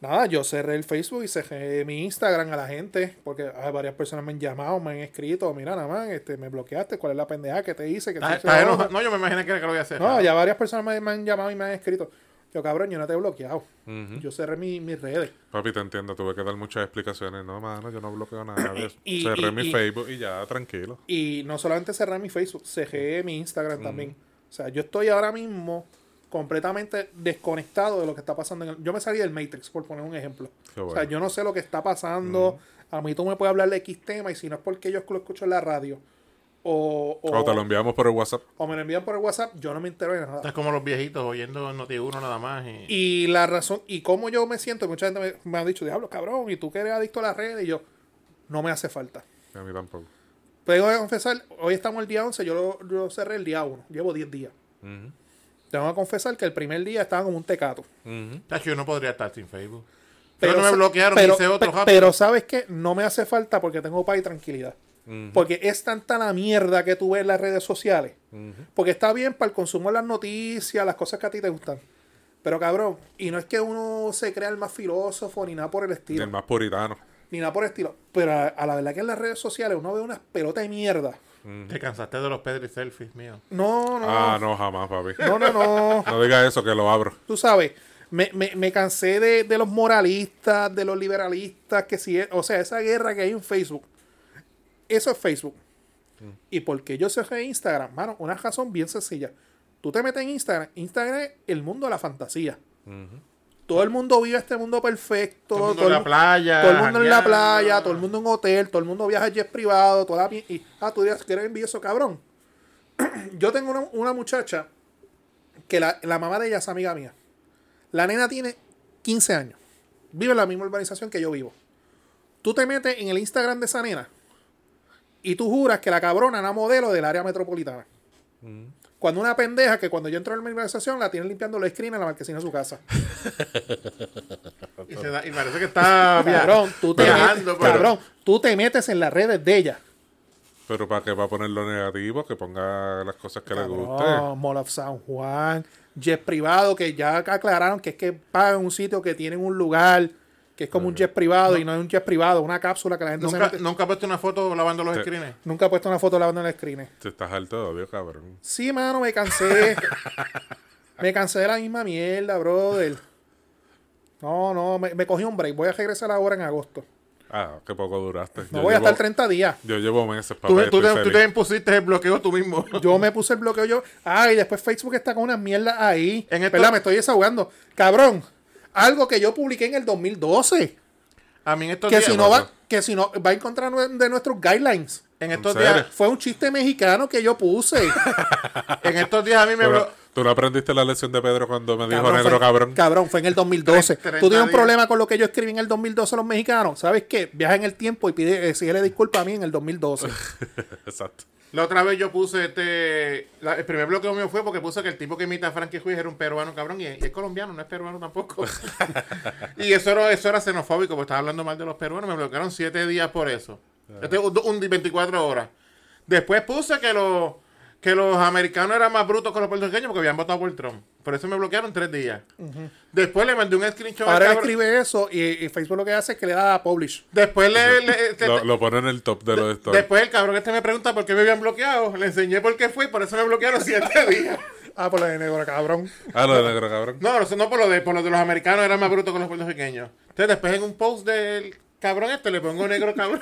[SPEAKER 1] Nada, yo cerré el Facebook y cerré mi Instagram a la gente. Porque ah, varias personas me han llamado, me han escrito. Mira, nada más, este, me bloqueaste. ¿Cuál es la pendeja que te hice? Que
[SPEAKER 3] ¿Estás-
[SPEAKER 1] te hice
[SPEAKER 3] estás
[SPEAKER 1] la
[SPEAKER 3] enojado?
[SPEAKER 1] hoja?
[SPEAKER 3] No, yo me imaginé que era que lo voy a hacer.
[SPEAKER 1] No, ya varias personas me, me han llamado y me han escrito. Yo, cabrón, yo no te he bloqueado.
[SPEAKER 2] Ujú.
[SPEAKER 1] Yo cerré mi- mis redes.
[SPEAKER 2] Papi, te entiendo, tuve que dar muchas explicaciones. No, mano, yo no bloqueo a nadie.
[SPEAKER 1] Eh, Y-
[SPEAKER 2] Cerré
[SPEAKER 1] y-
[SPEAKER 2] mi
[SPEAKER 1] y-
[SPEAKER 2] Facebook y ya, tranquilo.
[SPEAKER 1] Y no solamente cerré mi Facebook, cerré mi Instagram también. O sea, yo estoy ahora mismo completamente desconectado de lo que está pasando. En el- yo me salí del Matrix, por poner un ejemplo.
[SPEAKER 2] Qué
[SPEAKER 1] O sea,
[SPEAKER 2] bueno.
[SPEAKER 1] yo no sé lo que está pasando. A mí tú me puedes hablar de X tema y si no es porque yo lo escucho en la radio o, o-
[SPEAKER 2] O te lo enviamos por el WhatsApp.
[SPEAKER 1] o me lo envían por el WhatsApp, yo no me entero de nada.
[SPEAKER 3] Estás como los viejitos oyendo Noti 1 nada más. Y,
[SPEAKER 1] Y la razón, y cómo yo me siento, mucha gente me, me ha dicho, diablo, cabrón, y tú que eres adicto a las redes, y yo, no me hace falta.
[SPEAKER 2] A mí tampoco.
[SPEAKER 1] Tengo que confesar, hoy estamos el día 11, yo lo, lo cerré el día 1, llevo 10 días.
[SPEAKER 2] Ujú.
[SPEAKER 1] Tengo que confesar que el primer día estaba como un tecato.
[SPEAKER 2] Ujú.
[SPEAKER 3] Tacho, yo no podría estar sin Facebook. Pero no me
[SPEAKER 1] sa-
[SPEAKER 3] bloquearon,
[SPEAKER 1] pero,
[SPEAKER 3] hice otro
[SPEAKER 1] pe-
[SPEAKER 3] rápido.
[SPEAKER 1] pero sabes que no me hace falta porque tengo paz y tranquilidad. Porque es tanta la mierda que tú ves en las redes sociales. Porque está bien para el consumo de las noticias, las cosas que a ti te gustan. Pero cabrón, y no es que uno se crea el más filósofo ni nada por el
[SPEAKER 2] Y
[SPEAKER 1] estilo.
[SPEAKER 2] el más puritano.
[SPEAKER 1] Ni nada por el estilo. Pero a, a la verdad que en las redes sociales uno ve unas pelotas de mierda.
[SPEAKER 3] Te cansaste de los Pedro y selfies míos.
[SPEAKER 1] No, no.
[SPEAKER 2] Ah, no, jamás, papi.
[SPEAKER 1] No, no, no.
[SPEAKER 2] No digas eso, que lo abro.
[SPEAKER 1] Tú sabes, me, me, me cansé de, de los moralistas, de los liberalistas, que si es- o sea, esa guerra que hay en Facebook. Eso es Facebook. Y porque yo cerré Instagram, mano, una razón bien sencilla. Tú te metes en Instagram, Instagram es el mundo de la fantasía. Todo el mundo vive este mundo perfecto.
[SPEAKER 3] Todo el mundo en la
[SPEAKER 1] mu-
[SPEAKER 3] playa,
[SPEAKER 1] Todo el mundo en la
[SPEAKER 3] jangueando.
[SPEAKER 1] playa, todo el mundo en hotel, todo el mundo viaja en jet privado, toda la mi- y, ah, tú dirás que eres envidioso, cabrón. Yo tengo una, una muchacha que la, la mamá de ella es amiga mía. La nena tiene 15 años. Vive en la misma urbanización que yo vivo. Tú te metes en el Instagram de esa nena y tú juras que la cabrona era modelo del área metropolitana.
[SPEAKER 3] Mm.
[SPEAKER 1] Cuando una pendeja que cuando yo entro en la urbanización la tiene limpiando los screen en la marquesina de su casa.
[SPEAKER 3] Y, se da- y parece que está
[SPEAKER 1] Cabrón, tú te,
[SPEAKER 3] viajando,
[SPEAKER 1] metes-
[SPEAKER 3] pero-
[SPEAKER 1] cabrón, tú te metes en las redes de ella.
[SPEAKER 2] Pero para que va a ponerlo negativo, que ponga las cosas que le guste.
[SPEAKER 1] Cabrón, Mall of San Juan, jet privado, que ya aclararon que es que pagan un sitio que tienen un lugar que es como un jet privado y no es un jet privado, una cápsula que la gente se
[SPEAKER 3] ¿Nunca,
[SPEAKER 1] mete.
[SPEAKER 3] nunca has puesto una foto lavando los
[SPEAKER 2] Sí.
[SPEAKER 3] screens?
[SPEAKER 1] Nunca he puesto una foto lavando el screen.
[SPEAKER 2] Te estás harto de odio, cabrón.
[SPEAKER 1] Sí, mano, me cansé. me cansé de la misma mierda, brother. No, no, me, me cogí un break. Voy a regresar ahora en agosto.
[SPEAKER 2] Ah, qué poco duraste.
[SPEAKER 1] No
[SPEAKER 2] Yo
[SPEAKER 1] voy a
[SPEAKER 2] llevo-
[SPEAKER 1] estar 30 días.
[SPEAKER 2] Yo llevo meses, papi.
[SPEAKER 3] Tú, tú
[SPEAKER 2] estoy
[SPEAKER 3] te, tú
[SPEAKER 2] feliz.
[SPEAKER 3] te impusiste el bloqueo tú mismo.
[SPEAKER 1] Yo me puse el bloqueo yo. Ay, después Facebook está con unas mierdas ahí.
[SPEAKER 3] En
[SPEAKER 1] En
[SPEAKER 3] esto-
[SPEAKER 1] Me estoy desahogando. Cabrón, algo que yo publiqué en el 2012.
[SPEAKER 3] A mí en estos
[SPEAKER 1] Que
[SPEAKER 3] días.
[SPEAKER 1] si no va, que si no va en contra nue- de nuestros guidelines.
[SPEAKER 3] En estos
[SPEAKER 2] ¿En serio?
[SPEAKER 3] días.
[SPEAKER 1] Fue un chiste mexicano que yo puse.
[SPEAKER 3] En estos días a mí me.
[SPEAKER 2] Tú no-
[SPEAKER 3] blo-
[SPEAKER 2] Tú no aprendiste la lección de Pedro cuando me dijo negro,
[SPEAKER 1] fue,
[SPEAKER 2] cabrón.
[SPEAKER 1] cabrón, fue en el 2012.
[SPEAKER 3] Tre-
[SPEAKER 1] Tú tienes
[SPEAKER 3] 30
[SPEAKER 1] un
[SPEAKER 3] días.
[SPEAKER 1] problema con lo que yo escribí en el 2012 a los mexicanos. ¿Sabes qué? Viaja en el tiempo y pide, exígele disculpa a mí en el 2012.
[SPEAKER 2] Exacto.
[SPEAKER 3] La otra vez yo puse este. la- el primer bloqueo mío fue porque puse que el tipo que imita a Frankie Ruiz era un peruano cabrón y es, y es colombiano, no es peruano tampoco. y eso era, eso era xenofóbico, porque estaba hablando mal de los peruanos. Me bloquearon siete días por eso. Este, un, un- 24 horas. Después puse que los, que los americanos eran más brutos que los puertorriqueños porque habían votado por Trump. Por eso me bloquearon tres días. Después le mandé un screenshot al
[SPEAKER 1] Ahora él
[SPEAKER 3] cabrón.
[SPEAKER 1] escribe eso y, y Facebook lo que hace es que le da a publish.
[SPEAKER 3] Después le, le- te-
[SPEAKER 2] Lo, lo pone en el top de los stories.
[SPEAKER 3] Después el cabrón este me pregunta por qué me habían bloqueado. Le enseñé por qué fue, por eso me bloquearon siete días.
[SPEAKER 1] Ah, por la de negro, cabrón.
[SPEAKER 2] Ah, lo de negro, cabrón.
[SPEAKER 3] No, no, no por lo de, por lo de los americanos eran más brutos que los puertorriqueños. Entonces después en un post del cabrón este le pongo negro cabrón.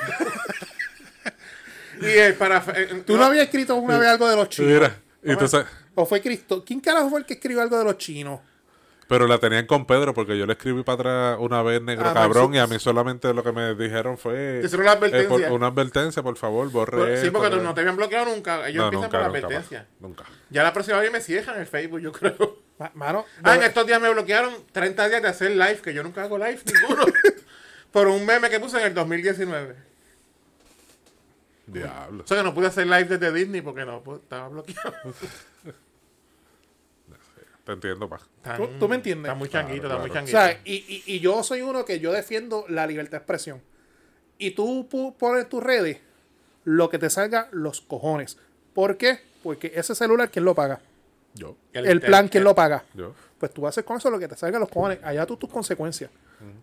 [SPEAKER 3] y el para eh,
[SPEAKER 1] ¿Tú no, habías escrito una vez algo de los chinos?
[SPEAKER 2] Mira, y tú sabes-
[SPEAKER 1] ¿O fue Cristo? ¿Quién carajo fue el que escribió algo de los chinos?
[SPEAKER 2] pero la tenían con Pedro porque yo le escribí para atrás una vez negro
[SPEAKER 1] Ah,
[SPEAKER 2] cabrón
[SPEAKER 1] Maxi-
[SPEAKER 2] y a mí solamente lo que me dijeron fue
[SPEAKER 3] Te hicieron una
[SPEAKER 2] eh, por-
[SPEAKER 3] advertencia.
[SPEAKER 2] una advertencia, por favor, borre.
[SPEAKER 3] por- sí,
[SPEAKER 2] esto,
[SPEAKER 3] porque
[SPEAKER 2] borre-
[SPEAKER 3] no te habían bloqueado nunca. Ellos
[SPEAKER 2] No,
[SPEAKER 3] empiezan
[SPEAKER 2] nunca,
[SPEAKER 3] por la
[SPEAKER 2] nunca,
[SPEAKER 3] advertencia.
[SPEAKER 2] nunca.
[SPEAKER 3] Ya la próxima vez me cierran el Facebook, yo creo.
[SPEAKER 1] Ma- Mano, de
[SPEAKER 3] Ah, en
[SPEAKER 1] ver-
[SPEAKER 3] estos días me bloquearon 30 días de hacer live, que yo nunca hago live ninguno. por un meme que puse en el 2019.
[SPEAKER 2] Diablo.
[SPEAKER 3] O sea que no pude hacer live desde Disney porque no, pues, estaba bloqueado.
[SPEAKER 2] Te entiendo, pa.
[SPEAKER 3] Tan-
[SPEAKER 1] Tú- tú me entiendes.
[SPEAKER 3] Está muy changuito, está
[SPEAKER 2] Claro,
[SPEAKER 3] muy
[SPEAKER 2] claro.
[SPEAKER 1] o
[SPEAKER 3] changuito.
[SPEAKER 1] sea, y, y- y yo soy uno que yo defiendo la libertad de expresión. Y tú pu- pones tus redes lo que te salga los cojones. ¿Por qué? Porque ese celular, ¿quién lo paga?
[SPEAKER 2] Yo,
[SPEAKER 1] El, plan, ¿quién lo paga?
[SPEAKER 2] yo.
[SPEAKER 1] Pues tú haces con eso lo que te salga los cojones. Allá tú tus consecuencias.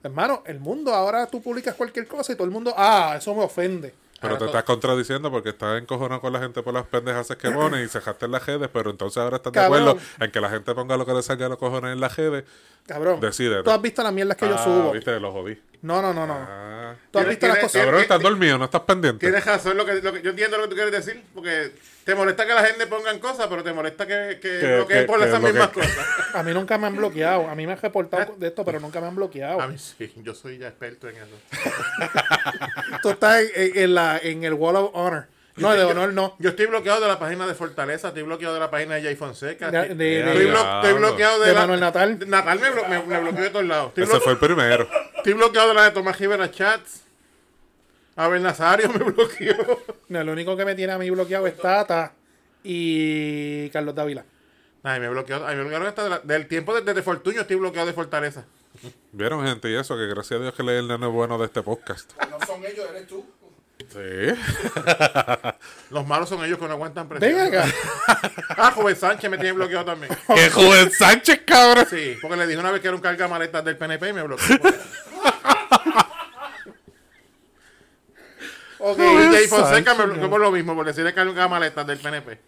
[SPEAKER 1] Hermano, el mundo, ahora tú publicas cualquier cosa y todo el mundo, ah, eso me ofende.
[SPEAKER 2] Pero
[SPEAKER 3] Ahora
[SPEAKER 2] te
[SPEAKER 3] todo-
[SPEAKER 2] estás contradiciendo porque estás encojonado con la gente por las pendejas que pone y cejaste en las redes, pero entonces ahora estás de
[SPEAKER 1] Cabrón.
[SPEAKER 2] acuerdo en que la gente ponga lo que le salga a los cojones en las redes.
[SPEAKER 1] Cabrón.
[SPEAKER 2] Decídete.
[SPEAKER 1] Tú has visto las mierdas que yo
[SPEAKER 2] Ah,
[SPEAKER 1] subo.
[SPEAKER 2] viste, lo jodí.
[SPEAKER 1] No, no, no, no.
[SPEAKER 2] Ah.
[SPEAKER 1] Tú has
[SPEAKER 3] Tiene-
[SPEAKER 1] visto las
[SPEAKER 3] tiene-
[SPEAKER 1] cosas.
[SPEAKER 2] Cabrón,
[SPEAKER 3] Sí,
[SPEAKER 2] estás
[SPEAKER 3] sí.
[SPEAKER 2] dormido, no estás pendiente.
[SPEAKER 3] Tienes razón, lo que, lo que- yo entiendo lo que tú quieres decir, porque te molesta que la gente pongan cosas, pero te molesta que, que
[SPEAKER 2] Que-
[SPEAKER 3] bloqueen
[SPEAKER 2] que-
[SPEAKER 3] por
[SPEAKER 2] que
[SPEAKER 3] esas
[SPEAKER 2] bloqueen.
[SPEAKER 3] mismas cosas.
[SPEAKER 1] A mí nunca me han bloqueado. A mí me han reportado de esto, pero nunca me han bloqueado.
[SPEAKER 3] Ah. A mí sí, yo soy ya experto en eso.
[SPEAKER 1] Tú estás en, en- en la, en el Wall of Honor. No, de honor no.
[SPEAKER 3] Yo estoy bloqueado de la página de Fortaleza, estoy bloqueado de la página de Jay Fonseca.
[SPEAKER 1] De-
[SPEAKER 3] estoy-
[SPEAKER 1] de-
[SPEAKER 3] estoy,
[SPEAKER 2] de-
[SPEAKER 3] blo- estoy bloqueado de,
[SPEAKER 1] De
[SPEAKER 3] la-
[SPEAKER 1] Manuel Natal.
[SPEAKER 3] Natal me, blo- me- me bloqueó de todos lados. Estoy,
[SPEAKER 2] Ese
[SPEAKER 3] blo-
[SPEAKER 2] fue el primero.
[SPEAKER 3] estoy bloqueado de la de Tomás Rivera Chats. Abel Nazario me bloqueó.
[SPEAKER 1] No, lo único que me tiene a mí bloqueado es Tata y Carlos Dávila.
[SPEAKER 3] Ay, me bloqueó, ay, me bloquearon hasta de la- del tiempo desde de Fortuño, estoy bloqueado de Fortaleza.
[SPEAKER 2] Vieron, gente, y eso, que gracias a Dios que leí el nene bueno de este podcast.
[SPEAKER 4] No son ellos, eres tú.
[SPEAKER 2] Sí.
[SPEAKER 3] Los malos son ellos que no aguantan presión.
[SPEAKER 1] Ven acá.
[SPEAKER 3] Ah, Joven Sánchez me tiene bloqueado también.
[SPEAKER 2] ¡Qué joven Sánchez, cabrón!
[SPEAKER 3] Sí, porque le dije una vez que era un carga maletas del PNP y me bloqueó.
[SPEAKER 1] Ok,
[SPEAKER 3] Y Jay
[SPEAKER 1] Sánchez,
[SPEAKER 3] Fonseca me
[SPEAKER 1] no.
[SPEAKER 3] bloqueó por lo mismo, por decirle carga maletas del PNP.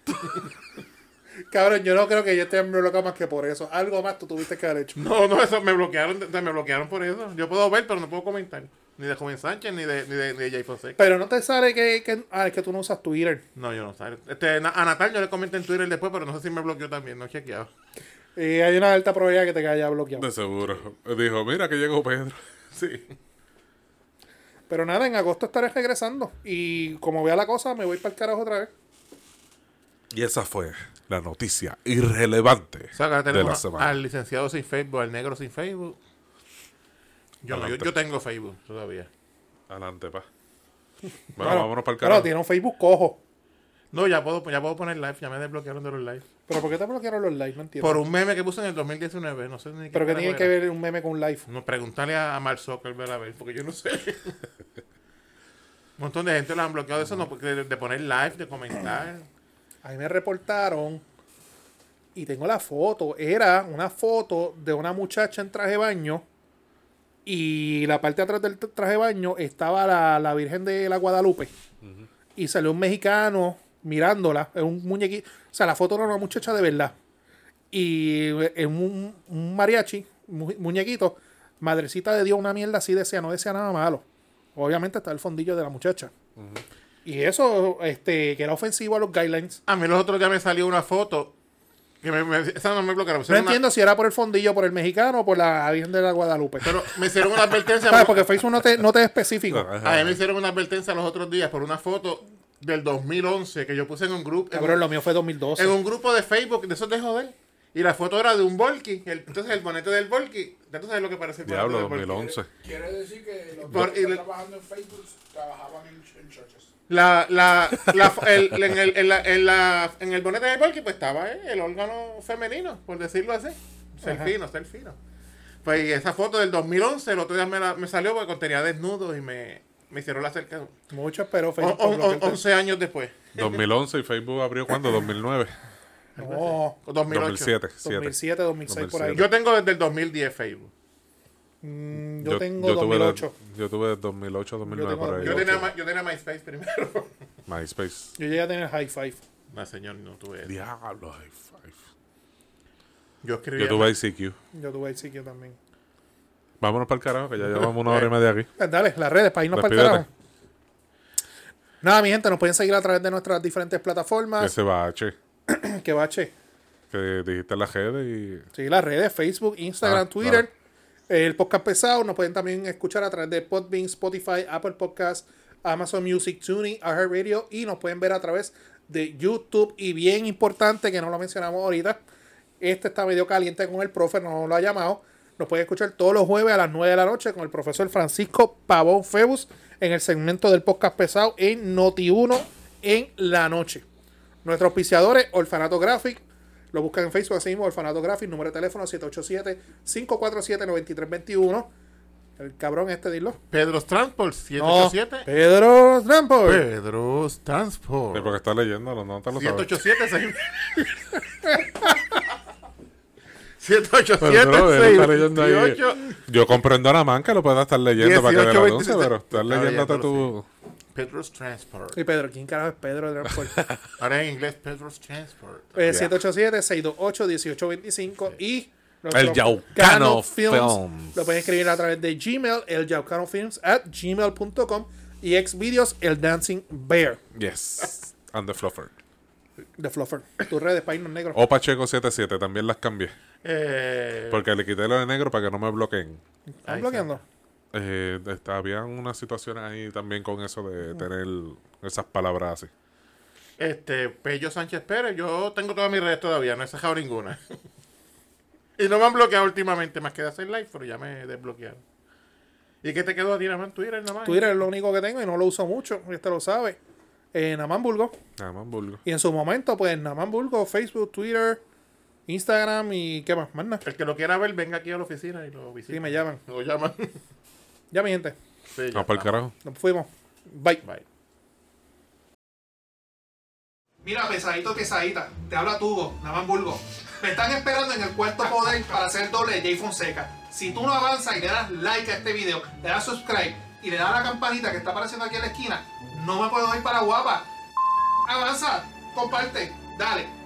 [SPEAKER 1] Cabrón, yo no creo que yo esté bloqueado más que por eso. Algo más tú tuviste que haber hecho.
[SPEAKER 3] No, no, eso me bloquearon, de- me bloquearon por eso. Yo puedo ver, pero no puedo comentar. Ni de Joven Sánchez, ni de, ni de, ni de Jay Fonseca.
[SPEAKER 1] Pero no te sale que, que- ah, es que tú no usas Twitter.
[SPEAKER 3] No, yo no sé. Este, na- a Natal yo le comenté en Twitter después, pero no sé si me bloqueó también, no he chequeado.
[SPEAKER 1] Eh, hay una alta probabilidad que te haya bloqueado.
[SPEAKER 2] De seguro. Dijo, mira que llegó Pedro.
[SPEAKER 3] Sí.
[SPEAKER 1] Pero nada, en agosto estaré regresando. Y como vea la cosa, me voy para el carajo otra vez.
[SPEAKER 2] Y esa fue la noticia irrelevante
[SPEAKER 3] O sea, que ahora
[SPEAKER 2] de la
[SPEAKER 3] tenemos
[SPEAKER 2] semana.
[SPEAKER 3] al licenciado sin Facebook, al negro sin Facebook. Yo, no, yo,
[SPEAKER 2] Adelante.
[SPEAKER 3] yo tengo Facebook todavía.
[SPEAKER 2] Adelante, pa. Bueno,
[SPEAKER 1] Claro.
[SPEAKER 2] vámonos para el
[SPEAKER 1] Claro,
[SPEAKER 2] carajo.
[SPEAKER 1] tiene un Facebook cojo.
[SPEAKER 3] No, ya puedo, ya puedo poner live, ya me desbloquearon de los live.
[SPEAKER 1] ¿Pero por qué te bloquearon los likes? No entiendo.
[SPEAKER 3] Por un meme que puse en el 2019, no sé ni
[SPEAKER 1] ¿Pero qué
[SPEAKER 3] carajo
[SPEAKER 1] tiene
[SPEAKER 3] era.
[SPEAKER 1] que ver un meme con un live?
[SPEAKER 3] No, preguntarle a, a Mark Zuckerberg a ver, porque yo no sé. Un montón de gente lo han bloqueado de eso, no, porque de, de poner live, de comentar.
[SPEAKER 1] Ahí me reportaron y tengo la foto. Era una foto de una muchacha en traje de baño y la parte de atrás del traje de baño estaba la, la Virgen de la Guadalupe. Y salió un mexicano mirándola, es un muñequito. O sea, la foto era una muchacha de verdad. Y es un, un mariachi, mu- muñequito, madrecita de Dios, una mierda así decía, no decía nada malo. Obviamente está el fondillo de la muchacha. Y eso, este, que era ofensivo a los guidelines.
[SPEAKER 3] A mí los otros días me salió una foto que me, me- esa no me bloquearon.
[SPEAKER 1] No
[SPEAKER 3] me hicieron una-
[SPEAKER 1] entiendo si era por el fondillo, por el mexicano o por la Virgen de la Guadalupe.
[SPEAKER 3] pero me hicieron una advertencia.
[SPEAKER 1] ¿Sabes? Ah, Porque Facebook no te, no te es específico.
[SPEAKER 3] A mí me hicieron una advertencia los otros días por una foto del 2011 que yo puse en un grupo.
[SPEAKER 1] Cabrón, Ah, lo mío fue
[SPEAKER 3] en
[SPEAKER 1] 2012.
[SPEAKER 3] un grupo de Facebook, de esos de joder. Y la foto era de un Volky. El- entonces el bonete del Volky. Ya tú sabes lo que parece el
[SPEAKER 2] Diablo,
[SPEAKER 3] bonete del Volky.
[SPEAKER 2] 2011.
[SPEAKER 4] Quiere decir que los
[SPEAKER 3] Por-
[SPEAKER 4] que
[SPEAKER 3] y
[SPEAKER 4] están
[SPEAKER 3] le-
[SPEAKER 4] trabajando en Facebook trabajaban en, en churches.
[SPEAKER 3] La, la, la- el- en, el, en, la, en, la- en el bonete del Volky, pues estaba eh, el órgano femenino, por decirlo así. Serfino, serfino. Pues y esa foto del 2011, el otro día me, la- me salió porque contenía desnudos y me, me hicieron la cerca.
[SPEAKER 1] Mucho, pero
[SPEAKER 3] O-
[SPEAKER 1] Facebook.
[SPEAKER 3] o-
[SPEAKER 1] bloqueó el
[SPEAKER 3] o- 11 años después.
[SPEAKER 2] 2011 y Facebook abrió cuando? 2009.
[SPEAKER 1] No,
[SPEAKER 3] O 2008.
[SPEAKER 2] 2007.
[SPEAKER 1] 2007,
[SPEAKER 2] 2007.
[SPEAKER 1] 2006, por ahí. Yo,
[SPEAKER 3] Yo tengo desde el 2010 Facebook.
[SPEAKER 1] mm, yo tengo
[SPEAKER 2] tuve de-
[SPEAKER 1] 2008.
[SPEAKER 2] yo tuve 2008, 2009
[SPEAKER 1] tengo
[SPEAKER 2] por ahí.
[SPEAKER 3] Yo tenía, ma- yo tenía MySpace primero.
[SPEAKER 2] MySpace.
[SPEAKER 1] Yo llegué a tener High Five.
[SPEAKER 3] No, señor, no tuve. eso.
[SPEAKER 2] Diablo, high five.
[SPEAKER 3] Yo escribí.
[SPEAKER 2] Yo tuve ICQ.
[SPEAKER 1] Yo tuve el sitio también.
[SPEAKER 2] Vámonos para el carajo, que ya llevamos una hora y media aquí.
[SPEAKER 1] Eh, Dale, las redes para irnos
[SPEAKER 2] Despídete.
[SPEAKER 1] para el carajo. Nada, mi gente, nos pueden seguir a través de nuestras diferentes plataformas.
[SPEAKER 2] Ese bache
[SPEAKER 1] Que bache.
[SPEAKER 2] que dijiste en las redes
[SPEAKER 1] Sí, las redes, Facebook, Instagram,
[SPEAKER 2] Ah,
[SPEAKER 1] Twitter. El podcast pesado nos pueden también escuchar a través de Podbean, Spotify, Apple Podcasts, Amazon Music, Tuning, iHeartRadio y nos pueden ver a través de YouTube. Y bien importante, que no lo mencionamos ahorita, este está medio caliente con el profe, no lo ha llamado. Nos pueden escuchar todos los jueves a las 9 de la noche con el profesor Francisco Pavón Febus en el segmento del podcast pesado en Noti1 en la noche. Nuestros auspiciadores, Orfanato Graphic, lo buscan en Facebook, así mismo, Orfanato Graphic, número de teléfono 787-547-9321. El cabrón este, dilo.
[SPEAKER 3] Pedro's Transport
[SPEAKER 1] No,
[SPEAKER 3] 787.
[SPEAKER 1] Pedro Trampol.
[SPEAKER 3] Pedro's
[SPEAKER 2] y. Sí,
[SPEAKER 3] Transport.
[SPEAKER 2] porque estás leyéndolo, no te lo sabes.
[SPEAKER 3] 187 6
[SPEAKER 2] Pero, bro, él está
[SPEAKER 3] 187
[SPEAKER 2] leyendo ahí.
[SPEAKER 3] 18
[SPEAKER 2] Yo comprendo a la man que lo pueda estar leyendo para que me lo anuncie,
[SPEAKER 3] 18,
[SPEAKER 2] pero estás
[SPEAKER 3] Está
[SPEAKER 2] leyéndote
[SPEAKER 3] leyéndolo,
[SPEAKER 2] tu.
[SPEAKER 3] Pedro's Transport.
[SPEAKER 1] Y Pedro, ¿quién carajo es Pedro Trampol?
[SPEAKER 3] Ahora en inglés Pedro's Transport.
[SPEAKER 1] Eh, 787-628-1825 y nuestro
[SPEAKER 2] El Yaucano
[SPEAKER 1] Cano Films.
[SPEAKER 2] Films.
[SPEAKER 1] Lo pueden escribir a través de Gmail, el Films at gmail.com y exvideos, el Dancing Bear
[SPEAKER 2] Yes. And the Fluffer.
[SPEAKER 1] de Fluffer. Tus redes, Painos Negro.
[SPEAKER 2] O Pacheco77, también las cambié.
[SPEAKER 3] Eh,
[SPEAKER 2] Porque le quité lo de negro para que no me bloqueen.
[SPEAKER 1] ¿Están bloqueando?
[SPEAKER 2] Eh, está- habían unas situaciones ahí también con eso de tener esas palabras así.
[SPEAKER 3] Este, Pello Sánchez Pérez, yo tengo todas mis redes todavía, no he sacado ninguna. y no me han bloqueado últimamente, más que de hacer live, pero ya me desbloquearon. ¿Y qué te quedó a ti nada más en Twitter nada más?
[SPEAKER 1] Twitter es lo único que tengo y no lo uso mucho, y usted lo sabe. Eh, En Amán Burgos.
[SPEAKER 2] Nada más vulgo.
[SPEAKER 1] Y en su momento, pues Namán Burgos, Facebook, Twitter, Instagram y qué más, más nada.
[SPEAKER 3] El que lo quiera ver, venga aquí a la oficina y lo visita.
[SPEAKER 1] Sí, me llaman.
[SPEAKER 3] Lo llaman.
[SPEAKER 1] Ya, mi gente,
[SPEAKER 3] Sí, ya
[SPEAKER 2] Vamos para el
[SPEAKER 3] está.
[SPEAKER 2] carajo.
[SPEAKER 1] nos fuimos. Bye.
[SPEAKER 3] Bye.
[SPEAKER 1] Mira, pesadito, pesadita, te habla Tugo, Namán Burgos. Me están esperando en el cuarto poder para hacer doble de Jay Fonseca. Si tú no avanzas y le das like a este video, le das subscribe y le das la campanita que está apareciendo aquí en la esquina, no me puedo ir para guapa. Avanza, comparte, dale.